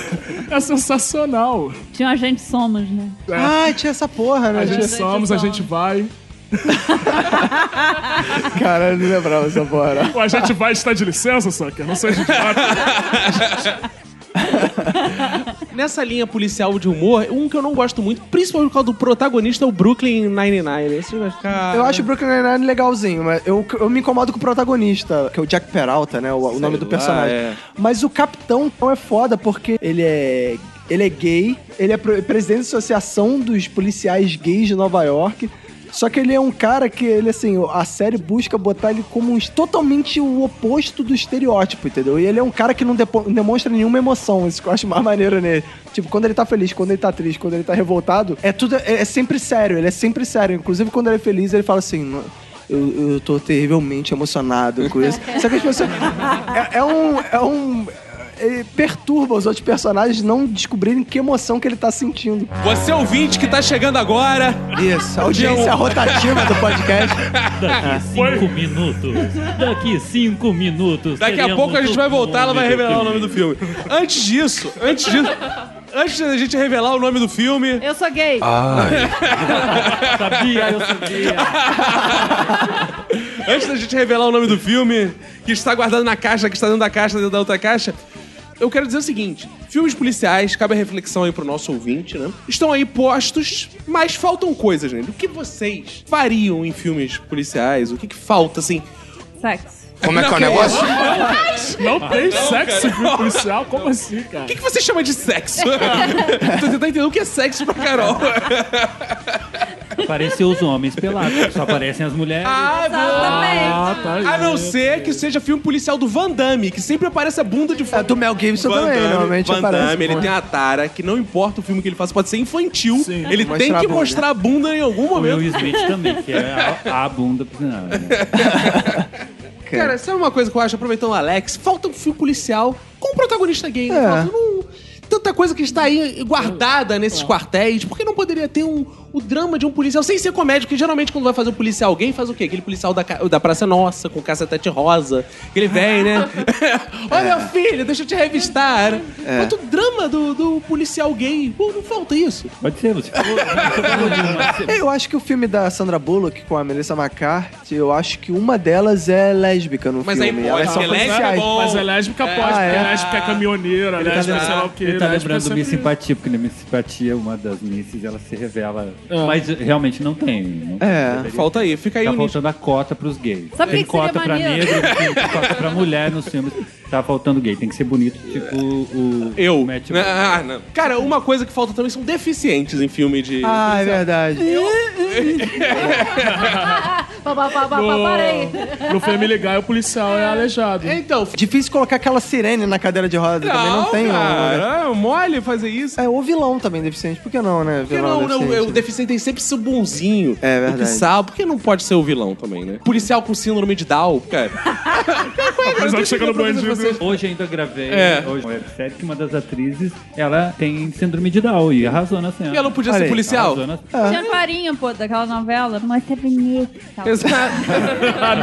Speaker 4: é sensacional.
Speaker 3: Tinha um agente Somos, né?
Speaker 2: Ai, tinha essa porra,
Speaker 4: A
Speaker 2: né?
Speaker 4: gente
Speaker 3: Agente
Speaker 4: somos, a gente
Speaker 3: somos.
Speaker 4: vai.
Speaker 2: Cara, eu não lembrava essa porra.
Speaker 4: O a gente vai está de licença, Sucker? Não sei de
Speaker 1: Nessa linha policial de humor, um que eu não gosto muito, principalmente por causa do protagonista, é o Brooklyn Nine-Nine. Esse vai ficar...
Speaker 2: Eu acho o Brooklyn Nine-Nine legalzinho, mas eu, eu me incomodo com o protagonista, que é o Jack Peralta, né? O, o nome do
Speaker 1: lá,
Speaker 2: personagem.
Speaker 1: é.
Speaker 2: Mas o Capitão é foda porque ele é. Ele é gay, ele é pre- presidente da Associação dos Policiais Gays de Nova York. Só que ele é um cara que, ele assim, a série busca botar ele como um, totalmente o oposto do estereótipo, entendeu? E ele é um cara que não depo- demonstra nenhuma emoção, isso que eu acho mais maneiro nele. Tipo, quando ele tá feliz, quando ele tá triste, quando ele tá revoltado, é tudo, é, é sempre sério, ele é sempre sério. Inclusive, quando ele é feliz, ele fala assim... "Não- eu, eu tô terrivelmente emocionado com isso. Só que as pessoas. É, é um. É um ele perturba os outros personagens não descobrirem que emoção que ele tá sentindo.
Speaker 1: Você ouvinte que tá chegando agora,
Speaker 2: Isso, a audiência rotativa do
Speaker 1: [laughs]
Speaker 2: podcast.
Speaker 1: É.
Speaker 8: Daqui cinco minutos. Daqui cinco minutos.
Speaker 1: daqui a
Speaker 8: teremos um
Speaker 1: pouco a gente
Speaker 8: o
Speaker 1: vai voltar, ela vai
Speaker 8: nome do
Speaker 1: revelar o nome
Speaker 8: filme.
Speaker 1: do filme. Antes disso, antes disso... Antes da gente revelar o nome do filme,
Speaker 3: Eu sou gay.
Speaker 2: Ah.
Speaker 8: Sabia, eu sabia.
Speaker 1: antes da gente revelar o nome do filme, que está guardado na caixa, que está dentro da caixa, dentro da outra caixa, eu quero dizer o seguinte: filmes policiais, cabe a reflexão aí pro nosso ouvinte, né? Estão aí postos, mas faltam coisas nele. O que vocês fariam em filmes policiais? O que, que falta, assim?
Speaker 3: Sexo.
Speaker 11: Como
Speaker 2: um
Speaker 11: é que é o negócio?
Speaker 4: Não tem sexo em filme policial? Como assim, cara?
Speaker 1: O que, que você chama de sexo? Tô tentando entender o que é sexo pra Carol.
Speaker 8: Apareceu os homens pelados, só aparecem as mulheres.
Speaker 1: ah, boa.
Speaker 3: Exatamente.
Speaker 4: Ah, tá aí.
Speaker 1: A não ser que seja filme policial do Van Damme, que sempre aparece a bunda de
Speaker 2: É
Speaker 1: fora.
Speaker 2: do Mel Gibson
Speaker 1: Van
Speaker 2: também,
Speaker 1: Damme,
Speaker 2: normalmente
Speaker 1: Van
Speaker 2: aparece.
Speaker 1: Damme, ele
Speaker 2: pô.
Speaker 1: tem a tara que não importa o filme que ele faça, pode ser infantil.
Speaker 4: Sim.
Speaker 1: ele
Speaker 2: Mostrar
Speaker 1: tem
Speaker 2: a
Speaker 1: que
Speaker 2: bunda.
Speaker 1: mostrar a bunda em algum
Speaker 8: O Will
Speaker 1: momento.
Speaker 8: Smith também, que é a, a bunda pro final, né?
Speaker 1: Cara, sabe uma coisa que eu acho, aproveitando o Alex? Falta um filme policial com um protagonista gay. né?
Speaker 2: É.
Speaker 1: Falta um- Tanta coisa que está aí guardada nesses quartéis. Por que não poderia ter um, o drama de um policial sem ser comédia? Porque geralmente quando vai fazer um policial gay, faz o quê? Aquele policial da, ca- da Praça Nossa, com cacetete rosa. que Ele vem, né? [laughs] Olha, meu filho, deixa eu te revistar. Quanto drama do, do policial gay. Pô, não falta isso.
Speaker 8: Pode ser, você falou. você falou de uma- você-
Speaker 2: Eu acho que o filme da Sandra Bullock com a Melissa McCarthy, eu acho que uma delas é lésbica no
Speaker 1: Mas aí
Speaker 2: filme.
Speaker 1: pode,
Speaker 2: Elas são
Speaker 1: porque lésbica é
Speaker 2: policiais.
Speaker 1: bom.
Speaker 4: Mas é lésbica pode,
Speaker 2: Ah,
Speaker 4: porque
Speaker 2: é?
Speaker 4: lésbica é caminhoneira,
Speaker 8: Ele tá
Speaker 4: lésbica sei lá o
Speaker 8: lembrando,
Speaker 4: que.
Speaker 8: ele tá
Speaker 4: lésbica
Speaker 8: lembrando Miss
Speaker 4: sempre-
Speaker 8: Simpatia, porque na Miss Simpatia uma das Misses ela se revela. Mas realmente não tem. Não tem.
Speaker 2: É.
Speaker 1: Falta aí, fica aí
Speaker 8: Tá
Speaker 1: o nicho.
Speaker 8: faltando a cota pros gays.
Speaker 3: Sabe
Speaker 8: tem
Speaker 3: o que que seria
Speaker 8: cota pra
Speaker 3: maneiro?
Speaker 8: negro, tem cota pra mulher nos filmes. Tá faltando gay. Tem que ser bonito, tipo o.
Speaker 1: Eu.
Speaker 8: o Matt
Speaker 1: Ah, não. Cara, uma coisa que falta também Ah, é são deficientes em filme de.
Speaker 2: Ah, é verdade.
Speaker 5: Pá, pá, pá, pá, pá, para aí.
Speaker 4: No Family Guy, o policial é aleijado.
Speaker 2: Então, difícil colocar aquela sirene na cadeira de roda também. Não tem. um-
Speaker 1: cara. é mole fazer isso.
Speaker 2: É, ou vilão também deficiente. Por que não, né?
Speaker 1: Por que
Speaker 2: Vilão
Speaker 1: não, não?
Speaker 2: deficiente.
Speaker 1: É, O deficiente tem sempre ser o bonzinho.
Speaker 2: É
Speaker 1: O que
Speaker 2: verdade.
Speaker 1: sabe. Por que não pode ser o vilão também, né? Policial com síndrome de Down, cara.
Speaker 4: Apesar de chegar no bandido.
Speaker 8: Hoje ainda gravei
Speaker 1: É.
Speaker 8: hoje, uma websérie que uma das atrizes ela tem síndrome de Down e arrasou na cena.
Speaker 1: E ela não podia ser
Speaker 2: aí,
Speaker 7: [laughs]
Speaker 1: policial?
Speaker 8: Arrasou na-
Speaker 3: Tinha farinha, pô, daquela novela. Nossa, é bonito.
Speaker 1: Exato.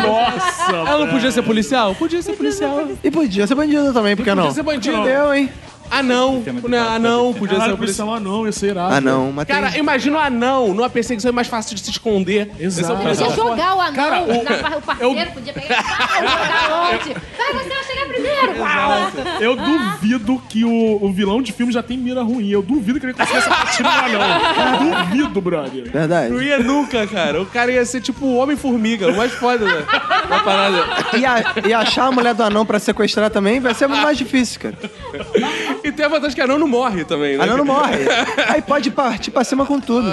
Speaker 4: Nossa!
Speaker 1: Ela não podia ser policial? Podia ser policial.
Speaker 2: E podia ser bandido também, por que Ah, não?
Speaker 1: Podia ser bandido.
Speaker 2: Deu, hein?
Speaker 1: Ah, não. Não, Ah, não. Podia ser
Speaker 4: Caralho,
Speaker 1: policial.
Speaker 4: policial anão, ia ser irado.
Speaker 2: Ah, não, mas
Speaker 1: Cara,
Speaker 2: tem...
Speaker 1: imagina o anão. Numa perseguição é mais fácil de se esconder.
Speaker 4: Exato.
Speaker 1: Esse é
Speaker 5: Podia
Speaker 1: o policial.
Speaker 5: jogar o anão
Speaker 1: Cara, o-
Speaker 5: na par- o parceiro, podia pegar e "Ah, jogar longe. Vai, você vai chegar primeiro.
Speaker 4: Eu duvido que o, o vilão de filme já tem mira ruim. Eu duvido que ele consiga essa partida no anão. Duvido, brother.
Speaker 2: Verdade.
Speaker 1: Não ia nunca, cara. O cara ia ser tipo o Homem-Formiga. O mais foda né? da parada.
Speaker 2: E, a- e achar a mulher do anão pra sequestrar também vai ser muito mais difícil, cara.
Speaker 1: E tem a vantagem que anão não morre também, né?
Speaker 2: Anão não morre. Aí pode partir pra cima com tudo.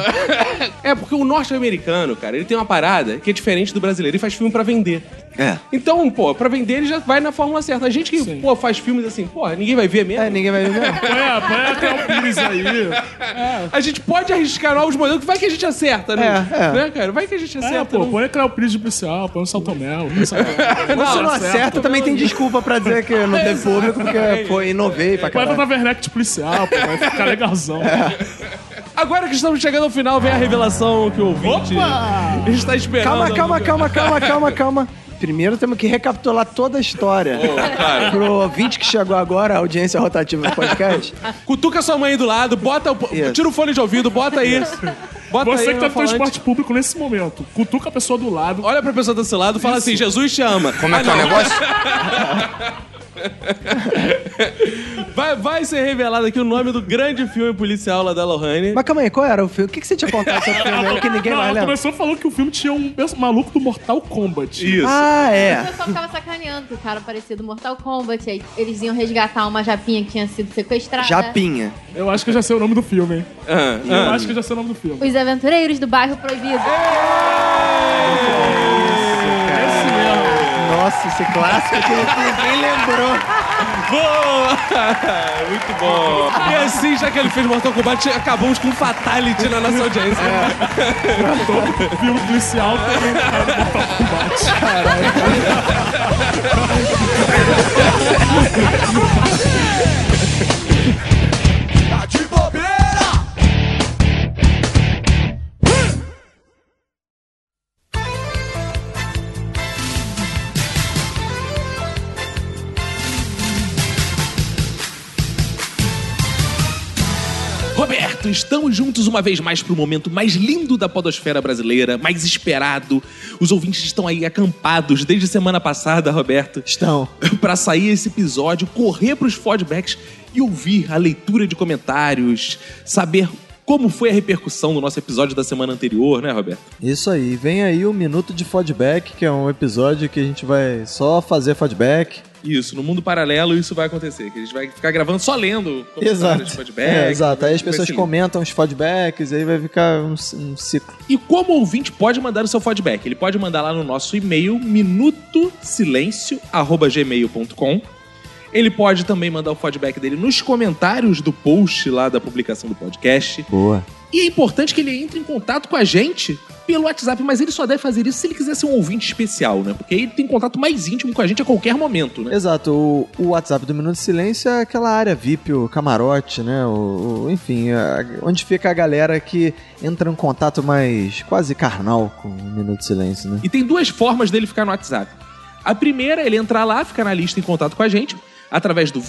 Speaker 1: É, porque o norte-americano, cara, ele tem uma parada que é diferente do brasileiro. Ele faz filme pra vender.
Speaker 2: É.
Speaker 1: Então, pô, pra vender ele já vai na fórmula certa. A gente que, pô, faz filmes assim, pô, ninguém vai ver mesmo.
Speaker 2: É, ninguém vai ver mesmo.
Speaker 4: É, põe até o Pires aí.
Speaker 1: A gente pode arriscar novos modelos, que vai que a gente acerta, né?
Speaker 2: É, é.
Speaker 1: Né, cara? Vai que a gente
Speaker 4: É,
Speaker 1: acerta.
Speaker 4: pô,
Speaker 1: não-
Speaker 4: põe a Cléo Pires de policial, põe um saltomelo, põe um saltomelo.
Speaker 2: Mas se não acerta, também tem desculpa pra dizer que não teve público, porque foi, inovei pra
Speaker 4: Põe a
Speaker 2: caralho.
Speaker 4: Taverneck de policial, pô, vai ficar legalzão.
Speaker 1: Agora que estamos chegando ao final, vem a revelação que o ouvinte está esperando.
Speaker 2: Calma, calma, calma, calma, calma, calma. Primeiro temos que recapitular toda a história. Pro ouvinte que chegou agora, a audiência rotativa do podcast.
Speaker 1: Cutuca sua mãe aí do lado, bota o...
Speaker 2: Isso.
Speaker 1: tira o fone de ouvido, bota aí. Bota
Speaker 4: Você
Speaker 1: aí
Speaker 4: que
Speaker 1: no
Speaker 4: tá no
Speaker 1: falante.
Speaker 4: transporte público nesse momento, cutuca a pessoa do lado.
Speaker 1: Olha pra pessoa desse lado e fala assim: Jesus te ama. Como é que é o negócio? [laughs] Vai, vai ser revelado aqui o nome do grande filme policial lá da Lohane.
Speaker 2: Mas calma aí, qual era o filme? O que, que você tinha contado sobre o filme aí que ninguém
Speaker 4: Não,
Speaker 2: mais
Speaker 4: ela
Speaker 2: lembra?
Speaker 4: começou falando que o filme tinha um perso- maluco do Mortal Kombat.
Speaker 1: Isso.
Speaker 2: Ah,
Speaker 5: O
Speaker 2: é.
Speaker 5: pessoal ficava sacaneando que o cara parecia do Mortal Kombat. Aí eles iam resgatar uma japinha que tinha sido sequestrada.
Speaker 2: Japinha.
Speaker 4: Eu acho que eu já sei o nome do filme, hein?
Speaker 1: Ah,
Speaker 4: Eu
Speaker 1: ah.
Speaker 4: acho que eu já sei o nome do filme.
Speaker 5: Os aventureiros do bairro proibido.
Speaker 2: Nossa, esse clássico que ninguém lembrou.
Speaker 1: Boa! Muito bom. E assim, já que ele fez Mortal Kombat, acabamos com um fatality na nossa audiência.
Speaker 2: É.
Speaker 4: filme policial tem um cara do Mortal Kombat.
Speaker 1: Roberto, estamos juntos uma vez mais para o momento mais lindo da podosfera brasileira, mais esperado. Os ouvintes estão aí acampados desde semana passada, Roberto,
Speaker 2: Estão.
Speaker 1: [laughs] para sair esse episódio, correr para os feedbacks e ouvir a leitura de comentários, saber como foi a repercussão do nosso episódio da semana anterior, né, Roberto?
Speaker 11: Isso aí, vem aí o Minuto de Fodback, que é um episódio que a gente vai só fazer fodback.
Speaker 1: Isso, no mundo paralelo isso vai acontecer, que a gente vai ficar gravando só lendo comentários, assim.
Speaker 11: Exato.
Speaker 1: feedbacks,
Speaker 11: É, exato. Aí as
Speaker 1: vai
Speaker 11: pessoas
Speaker 1: ser lindo.
Speaker 11: comentam os fodbacks, aí vai ficar um, c- um ciclo.
Speaker 1: E como ouvinte pode mandar o seu feedback? Ele pode mandar lá no nosso e-mail minutosilencio@gmail.com. Ele pode também mandar o feedback dele nos comentários do post lá da publicação do podcast.
Speaker 11: Boa.
Speaker 1: E é importante que ele entre em contato com a gente pelo WhatsApp, mas ele só deve fazer isso se ele quiser ser um ouvinte especial, né? Porque aí ele tem contato mais íntimo com a gente a qualquer momento, né?
Speaker 11: Exato. O, o WhatsApp do Minuto de Silêncio é aquela área VIP, o camarote, né? O, o- enfim, a- onde fica a galera que entra em contato mais quase carnal com o Minuto de Silêncio, né?
Speaker 1: E tem duas formas dele ficar no WhatsApp. A primeira, ele entrar lá, ficar na lista em contato com a gente, através do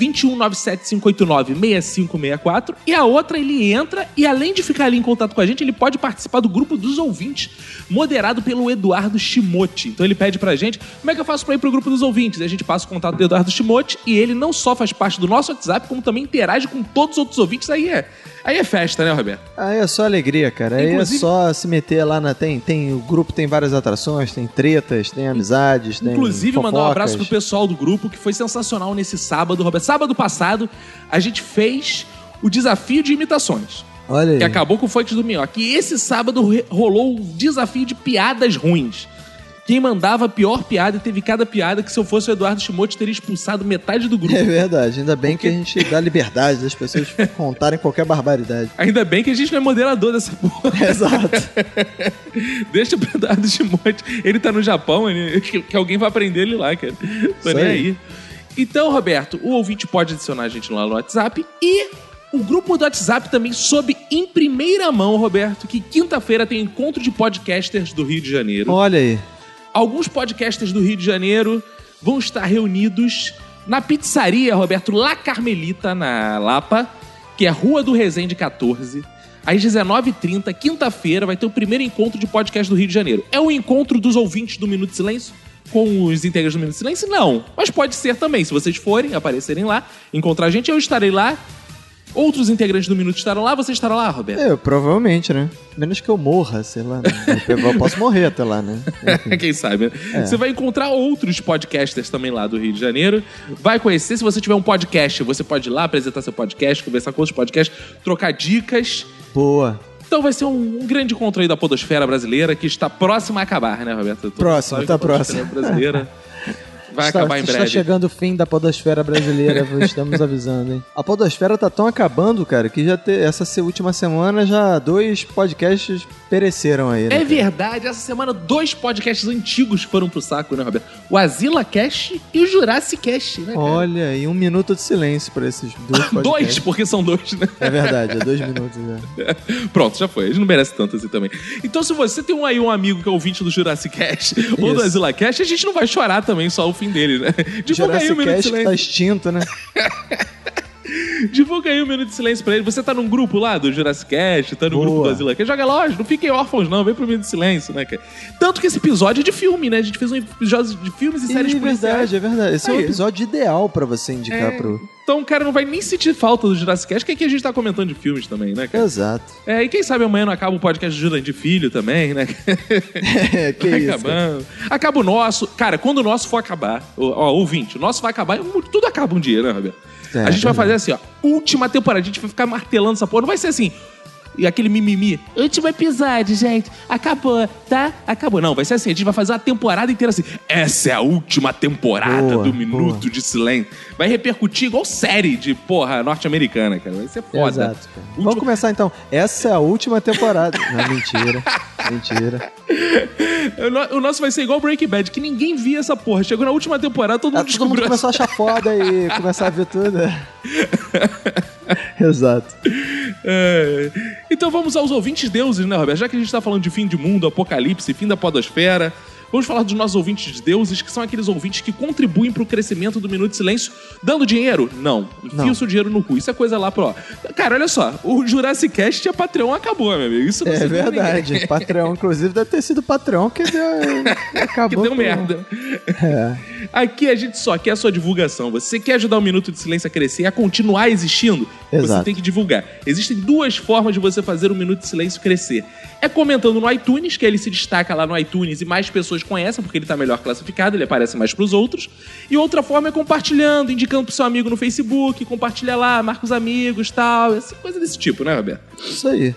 Speaker 1: 21975896564. E a outra, ele entra e além de ficar ali em contato com a gente, ele pode participar do grupo dos ouvintes, moderado pelo Eduardo Shimote. Então ele pede pra gente, como é que eu faço pra ir pro grupo dos ouvintes? E a gente passa o contato do Eduardo Shimote e ele não só faz parte do nosso WhatsApp, como também interage com todos os outros ouvintes. Aí é, aí é festa, né, Roberto?
Speaker 11: Aí é só alegria, cara. Aí
Speaker 1: Inclusive-
Speaker 11: é só se meter lá na. Tem, tem, o grupo tem várias atrações, tem tretas, tem amizades, tem.
Speaker 1: Inclusive,
Speaker 11: fofocas.
Speaker 1: mandar um abraço pro pessoal do grupo, que foi sensacional nesse sábado, Roberto. Sábado passado, a gente fez o desafio de imitações,
Speaker 11: Olha aí.
Speaker 1: que acabou com o Fontes do Minhoca. E esse sábado re- rolou o desafio de piadas ruins. quem mandava a pior piada e teve cada piada que se eu fosse o Eduardo Shimote teria expulsado metade do
Speaker 11: [laughs]
Speaker 1: grupo.
Speaker 2: [laughs] É verdade, ainda bem que a gente dá liberdade das pessoas [laughs] contarem qualquer barbaridade. [laughs]
Speaker 1: Ainda bem que a gente não é moderador dessa
Speaker 11: [laughs]
Speaker 1: porra.
Speaker 2: Exato.
Speaker 1: [laughs] Deixa pro Eduardo Shimote. Ele tá no Japão, ele- que, que alguém vai aprender ele lá, cara. Tô
Speaker 2: Isso
Speaker 1: nem
Speaker 2: aí.
Speaker 1: aí. Então, Roberto, o ouvinte pode adicionar a gente lá no WhatsApp e o grupo do WhatsApp também soube em primeira mão, Roberto, que quinta-feira tem encontro de podcasters do Rio de Janeiro.
Speaker 2: Olha aí.
Speaker 1: Alguns podcasters do Rio de Janeiro vão estar reunidos na pizzaria, Roberto, La Carmelita, na Lapa, que é Rua do Resende 14. Às 19h30, quinta-feira, vai ter o primeiro encontro de podcast do Rio de Janeiro. É o encontro dos ouvintes do Minuto de Silêncio com os integrantes do Minuto de Silêncio? Não. Mas pode ser também. Se vocês forem, aparecerem lá, encontrar a gente, eu estarei lá. Outros integrantes do Minuto estarão lá. Você estará lá, Roberto?
Speaker 2: É, provavelmente, né? Menos que eu morra, sei lá. né? Eu posso morrer até lá, né?
Speaker 1: [laughs] Quem sabe, né?
Speaker 2: É.
Speaker 1: Você vai encontrar outros podcasters também lá do Rio de Janeiro. Vai conhecer. Se você tiver um podcast, você pode ir lá apresentar seu podcast, conversar com outros podcasts, trocar dicas.
Speaker 2: Boa.
Speaker 1: Então vai ser um, um grande encontro aí da podosfera brasileira que está próximo a acabar, né, Roberto? Todo mundo
Speaker 2: Próximo,
Speaker 1: sabe que
Speaker 2: tá
Speaker 1: a podosfera
Speaker 2: próximo. [laughs]
Speaker 1: brasileira vai
Speaker 2: Está-
Speaker 1: acabar em breve.
Speaker 2: Está chegando o fim da
Speaker 1: [laughs]
Speaker 2: podosfera brasileira, estamos avisando, hein? A podosfera tá tão acabando, cara, que já te- essa se- última semana já dois podcasts pereceram aí, né?
Speaker 1: É verdade, essa semana dois podcasts antigos foram pro saco, né, Roberto? O Azila Cast e o Jurassic Cast, né? cara?
Speaker 2: Olha, e um minuto de silêncio pra esses dois podcasts.
Speaker 1: [laughs] dois, porque são dois, né?
Speaker 2: É verdade, é dois minutos já.
Speaker 1: Pronto, já foi. A gente não merece tanto assim também. Então, se você tem um, aí um amigo que é ouvinte do Jurassic Cast ou do
Speaker 2: Isso.
Speaker 1: Azila Cast, a gente não vai chorar também só o fim dele,
Speaker 2: [laughs]
Speaker 1: né? Divulga aí
Speaker 2: Jurassic
Speaker 1: o Minuto de
Speaker 2: Cast tá
Speaker 1: Silêncio.
Speaker 2: extinto, né?
Speaker 1: Divulga aí o Minuto de Silêncio pra ele. Você tá num grupo lá do Jurassic Cast, tá no grupo do Azila Cast. Joga lá, ó, não fiquem órfãos não, vem pro Minuto de Silêncio, né, cara? Tanto que esse episódio é de filme, né? A gente fez um episódio de filmes e
Speaker 2: Ih,
Speaker 1: séries
Speaker 2: é
Speaker 1: policiais.
Speaker 2: verdade, é verdade. Esse é
Speaker 1: Aí.
Speaker 2: o episódio ideal pra você indicar pro...
Speaker 1: Então o cara não vai nem sentir falta do Jurassic Cast, que aqui a gente tá comentando de filmes também, né, cara?
Speaker 2: Exato. [laughs]
Speaker 1: É, e quem sabe amanhã não acaba o podcast do Jurandir Filho também, né?
Speaker 2: É, [laughs] que
Speaker 1: Vai
Speaker 2: isso, cara.
Speaker 1: acabando. Acaba o nosso. Cara, quando o nosso for acabar, ó, ó, ouvinte, o nosso vai acabar, tudo acaba um dia, né, Roberto?
Speaker 2: É,
Speaker 1: a gente vai
Speaker 2: verdade.
Speaker 1: fazer assim, ó. Última temporada, a gente vai ficar martelando essa porra. Não vai ser assim. E aquele mimimi. Último episódio, gente. Acabou, tá? Acabou. Não, vai ser assim. A gente vai fazer uma temporada inteira assim. Essa é a última temporada
Speaker 2: Boa,
Speaker 1: do Minuto de Silêncio. Vai repercutir igual série de, porra, norte-americana, cara. Vai ser foda.
Speaker 2: Exato, cara.
Speaker 1: Última-
Speaker 2: Vamos começar então. Essa é a última temporada. Não,
Speaker 1: [laughs]
Speaker 2: mentira. Mentira.
Speaker 1: O no- O nosso vai ser igual Breaking Bad, que ninguém via essa porra. Chegou na última temporada, todo mundo
Speaker 2: Ah, todo mundo
Speaker 1: descobriu.
Speaker 2: começou a achar foda
Speaker 1: [laughs]
Speaker 2: e começar a ver tudo. é. Exato.
Speaker 1: É. Então vamos aos ouvintes deuses, né, Roberto? Já que a gente tá falando de fim de mundo, apocalipse, fim da podosfera, vamos falar dos nossos ouvintes de deuses, que são aqueles ouvintes que contribuem pro crescimento do Minuto de Silêncio, dando dinheiro? Não. Enfia
Speaker 2: Não.
Speaker 1: o seu dinheiro no cu. Isso é coisa lá pro... Cara, olha só, o Jurassic Cast e a Patreon acabou, meu amigo. Isso não
Speaker 2: É
Speaker 1: se viu
Speaker 2: verdade.
Speaker 1: ninguém.
Speaker 2: Patreon, inclusive, deve ter sido o Patreon
Speaker 1: [laughs]
Speaker 2: que deu.
Speaker 1: Que
Speaker 2: Acabou
Speaker 1: deu
Speaker 2: com-
Speaker 1: merda.
Speaker 2: É.
Speaker 1: Aqui a gente só quer a sua divulgação. Você quer ajudar o Minuto de Silêncio a crescer, a continuar existindo? Você
Speaker 2: Exato.
Speaker 1: tem que divulgar. Existem duas formas de você fazer o Minuto de Silêncio crescer. É comentando no iTunes, que ele se destaca lá no iTunes e mais pessoas conhecem, porque ele tá melhor classificado, ele aparece mais pros outros. E outra forma é compartilhando, indicando pro seu amigo no Facebook, compartilha lá, marca os amigos, tal, essa coisa desse tipo, né, Roberto?
Speaker 2: Isso aí.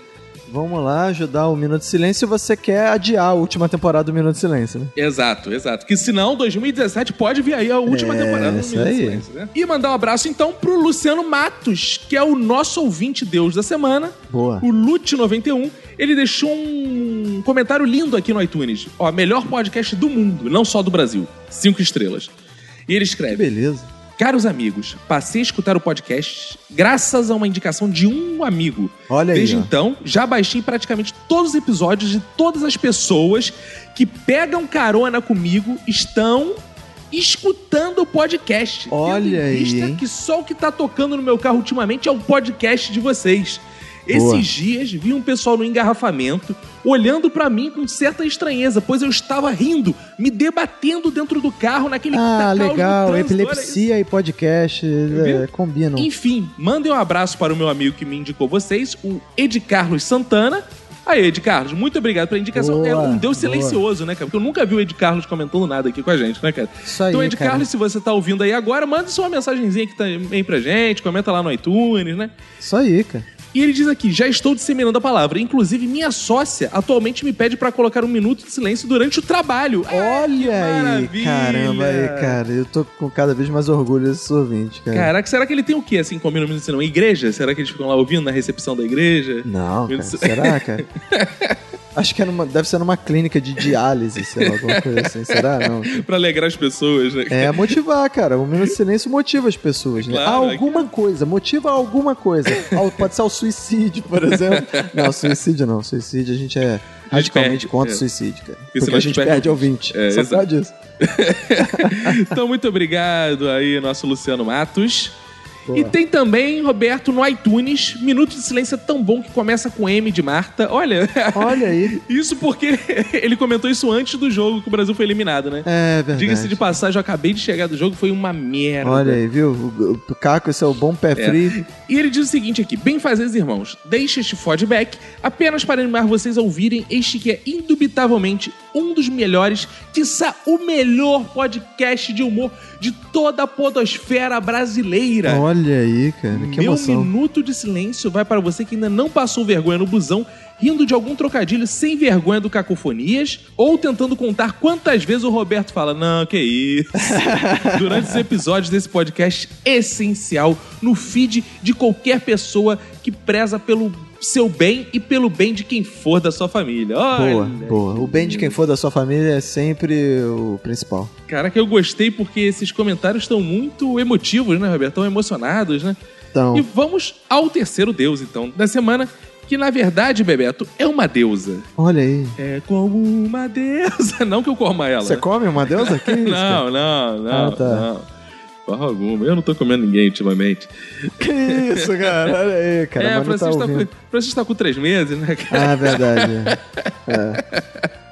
Speaker 2: Vamos lá ajudar o Minuto de Silêncio se você quer adiar a última temporada do Minuto de Silêncio, né?
Speaker 1: Exato, exato. Que senão 2017 pode vir aí a última
Speaker 2: É,
Speaker 1: temporada do
Speaker 2: isso
Speaker 1: Minuto de
Speaker 2: aí.
Speaker 1: Silêncio, né? E mandar um abraço então pro Luciano Matos, que é o nosso ouvinte Deus da semana,
Speaker 2: Boa.
Speaker 1: o Lute91. Ele deixou um comentário lindo aqui no iTunes. Ó, melhor podcast do mundo, não só do Brasil. Cinco estrelas. E ele
Speaker 2: Que
Speaker 1: escreve:
Speaker 2: beleza.
Speaker 1: Caros amigos, passei a escutar o podcast graças a uma indicação de um amigo.
Speaker 2: Olha aí.
Speaker 1: Desde
Speaker 2: ó.
Speaker 1: então, já baixei praticamente todos os episódios de todas as pessoas que pegam carona comigo estão escutando o podcast.
Speaker 2: Olha
Speaker 1: Tendo em
Speaker 2: aí,
Speaker 1: vista
Speaker 2: hein?
Speaker 1: que só o que tá tocando no meu carro ultimamente é o podcast de vocês.
Speaker 2: Boa.
Speaker 1: Esses dias vi um pessoal no engarrafamento olhando pra mim com certa estranheza, pois eu estava rindo, me debatendo dentro do carro naquele
Speaker 2: Ah,
Speaker 1: caos do
Speaker 2: legal.
Speaker 1: trânsito. Olha isso.
Speaker 2: Epilepsia e podcast é, combinam.
Speaker 1: Enfim, mandem um abraço para o meu amigo que me indicou vocês, o Ed Carlos Santana. Aí, Ed Carlos, muito obrigado pela indicação.
Speaker 2: Boa,
Speaker 1: é um Deus
Speaker 2: boa.
Speaker 1: silencioso, né, cara? Porque eu nunca vi o Ed Carlos comentando nada aqui com a gente, né, cara?
Speaker 2: Isso aí,
Speaker 1: então, Ed
Speaker 2: cara.
Speaker 1: Carlos, se você tá ouvindo aí agora, manda só uma mensagenzinha aqui também pra gente, comenta lá no iTunes, né?
Speaker 2: Isso aí, cara.
Speaker 1: E ele diz aqui: já estou disseminando a palavra. Inclusive, minha sócia atualmente me pede pra colocar um minuto de silêncio durante o trabalho.
Speaker 2: Olha aí,
Speaker 1: É, maravilha!
Speaker 2: caramba, aí, cara. Eu tô com cada vez mais orgulho desse ouvinte, cara.
Speaker 1: Caraca, será que ele tem o quê, assim, combina minuto de silêncio? Igreja? Será que eles ficam lá ouvindo na recepção da igreja?
Speaker 2: Não, cara.
Speaker 1: Isso-
Speaker 2: Será,
Speaker 1: [laughs]
Speaker 2: cara? Acho que é numa- deve ser numa clínica de diálise, sei lá, alguma coisa assim. Será? Não.
Speaker 1: pra alegrar as pessoas, né?
Speaker 2: É motivar, cara. O minuto de silêncio motiva as pessoas, né?
Speaker 1: Claro, é
Speaker 2: alguma coisa, motiva alguma coisa. Ao- pode ser o suicídio, por exemplo. Não, suicídio não. Suicídio a gente é radicalmente
Speaker 1: perde, é.
Speaker 2: contra o suicídio, cara.
Speaker 1: Isso
Speaker 2: Porque a
Speaker 1: nós
Speaker 2: gente
Speaker 1: perde.
Speaker 2: perde ouvinte.
Speaker 1: É,
Speaker 2: Só
Speaker 1: exato.
Speaker 2: por causa disso.
Speaker 1: Então, muito obrigado aí, nosso Luciano Matos. E tem também, Roberto, no iTunes, Minuto de Silêncio é tão bom que começa com M de Marta. Olha, [laughs]
Speaker 2: Olha aí.
Speaker 1: isso porque [laughs] ele comentou isso antes do jogo que o Brasil foi eliminado, né?
Speaker 2: É verdade.
Speaker 1: Diga-se de passagem, eu acabei de chegar do jogo, foi uma merda.
Speaker 2: Olha aí, viu? O, o Caco, esse é o bom pé
Speaker 1: É.
Speaker 2: frio.
Speaker 1: E ele diz o seguinte aqui: bem fazeres irmãos, deixe este feedback apenas para animar vocês a ouvirem este que é indubitavelmente um dos melhores, quiçá o melhor podcast de humor de toda a podosfera brasileira.
Speaker 2: Olha aí, cara. Que
Speaker 1: Meu
Speaker 2: emoção.
Speaker 1: minuto de silêncio vai para você que ainda não passou vergonha no busão, rindo de algum trocadilho sem vergonha do Cacofonias, ou tentando contar quantas vezes o Roberto fala: Não, que isso.
Speaker 2: [laughs]
Speaker 1: Durante os episódios desse podcast essencial no feed de qualquer pessoa que preza pelo seu bem e pelo bem de quem for da sua família. Olha.
Speaker 2: Boa, boa. O bem de quem for da sua família é sempre o principal.
Speaker 1: Caraca, eu gostei porque esses comentários estão muito emotivos, né, Roberto? Estão emocionados, né?
Speaker 2: Então,
Speaker 1: E vamos ao terceiro deus, então, da semana, que na verdade, Bebeto, é uma deusa.
Speaker 2: olha aí.
Speaker 1: É como uma deusa. [laughs] Não que eu coma ela.
Speaker 2: Você come uma deusa? [laughs] Que isso?
Speaker 1: não,
Speaker 2: cara?
Speaker 1: não, não,
Speaker 2: Ah, tá.
Speaker 1: não. Porra alguma. Eu não tô comendo ninguém ultimamente.
Speaker 2: Que isso, cara? Olha aí, cara.
Speaker 1: é,
Speaker 2: mas não tá
Speaker 1: Francisco tá,
Speaker 2: ouvindo.
Speaker 1: com- Francisco tá com três meses, né, cara?
Speaker 2: Ah, verdade. É.
Speaker 1: [laughs]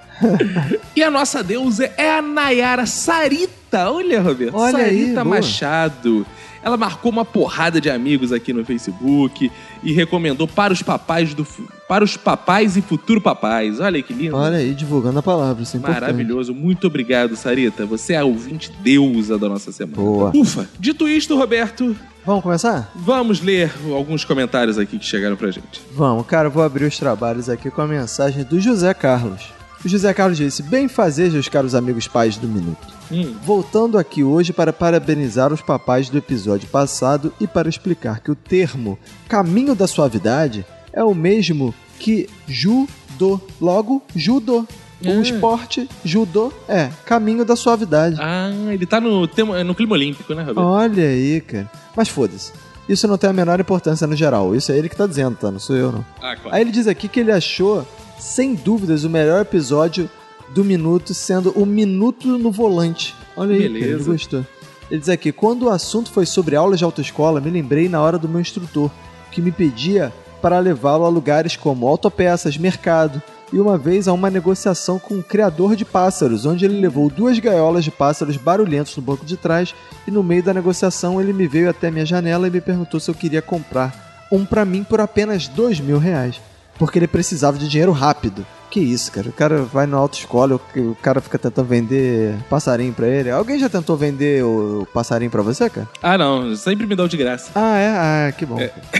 Speaker 1: E a nossa deusa é a Nayara Sarita. Olha, Roberto.
Speaker 2: Olha aí,
Speaker 1: Sarita
Speaker 2: boa.
Speaker 1: Machado. Ela marcou uma porrada de amigos aqui no Facebook e recomendou para os papais do fu- para os papais e futuro papais. Olha que lindo.
Speaker 2: Olha aí, divulgando a palavra, isso é importante.
Speaker 1: Maravilhoso. Muito obrigado, Sarita. Você é a ouvinte deusa da nossa semana.
Speaker 2: Boa.
Speaker 1: Ufa. Dito isto, Roberto,
Speaker 2: Vamos começar?
Speaker 1: vamos ler alguns comentários aqui que chegaram pra gente.
Speaker 2: Vamos, cara, eu vou abrir os trabalhos aqui com a mensagem do José Carlos. O José Carlos disse: Bem fazer, meus caros amigos pais do Minuto.
Speaker 1: Hum.
Speaker 2: Voltando aqui hoje para parabenizar os papais do episódio passado e para explicar que o termo caminho da suavidade é o mesmo que judô. Logo, judô. O esporte judô é caminho da suavidade.
Speaker 1: Ah, ele tá no, tema, no clima olímpico, né, Roberto?
Speaker 2: Olha aí, cara. Mas foda-se. Isso não tem a menor importância no geral. Isso é ele que tá dizendo, tá? Não sou eu, não.
Speaker 1: Ah, claro.
Speaker 2: Aí ele diz aqui que ele achou, sem dúvidas, o melhor episódio do Minuto, sendo o Minuto no Volante. Olha aí, cara, ele
Speaker 1: Beleza.
Speaker 2: gostou. Ele diz aqui, quando o assunto foi sobre aulas de autoescola, me lembrei na hora do meu instrutor, que me pedia para levá-lo a lugares como autopeças, mercado, e uma vez a uma negociação com um criador de pássaros, onde ele levou duas gaiolas de pássaros barulhentos no banco de trás, e no meio da negociação ele me veio até minha janela e me perguntou se eu queria comprar um pra mim por apenas dois mil reais, porque ele precisava de dinheiro rápido. Que isso, cara? O cara vai na autoescola, o o cara fica tentando vender passarinho pra ele. Alguém já tentou vender o passarinho pra você, cara?
Speaker 1: Ah, não. Sempre me dá o de graça.
Speaker 2: Ah, é? Ah, que bom. [laughs]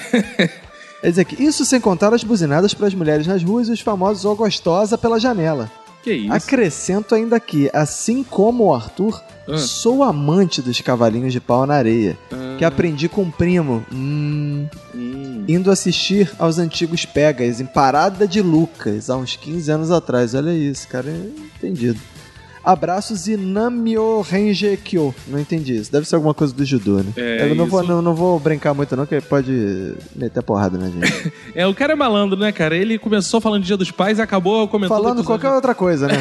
Speaker 2: Ele diz aqui, isso sem contar as buzinadas pras mulheres nas ruas e os famosos ó gostosa pela janela.
Speaker 1: Que isso.
Speaker 2: Acrescento ainda que, assim como o Arthur,
Speaker 1: Ah.
Speaker 2: sou amante dos cavalinhos de pau na areia, que aprendi com um primo, hum,
Speaker 1: Hum.
Speaker 2: indo assistir aos antigos Pegas em Parada de Lucas, há uns 15 anos atrás. Olha isso, cara, entendido. Abraços e Namio Rengekyo. Não entendi isso. Deve ser alguma coisa do judô, né?
Speaker 1: É,
Speaker 2: Eu não vou,
Speaker 1: isso.
Speaker 2: não, não vou brincar muito não, que pode meter porrada na
Speaker 1: [laughs]
Speaker 2: gente.
Speaker 1: É, o cara é malandro, né, cara? Ele começou falando de Dia dos Pais e acabou comentando...
Speaker 2: Falando
Speaker 1: episódio.
Speaker 2: qualquer outra coisa, né?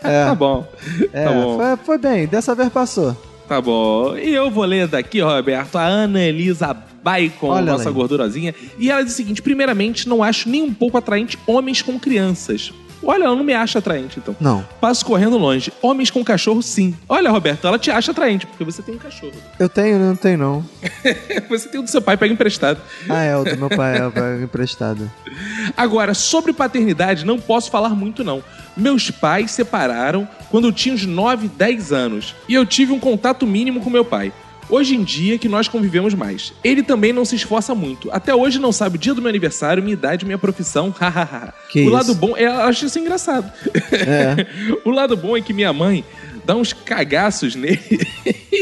Speaker 1: Tá bom.
Speaker 2: É,
Speaker 1: [laughs] tá bom.
Speaker 2: Foi, foi bem, dessa vez passou.
Speaker 1: Tá bom. E eu vou ler daqui, Roberto, a Ana Elisa Baicon,
Speaker 2: Olha
Speaker 1: nossa
Speaker 2: ela aí.
Speaker 1: gordurosinha. E ela diz o seguinte: primeiramente, não acho nem um pouco atraente homens com crianças. Olha, ela não me acha atraente, então.
Speaker 2: Não,
Speaker 1: Passo correndo longe. Homens com cachorro, sim. Olha, Roberto, ela te acha atraente, porque você tem um cachorro. [laughs] um
Speaker 2: eu tenho, não tenho não.
Speaker 1: Você tem o do seu pai, pega emprestado.
Speaker 2: Ah, é, o do meu pai é o pai emprestado.
Speaker 1: Agora, sobre paternidade, não posso falar muito, não. Meus pais separaram quando eu tinha uns 9, 10 anos. E eu tive um contato mínimo com meu pai. Hoje em dia que nós convivemos mais. Ele também não se esforça muito. Até hoje não sabe o dia do meu aniversário, minha idade, minha profissão. [laughs] Hahaha.
Speaker 2: Que
Speaker 1: o
Speaker 2: isso?
Speaker 1: lado bom, é, eu acho isso engraçado. [laughs] o lado bom é que minha mãe dá uns cagaços nele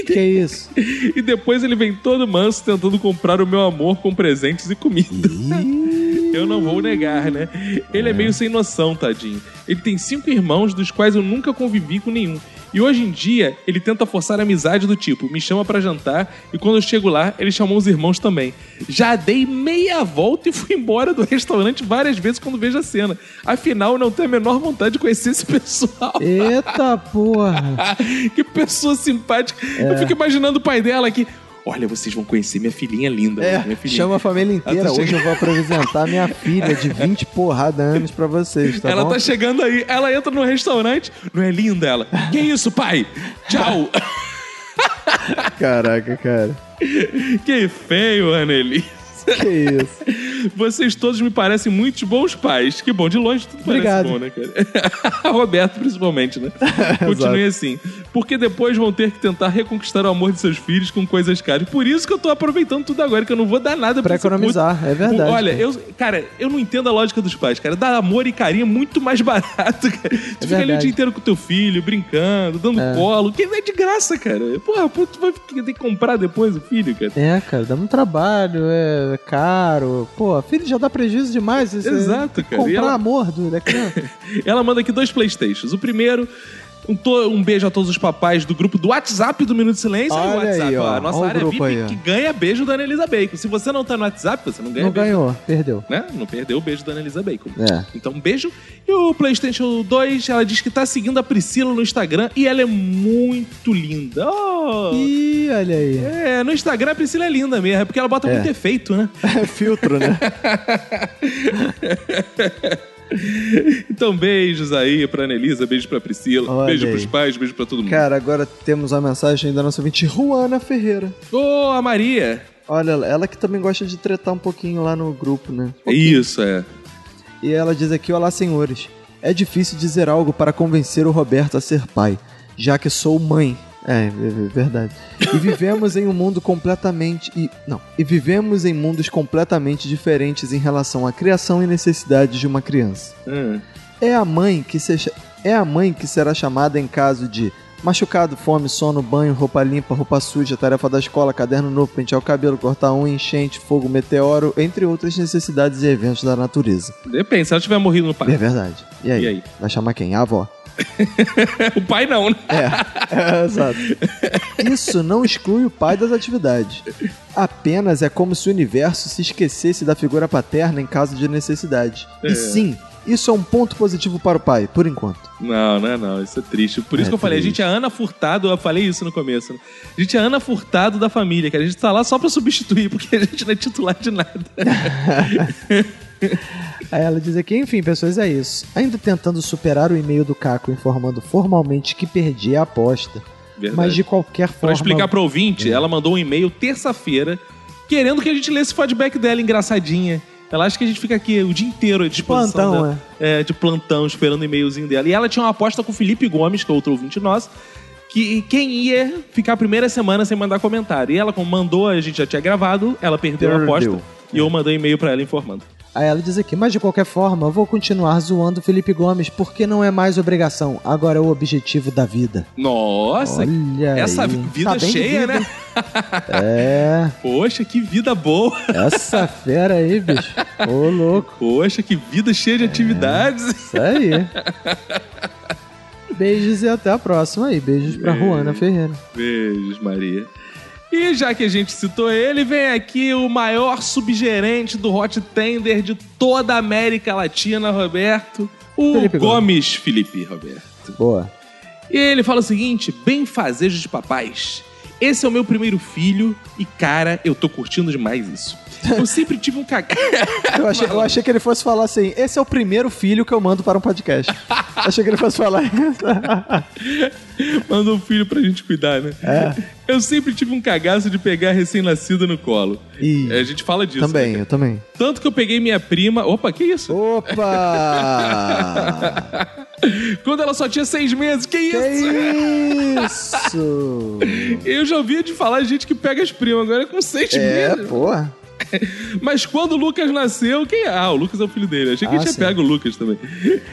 Speaker 2: Que isso?
Speaker 1: e depois ele vem todo manso tentando comprar o meu amor com presentes e comida. Eu não vou negar, né? Ele é meio sem noção, tadinho. Ele tem cinco irmãos, dos quais eu nunca convivi com nenhum. E hoje em dia, ele tenta forçar amizade do tipo, me chama pra jantar, e quando eu chego lá, ele chamou os irmãos também. Já dei meia volta e fui embora do restaurante várias vezes quando vejo a cena. Afinal, não tenho a menor vontade de conhecer esse pessoal.
Speaker 2: Eita porra.
Speaker 1: [laughs] que pessoa simpática.
Speaker 2: É.
Speaker 1: Eu fico imaginando o pai dela aqui. Olha, vocês vão conhecer minha filhinha linda. né? minha
Speaker 2: É,
Speaker 1: filhinha.
Speaker 2: chama a família
Speaker 1: Ela
Speaker 2: inteira.
Speaker 1: tá
Speaker 2: Hoje eu vou apresentar minha filha de 20 porrada anos pra vocês, tá
Speaker 1: ela
Speaker 2: bom?
Speaker 1: tá chegando aí, ela entra no restaurante, não é linda
Speaker 2: [laughs]
Speaker 1: ela? Que isso, pai? Tchau!
Speaker 2: Caraca, cara.
Speaker 1: que feio, Anneli.
Speaker 2: Que isso.
Speaker 1: [laughs] tá Vocês todos me parecem muito bons pais. Que bom, de longe tudo
Speaker 2: Obrigado.
Speaker 1: parece bom, né, cara? [laughs] Roberto, principalmente,
Speaker 2: [laughs]
Speaker 1: né? Continue assim. Porque depois vão ter que tentar reconquistar o amor de seus filhos com coisas caras. Por isso que eu tô aproveitando tudo agora, que eu não vou dar nada
Speaker 2: Pra
Speaker 1: esse puto.
Speaker 2: economizar, é verdade.
Speaker 1: Olha,
Speaker 2: cara.
Speaker 1: eu, cara, eu não entendo a lógica dos pais, cara. Dá amor e carinho muito mais [laughs] barato, cara. Tu fica ali o
Speaker 2: é verdade.
Speaker 1: dia inteiro com teu filho, brincando, dando
Speaker 2: É.
Speaker 1: colo, que é de graça, cara. Porra, pô, tu vai ter que comprar depois o filho, cara.
Speaker 2: É, cara, dá muito trabalho, é caro. Pô, filho já dá prejuízo demais. isso é-
Speaker 1: Exato, cara.
Speaker 2: Comprar
Speaker 1: E ela-
Speaker 2: amor do, da criança.
Speaker 1: Ela manda aqui dois Playstations. O primeiro. Um, to- um beijo a todos os [laughs] papais do grupo do WhatsApp do Minuto de Silêncio. Aí o
Speaker 2: Olha
Speaker 1: WhatsApp,
Speaker 2: aí, ó.
Speaker 1: a nossa
Speaker 2: Olha o
Speaker 1: área
Speaker 2: grupo
Speaker 1: VIP
Speaker 2: aí, ó.
Speaker 1: que ganha beijo da Anelisa Bacon. Se você não tá no WhatsApp, você não ganha
Speaker 2: Não
Speaker 1: beijo.
Speaker 2: ganhou, perdeu.
Speaker 1: né? Não perdeu o beijo da Annalisa Bacon.
Speaker 2: É.
Speaker 1: Então, um beijo. E o PlayStation 2, ela diz que tá seguindo a Priscila no Instagram e ela é muito linda. Oh!
Speaker 2: Ih, olha aí.
Speaker 1: É, no Instagram a Priscila é linda mesmo, é porque ela bota
Speaker 2: É.
Speaker 1: muito efeito, né? [laughs]
Speaker 2: É filtro, né?
Speaker 1: Então, beijos aí pra Anelisa, beijo pra Priscila,
Speaker 2: [laughs] Olha
Speaker 1: beijo
Speaker 2: aí.
Speaker 1: pros pais, beijo pra todo mundo.
Speaker 2: Cara, agora temos a mensagem da nossa ouvinte, Juana Ferreira.
Speaker 1: Ô, a Maria!
Speaker 2: Olha, ela- ela que também gosta de tretar um pouquinho lá no grupo, né?
Speaker 1: Isso, é.
Speaker 2: E ela diz aqui: Olá, senhores. É difícil dizer algo para convencer o Roberto a ser pai, já que sou mãe. É, é verdade. E vivemos em um mundo completamente. E, não. E vivemos em mundos completamente diferentes em relação à criação e necessidades de uma criança.
Speaker 1: Hum.
Speaker 2: É a mãe que seja. É a mãe que será chamada em caso de machucado, fome, sono, banho, roupa limpa, roupa suja, tarefa da escola, caderno novo, pentear o cabelo, cortar unha, enchente, fogo, meteoro, entre outras necessidades e eventos da natureza.
Speaker 1: Depende, se ela tiver morrido no pai.
Speaker 2: É verdade. E aí?
Speaker 1: E aí?
Speaker 2: Vai chamar quem? A avó?
Speaker 1: [laughs] o pai não, né?
Speaker 2: É, exato. Isso não exclui o pai das atividades. Apenas é como se o universo se esquecesse da figura paterna em caso de necessidade.
Speaker 1: É.
Speaker 2: E sim, isso é um ponto positivo para o pai, por enquanto.
Speaker 1: Não, não é não, isso é triste. Por isso
Speaker 2: É
Speaker 1: que eu falei, a
Speaker 2: triste.
Speaker 1: gente é Ana Furtado, eu falei isso no começo, né? A gente é Ana Furtado da família, cara. A gente tá lá só pra substituir, [laughs] porque a gente não é titular de nada.
Speaker 2: Aí ela diz aqui, enfim, pessoas, é isso. Ainda tentando superar o e-mail do Caco informando formalmente que perdi a aposta.
Speaker 1: Verdade.
Speaker 2: Mas de qualquer
Speaker 1: Pra
Speaker 2: forma. É.
Speaker 1: explicar pro ouvinte, ela mandou um e-mail terça-feira, querendo que a gente lesse o feedback dela, engraçadinha. Ela acha que a gente fica aqui o dia inteiro à disposição
Speaker 2: Plantão,
Speaker 1: dela. é, de plantão, esperando o e-mailzinho dela. E ela tinha uma aposta com o Felipe Gomes, que é outro ouvinte nosso, que quem ia ficar a primeira semana sem mandar comentário. E ela, como mandou, a gente já tinha gravado, ela perdeu, a
Speaker 2: Perdeu.
Speaker 1: aposta. E eu mandei um e-mail pra ela informando.
Speaker 2: Aí ela diz aqui, mas de qualquer forma, vou continuar zoando o Felipe Gomes, porque não é mais obrigação, agora é o objetivo da vida.
Speaker 1: Nossa,
Speaker 2: Olha
Speaker 1: essa
Speaker 2: aí.
Speaker 1: vida
Speaker 2: Tá bem de
Speaker 1: cheia,
Speaker 2: vida,
Speaker 1: né? [laughs]
Speaker 2: hein? É,
Speaker 1: Poxa, que vida boa!
Speaker 2: [laughs] essa fera aí, bicho. Ô, louco,
Speaker 1: Poxa, que vida cheia de atividades!
Speaker 2: É,
Speaker 1: [laughs]
Speaker 2: isso aí. Beijos e até a próxima aí. Beijos pra Juana Ferreira.
Speaker 1: Beijos, Maria. E já que a gente citou ele, vem aqui o maior subgerente do hot tender de toda a América Latina, Roberto. O
Speaker 2: Felipe
Speaker 1: Gomes, Felipe Roberto.
Speaker 2: Boa.
Speaker 1: E ele fala o seguinte: bem fazejos de papais. Esse é o meu primeiro filho e, cara, eu tô curtindo demais isso. Eu sempre tive um cagado.
Speaker 2: Eu achei, eu achei que ele fosse falar assim: esse é o primeiro filho que eu mando para um
Speaker 1: [laughs]
Speaker 2: podcast. achei que ele fosse falar [laughs]
Speaker 1: Manda um filho pra gente cuidar, né?
Speaker 2: É,
Speaker 1: Eu sempre tive um cagaço de pegar recém-nascido no colo. É,
Speaker 2: Ih,
Speaker 1: A gente fala disso.
Speaker 2: também,
Speaker 1: né,
Speaker 2: eu também.
Speaker 1: cara? Tanto que eu peguei minha prima. Opa, que isso?
Speaker 2: Opa! [laughs]
Speaker 1: Quando ela só tinha seis meses. Que
Speaker 2: que
Speaker 1: isso?
Speaker 2: isso?
Speaker 1: Eu já ouvia de falar de gente que pega as primas, agora é com seis
Speaker 2: É,
Speaker 1: meses.
Speaker 2: porra.
Speaker 1: Mas quando o Lucas nasceu, quem. Ah, o Lucas é o filho dele. Achei que
Speaker 2: Ah,
Speaker 1: ele tinha
Speaker 2: sim.
Speaker 1: pego o Lucas também.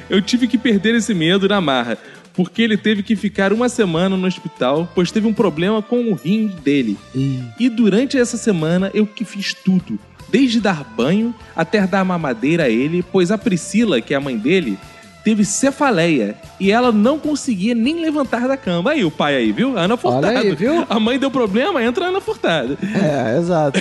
Speaker 1: Eu tive que perder esse medo na marra. Porque ele teve que ficar uma semana no hospital, pois teve um problema com o rim dele.
Speaker 2: Ih,
Speaker 1: E durante essa semana eu que fiz tudo. Desde dar banho até dar mamadeira a ele, pois a Priscila, que é a mãe dele, teve cefaleia e ela não conseguia nem levantar da cama. Aí o pai aí, viu? Ana Furtado.
Speaker 2: Olha aí, viu?
Speaker 1: A mãe deu problema, entra a Ana Furtado.
Speaker 2: É, exato.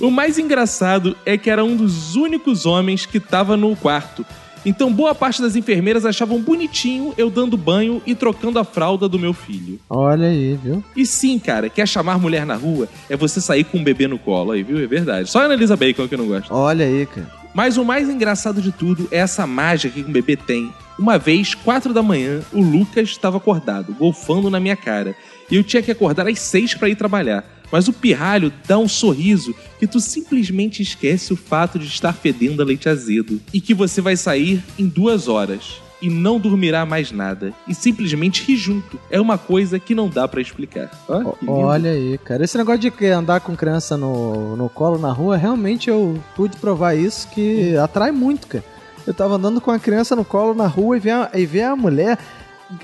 Speaker 1: O mais engraçado é que era um dos únicos homens que tava no quarto. Então boa parte das enfermeiras achavam bonitinho eu dando banho e trocando a fralda do meu filho.
Speaker 2: Olha aí, viu?
Speaker 1: E sim, cara, quer chamar mulher na rua é você sair com um bebê no colo aí, viu? É verdade. Só a Annalisa Bacon que eu não gosto.
Speaker 2: Olha aí, cara.
Speaker 1: Mas o mais engraçado de tudo é essa mágica que um bebê tem. Uma vez, quatro da manhã, o Lucas estava acordado, golfando na minha cara. E eu tinha que acordar às seis para ir trabalhar. Mas o pirralho dá um sorriso que tu simplesmente esquece o fato de estar fedendo a leite azedo. E que você vai sair em duas horas. E não dormirá mais nada. E simplesmente ri junto. É uma coisa que não dá pra explicar. Ó, que lindo.
Speaker 2: Olha aí, cara. Esse negócio de que andar com criança no, no colo na rua, realmente eu pude provar isso que atrai muito, cara. Eu tava andando com a criança no colo na rua e vi a, e vi a mulher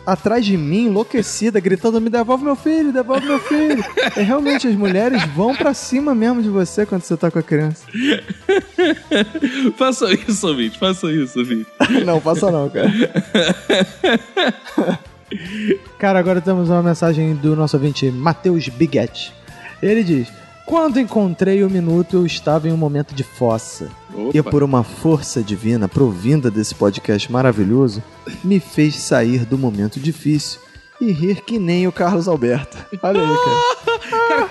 Speaker 2: atrás de mim, enlouquecida, gritando: Me devolve meu filho, devolve
Speaker 1: [laughs]
Speaker 2: meu filho. e realmente as mulheres vão pra cima mesmo de você quando você tá com a criança.
Speaker 1: faça isso, ouvinte. Faça isso, ouvinte.
Speaker 2: [laughs] Não, passa não, cara. Cara, agora temos uma mensagem do nosso ouvinte, Matheus Biguete. Ele diz: Quando encontrei o minuto, eu estava em um momento de fossa. E
Speaker 1: Opa.
Speaker 2: por uma força divina provinda desse podcast maravilhoso, me fez sair do momento difícil e rir que nem o Carlos Alberto. Olha aí, cara.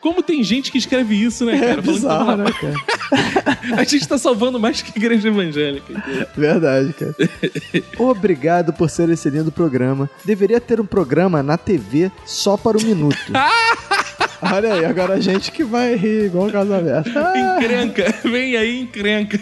Speaker 1: Como tem gente que escreve isso, né, cara?
Speaker 2: É bizarro, né, cara?
Speaker 1: A gente tá salvando mais que a igreja evangélica.
Speaker 2: Verdade, cara. Obrigado por ser esse lindo programa. Deveria ter um programa na TV só para o minuto. Olha aí, agora a gente que vai rir igual um o Carlos Alberto. Ah,
Speaker 1: Encrenca.
Speaker 2: [laughs]
Speaker 1: Vem aí, encrenca.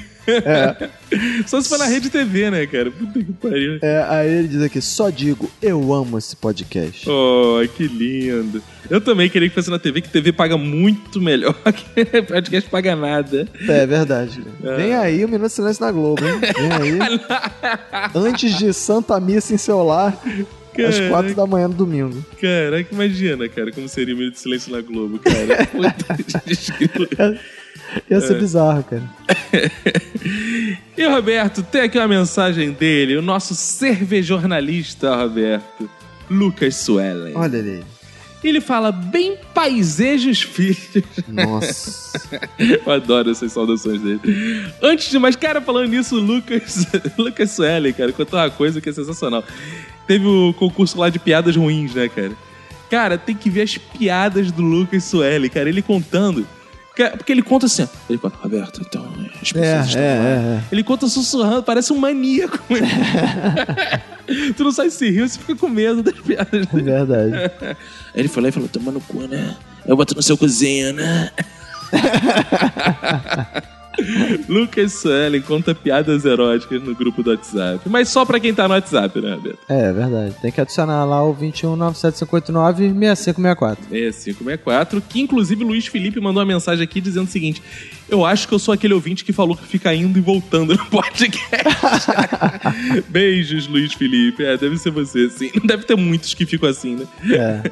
Speaker 1: Só se for na rede TV, né, cara? Puta que pariu.
Speaker 2: É, aí ele diz aqui, só digo, eu amo esse
Speaker 4: [laughs]
Speaker 2: podcast.
Speaker 1: Oh, que lindo. Eu também queria que fosse na TV, que TV paga muito melhor [laughs] que podcast paga nada.
Speaker 2: É verdade. cara. Vem aí o Minuto de Silêncio na Globo, hein? Vem aí. Antes de Santa Missa em seu lar, às
Speaker 1: Caraca.
Speaker 2: quatro da manhã do domingo.
Speaker 1: Caraca, imagina, cara, como seria o Minuto de Silêncio na Globo, cara. [laughs] Puta que
Speaker 2: Ia ser bizarro, cara.
Speaker 1: E Roberto, tem aqui uma mensagem dele, o nosso cervejornalista, Roberto, Lucas Suellen.
Speaker 2: Olha ele.
Speaker 1: Ele fala bem paisejos filhos.
Speaker 2: Nossa.
Speaker 1: [laughs] Eu adoro essas saudações dele. Antes de mais, cara, falando nisso, o Lucas, [laughs] Lucas Suellen, cara, contou uma coisa que é sensacional. Teve o concurso lá de piadas ruins, né, cara? Cara, tem que ver as piadas do Lucas Suellen, cara, ele contando. Ca- Porque ele conta assim, ó. Ele fala, Roberto, então, as pessoas
Speaker 2: É,
Speaker 1: estão
Speaker 2: é, é, é.
Speaker 1: ele conta sussurrando, parece um maníaco. [laughs] tu não sabe se riu, você fica com medo das piadas.
Speaker 2: É verdade.
Speaker 1: Aí ele foi lá e falou: toma no cu, né? Eu boto no seu cozinho, né? Lucas Suelen conta piadas eróticas no grupo do WhatsApp. Mas só pra quem tá no WhatsApp, né, Beto?
Speaker 2: É, verdade. Tem que adicionar lá o 21975896564.
Speaker 1: 6564, que inclusive o Luiz Felipe mandou uma mensagem aqui dizendo o seguinte: Eu acho que eu sou aquele ouvinte que falou que fica indo e voltando no [laughs] podcast. [laughs] Beijos, Luiz Felipe. É, deve ser você, sim. [laughs] Deve ter muitos que ficam assim, né?
Speaker 2: É.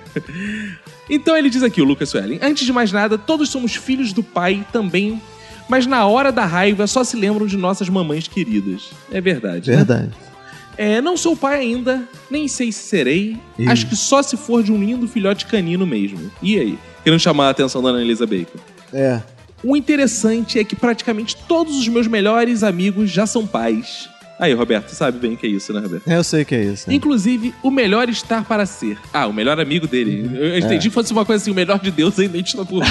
Speaker 1: Então ele diz aqui, o Lucas Suelen. Antes de mais nada, todos somos filhos do pai também, mas na hora da raiva só se lembram de nossas mamães queridas. É verdade. né?
Speaker 2: Verdade.
Speaker 1: É, não sou pai ainda, nem sei se serei.
Speaker 2: Ih.
Speaker 1: Acho que só se for de um lindo filhote canino mesmo. E aí? Querendo chamar a atenção da Annalisa Bacon.
Speaker 2: É.
Speaker 1: O interessante é que praticamente todos os meus melhores amigos já são pais. Aí, Roberto, tu sabe bem o que é isso, né, Roberto?
Speaker 2: Eu sei que é isso. né?
Speaker 1: Inclusive, o melhor estar para ser. Ah, o melhor amigo dele. Eu eu
Speaker 2: É.
Speaker 1: entendi que fosse uma coisa assim, o melhor de Deus ainda tá está
Speaker 2: [laughs]
Speaker 1: por mim.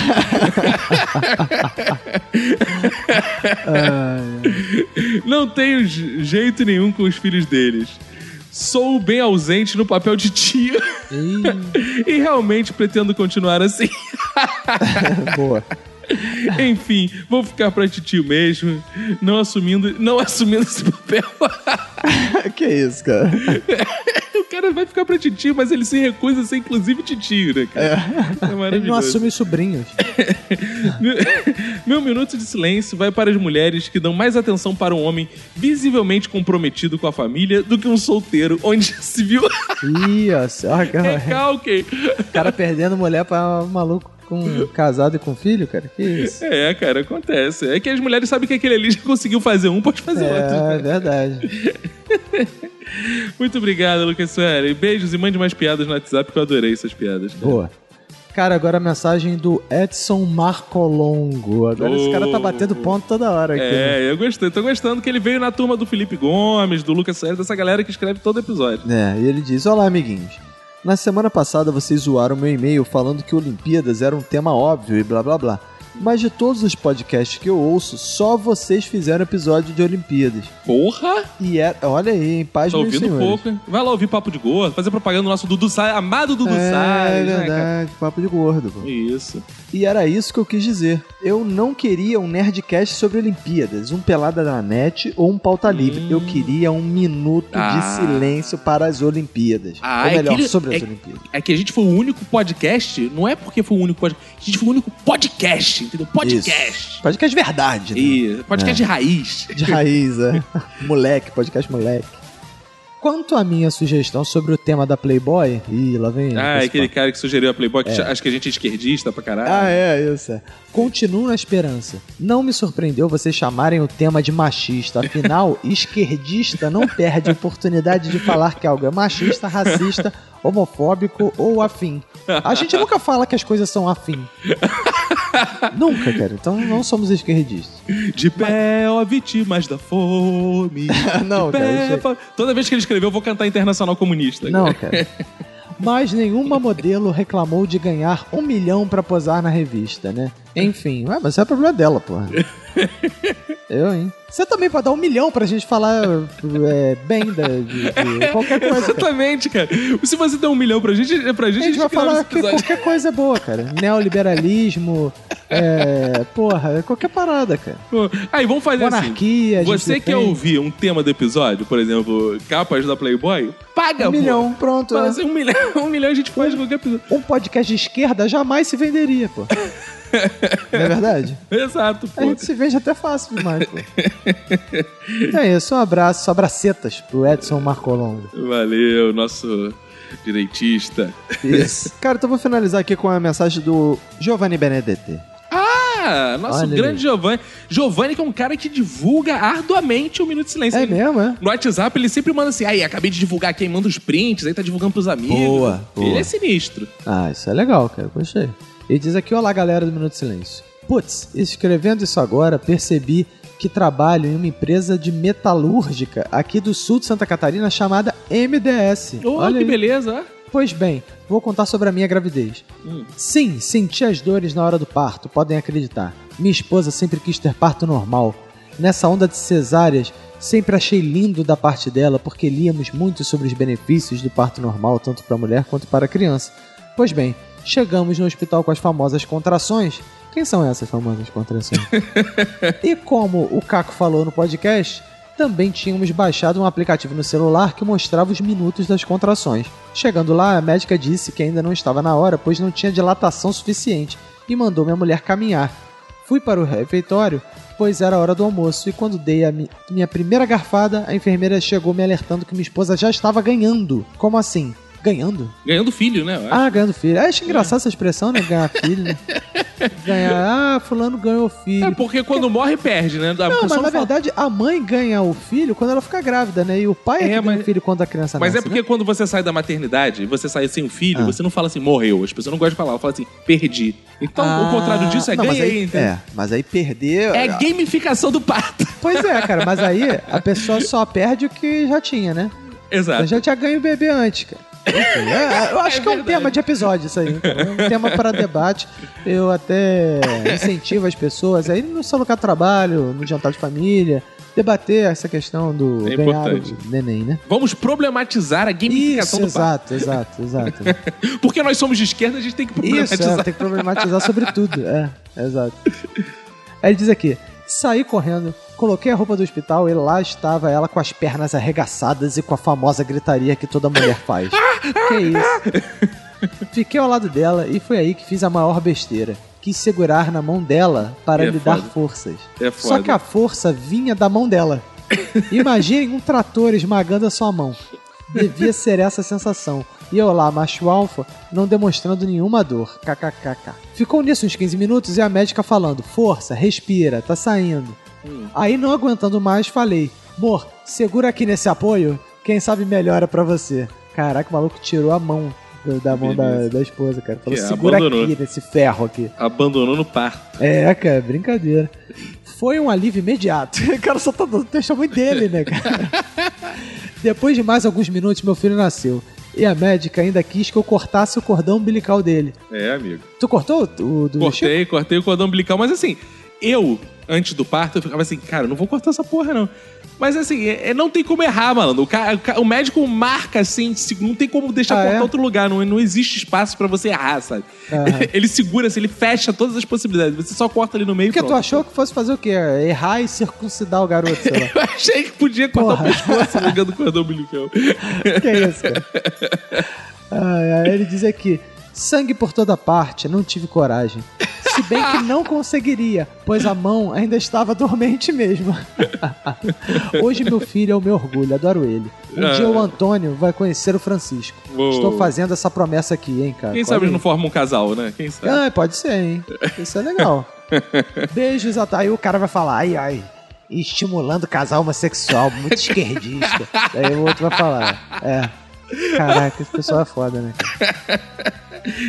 Speaker 1: Não tenho je- jeito nenhum com os filhos deles. Sou bem ausente no papel de tia. [laughs] e realmente pretendo continuar
Speaker 2: [laughs]
Speaker 1: assim.
Speaker 2: Boa.
Speaker 1: Enfim, vou ficar pra titio mesmo, não assumindo, não assumindo esse papel. [laughs]
Speaker 2: que isso, cara?
Speaker 1: o cara vai ficar pra titio, mas ele se recusa a ser inclusive titio, né, cara? É,
Speaker 2: Ele não
Speaker 1: maravilhoso.
Speaker 2: assume os sobrinhos.
Speaker 1: [laughs] Meu- Meu minuto de silêncio vai para as mulheres que dão mais atenção para um homem visivelmente comprometido com a família do que um solteiro, onde [laughs] se viu Ah,
Speaker 2: Ih, ó,
Speaker 1: [laughs]
Speaker 2: só, cara,
Speaker 1: recalque.
Speaker 2: o cara perdendo mulher pra maluco com casado e com filho, cara. Que isso?
Speaker 1: É, cara, acontece. É que as mulheres sabem que aquele ali já conseguiu fazer um, pode fazer outro.
Speaker 2: É, verdade.
Speaker 1: Muito obrigado, Lucas Soares. Beijos e mande mais piadas no WhatsApp, que eu adorei essas piadas. cara.
Speaker 2: Boa. Cara, agora a mensagem do Edson Marcolongo. Agora esse cara tá batendo ponto toda hora aqui. né?
Speaker 1: Oh. É, eu gostei. Tô gostando que ele veio na turma do Felipe Gomes, do Lucas Soares, dessa galera que escreve todo episódio.
Speaker 2: É, e ele diz: Olá, amiguinhos. Na semana passada vocês zoaram meu e-mail falando que Olimpíadas era um tema óbvio e blá blá blá. Mas de todos os podcasts que eu ouço, só vocês fizeram episódio de Olimpíadas.
Speaker 1: Porra!
Speaker 2: E é, olha aí, em paz
Speaker 1: Tá
Speaker 2: meus
Speaker 1: ouvindo
Speaker 2: senhores.
Speaker 1: pouco, hein? Vai lá ouvir Papo de Gordo, fazer propaganda do nosso Dudu Salles, amado Dudu
Speaker 2: é,
Speaker 1: Salles,
Speaker 2: é
Speaker 1: né, cara?
Speaker 2: verdade, papo de gordo. pô.
Speaker 1: Isso.
Speaker 2: E era isso que eu quis dizer. Eu não queria um Nerdcast sobre Olimpíadas, um Pelada na Net ou um Pauta Livre. Eu queria um minuto
Speaker 1: Hum. Ah.
Speaker 2: de silêncio para as Olimpíadas.
Speaker 1: Ah,
Speaker 2: ou
Speaker 1: é
Speaker 2: melhor,
Speaker 1: aquele-
Speaker 2: sobre as
Speaker 1: é-
Speaker 2: Olimpíadas.
Speaker 1: É que a gente foi o único podcast, não é porque foi o único podcast, a gente foi o único podcast, entendeu? Podcast.
Speaker 2: Isso. Podcast verdade, né?
Speaker 1: Isso. Podcast de raiz.
Speaker 2: De raiz, é. [laughs] moleque, podcast moleque. Quanto à minha sugestão sobre o tema da Playboy... Ih, lá vem...
Speaker 1: Ah, é
Speaker 2: esse
Speaker 1: aquele
Speaker 2: papo.
Speaker 1: cara que sugeriu a Playboy, que acha- acho que a gente é esquerdista pra caralho.
Speaker 2: Ah, é, isso. é. Continuo na esperança. Não me surpreendeu vocês chamarem o tema de machista. Afinal, esquerdista não perde a oportunidade de falar que algo é machista, racista, homofóbico ou afim. A gente nunca fala que as coisas são afim. nunca, cara. Então não somos esquerdistas.
Speaker 1: De pé, ó, vítimas da fome.
Speaker 2: não,
Speaker 1: Pé,
Speaker 2: cara. é
Speaker 1: fa- Toda vez que ele escreveu, eu vou cantar Internacional Comunista. [laughs]
Speaker 2: Não, cara. Mas nenhuma modelo reclamou de ganhar um milhão pra posar na revista, né? Enfim, ué, mas isso é problema
Speaker 1: [laughs]
Speaker 2: dela, porra. Eu, hein? Você também pode dar um milhão pra gente falar é, bem da, de,
Speaker 1: [laughs]
Speaker 2: de qualquer coisa. Cara.
Speaker 1: Exatamente, cara. Se você der um milhão pra gente, é pra
Speaker 2: A
Speaker 1: gente,
Speaker 2: gente vai
Speaker 1: grava
Speaker 2: falar
Speaker 1: esse
Speaker 2: que
Speaker 1: episódio.
Speaker 2: qualquer coisa é boa, cara. Neoliberalismo, é, porra, qualquer parada, cara.
Speaker 1: Aí, vamos fazer assim.
Speaker 2: Monarquia, a gente
Speaker 1: Você quer
Speaker 2: defende.
Speaker 1: ouvir um tema do episódio, por exemplo, capas da Playboy? Paga,
Speaker 2: Um milhão, pronto.
Speaker 1: é, Pô. Fala
Speaker 2: é.
Speaker 1: assim, um milhão. [laughs] Um milhão a gente faz qualquer episódio.
Speaker 2: Um podcast de esquerda jamais se venderia, pô. Não é [laughs] verdade?
Speaker 1: Exato,
Speaker 2: A
Speaker 1: pô.
Speaker 2: gente se vende até fácil demais, pô. Então é isso, um abraço, abracetas pro Edson Marcolongo.
Speaker 1: Valeu, nosso direitista.
Speaker 2: Isso. Cara, então vou finalizar aqui com a mensagem do Giovanni Benedetti.
Speaker 1: Ah, nosso
Speaker 2: Olha
Speaker 1: grande
Speaker 2: aí.
Speaker 1: Giovanni. Giovanni que é um cara que divulga arduamente o Minuto de Silêncio.
Speaker 2: É
Speaker 1: Ele-
Speaker 2: mesmo, é?
Speaker 1: No WhatsApp ele sempre manda assim, aí acabei de divulgar aqui, aí manda os prints, aí tá divulgando pros amigos.
Speaker 2: Boa,
Speaker 1: Ele
Speaker 2: boa.
Speaker 1: é sinistro.
Speaker 2: Ah, isso é legal, cara, gostei. Ele diz aqui, olá galera do Minuto de Silêncio. Putz, escrevendo isso agora, percebi que trabalho em uma empresa de metalúrgica aqui do sul de Santa Catarina chamada MDS.
Speaker 1: Oh,
Speaker 2: Olha
Speaker 1: que
Speaker 2: aí.
Speaker 1: beleza. ó.
Speaker 2: Pois bem, vou contar sobre a minha gravidez. Sim, senti as dores na hora do parto, podem acreditar. Minha esposa sempre quis ter parto normal. Nessa onda de cesáreas, sempre achei lindo da parte dela, porque líamos muito sobre os benefícios do parto normal, tanto para a mulher quanto para a criança. Pois bem, chegamos no hospital com as famosas contrações. Quem são essas famosas contrações? E como o Caco falou no podcast, também tínhamos baixado um aplicativo no celular que mostrava os minutos das contrações. Chegando lá, a médica disse que ainda não estava na hora, pois não tinha dilatação suficiente, e mandou minha mulher caminhar. Fui para o refeitório, pois era a hora do almoço, e quando dei a mi- minha primeira garfada, a enfermeira chegou me alertando que minha esposa já estava ganhando. Como assim? Ganhando?
Speaker 1: Ganhando filho, né? eu acho.
Speaker 2: É, Ah, ganhando filho. Ah, acho engraçado essa expressão, né? Ganhar filho. né? ganhar. Ah, fulano ganhou o filho.
Speaker 1: É porque quando morre, perde, né? A
Speaker 2: Não, mas
Speaker 1: função
Speaker 2: na
Speaker 1: fala-
Speaker 2: verdade a mãe ganha o filho quando ela fica grávida, né? E o pai é,
Speaker 1: É,
Speaker 2: que ganha
Speaker 1: mas-
Speaker 2: o filho quando a criança
Speaker 1: Mas é
Speaker 2: nasce. né?
Speaker 1: porque quando você sai da maternidade, você sai sem um filho,
Speaker 2: Ah.
Speaker 1: você não fala assim, morreu. As pessoas não gostam de falar, ela fala assim, perdi. Então, o contrário disso é
Speaker 2: não, mas
Speaker 1: ganhei,
Speaker 2: aí,
Speaker 1: entendeu?
Speaker 2: É, mas aí perder.
Speaker 1: É gamificação do pato.
Speaker 2: Pois é, cara, mas aí a pessoa só perde o que já tinha, né?
Speaker 1: Exato.
Speaker 2: Eu já tinha ganho o bebê antes, cara. Enfim, é- eu acho que é um tema de episódio isso aí. então. É um tema para debate. Eu até incentivo as pessoas aí no seu local de trabalho, no jantar de família, debater essa questão do
Speaker 1: É
Speaker 2: ganhar
Speaker 1: importante.
Speaker 2: o neném, né?
Speaker 1: Vamos problematizar a
Speaker 2: Isso,
Speaker 1: gamificação do pato.
Speaker 2: exato, exato, exato.
Speaker 1: Porque nós somos de esquerda, a gente tem que problematizar.
Speaker 2: Isso, é, tem que problematizar sobre tudo. É, exato. Aí ele diz aqui: saí correndo, coloquei a roupa do hospital e lá estava ela com as pernas arregaçadas e com a famosa gritaria que toda mulher faz. que isso? Fiquei ao lado dela e foi aí que fiz a maior besteira. Quis segurar na mão dela para
Speaker 1: É
Speaker 2: lhe
Speaker 1: foda.
Speaker 2: dar forças.
Speaker 1: É
Speaker 2: Só
Speaker 1: foda.
Speaker 2: que a força vinha da mão dela. Imaginem um trator esmagando a sua mão. Devia ser essa a sensação. E eu lá, macho alfa, não demonstrando nenhuma dor. KKKK. Ficou nisso uns 15 minutos e a médica falando: Força, respira, tá saindo. Aí, não aguentando mais, falei: Mor, segura aqui nesse apoio, quem sabe melhora pra você. Caraca, o maluco tirou é a mão do- [laughs] da mão
Speaker 1: né?
Speaker 2: da, da esposa, cara. Falou:
Speaker 1: Que é
Speaker 2: Segura
Speaker 1: abandonou.
Speaker 2: aqui nesse ferro aqui.
Speaker 1: Abandonou no parto.
Speaker 2: É, cara, brincadeira. Foi um alívio imediato. [laughs] O cara só tá dando testemunho dele, né, [laughs] cara? Depois de mais alguns minutos, meu filho nasceu. E a médica ainda quis que eu cortasse o cordão umbilical dele.
Speaker 1: É, amigo.
Speaker 2: Tu cortou o o do Chico?
Speaker 1: Cortei, cortei o cordão umbilical, mas assim, eu, antes do parto, eu ficava assim, cara, não vou cortar essa porra, não. Mas assim, é, é- não tem como errar, malandro. O, ca- o ca- o médico marca assim, se- não tem como deixar
Speaker 2: Ah,
Speaker 1: cortar
Speaker 2: é?
Speaker 1: outro lugar, não, não existe espaço pra você errar, sabe?
Speaker 2: Aham.
Speaker 1: [laughs] Ele segura, assim, ele fecha todas as possibilidades. Você só corta ali no meio. e
Speaker 2: Porque tu
Speaker 1: pronto.
Speaker 2: achou que fosse fazer o quê? Errar e circuncidar o garoto, sei lá.
Speaker 1: [laughs] Eu achei que podia cortar
Speaker 2: Porra.
Speaker 1: o pescoço ligando o cordão
Speaker 2: [laughs]
Speaker 1: umbilical.
Speaker 2: que [laughs] é isso, cara? Ai, ai, ele diz aqui: sangue por toda parte, não tive coragem. Se bem que não conseguiria, pois a mão ainda estava dormente [laughs] mesmo. Hoje meu filho é o meu orgulho, adoro ele. Um dia o Antônio vai conhecer o Francisco.
Speaker 1: Uou.
Speaker 2: Estou fazendo essa promessa aqui, hein, cara.
Speaker 1: Quem sabe eles não formam um casal, né? Quem sabe?
Speaker 2: Ah, pode ser, hein? Isso é legal. Beijos, até aí o cara vai falar, ai, ai, estimulando o casal homossexual, muito esquerdista. Daí o outro vai falar, é. Caraca, esse pessoal é foda, né? cara?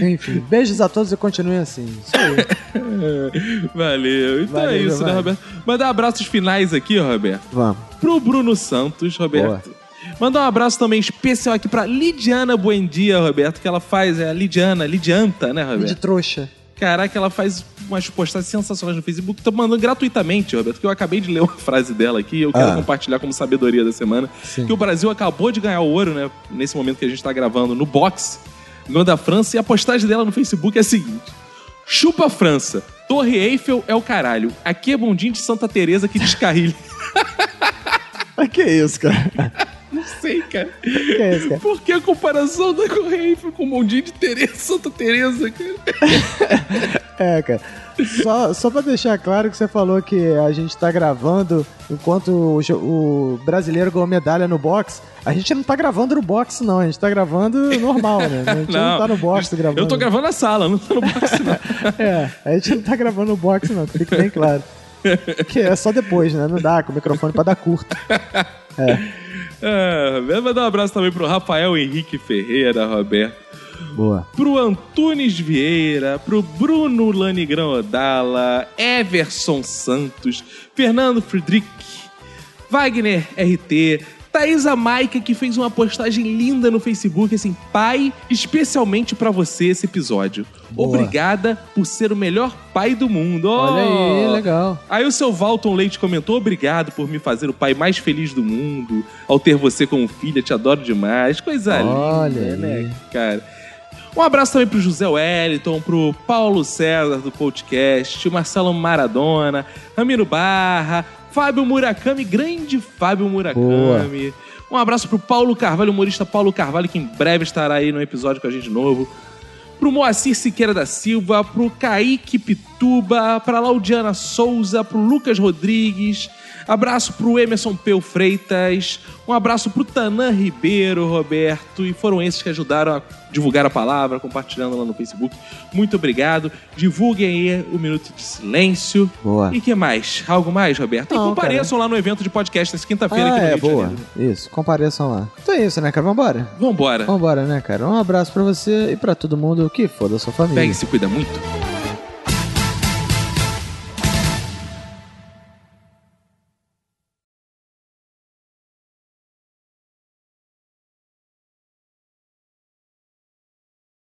Speaker 2: Enfim, beijos a todos e continuem assim. Isso aí.
Speaker 1: Valeu. Então é
Speaker 2: Valeu,
Speaker 1: isso, né,
Speaker 2: Giovanni.
Speaker 1: Roberto? Mandar abraços finais aqui, Roberto.
Speaker 2: Vamos.
Speaker 1: Pro Bruno Santos, Roberto. Mandar um abraço também especial aqui pra Lidiana Buendia, Roberto, que ela faz, é a Lidiana, Lidianta, né,
Speaker 2: De
Speaker 1: Roberto?
Speaker 2: trouxa.
Speaker 1: Caraca, ela faz umas postagens sensacionais no Facebook. Tô mandando gratuitamente, Roberto, que eu acabei de ler uma frase dela aqui. Eu quero
Speaker 2: Ah.
Speaker 1: compartilhar como sabedoria da semana. Que o Brasil acabou de ganhar o ouro, né? Nesse momento que a gente tá gravando, no boxe, ganhou da França. E a postagem dela no Facebook é a seguinte: Chupa a França. Torre Eiffel é o caralho. Aqui é bondinho de Santa Teresa que descarrilha.
Speaker 2: Mas Ah, que isso, cara? [laughs]
Speaker 1: Não sei, cara.
Speaker 2: Que é isso, cara?
Speaker 1: Por que a comparação da Torre Eiffel com o bondinho de Teresa, Santa Teresa, cara?
Speaker 2: É, cara. Só, só pra deixar claro que você falou que a gente tá gravando enquanto o, jo- o brasileiro ganhou medalha no box. A gente não tá gravando no box, não. A gente tá gravando normal, né? A
Speaker 1: [laughs]
Speaker 2: gente não, tá no box gravando.
Speaker 1: Eu tô gravando na sala, não tô no boxe, não.
Speaker 2: É, a gente não tá gravando no box, não. que Fique bem claro. Que é só depois, né? Não dá com o microfone pra dar curto.
Speaker 1: [laughs] É, vou mandar um abraço também pro Rafael Henrique Ferreira, Roberto.
Speaker 2: Boa.
Speaker 1: Pro Antunes Vieira, pro Bruno Lanigrão Odala, Everson Santos, Fernando Friedrich, Wagner RT, Thaisa Maica, que fez uma postagem linda no Facebook, assim, pai, especialmente pra você esse episódio.
Speaker 2: Boa.
Speaker 1: Obrigada por ser o melhor pai do mundo.
Speaker 2: Olha aí,
Speaker 1: Oh!
Speaker 2: legal.
Speaker 1: Aí o seu Valton Leite comentou: obrigado por me fazer o pai mais feliz do mundo, ao ter você como filha, te adoro demais. Coisa
Speaker 2: Olha
Speaker 1: linda,
Speaker 2: aí.
Speaker 1: né, cara? Um abraço também pro José Wellington, pro Paulo César do podcast, o Marcelo Maradona, Ramiro Barra, Fábio Murakami, grande Fábio Murakami. Um abraço pro Paulo Carvalho, humorista Paulo Carvalho, que em breve estará aí no episódio com a gente de novo pro Moacir Siqueira da Silva, pro Kaique Pitu, Pituba, pra Laudiana Souza, pro Lucas Rodrigues. Abraço pro Emerson Peu Freitas. Um abraço pro Tanã Ribeiro, Roberto. E foram esses que ajudaram a divulgar a palavra, compartilhando lá no Facebook. Muito obrigado. Divulguem aí o Minuto de Silêncio.
Speaker 2: Boa.
Speaker 1: E que mais? Algo mais, Roberto? e
Speaker 2: Não,
Speaker 1: compareçam lá no evento de podcast nessa quinta-feira
Speaker 2: Ah,
Speaker 1: aqui no
Speaker 2: é,
Speaker 1: Rio de
Speaker 2: boa.
Speaker 1: Janeiro.
Speaker 2: Isso, compareçam lá. Então é isso, né, cara? Vambora?
Speaker 1: Vambora.
Speaker 2: Vambora, né, cara? Um abraço pra você e pra todo mundo que foda a sua família.
Speaker 1: Pega e se cuida muito.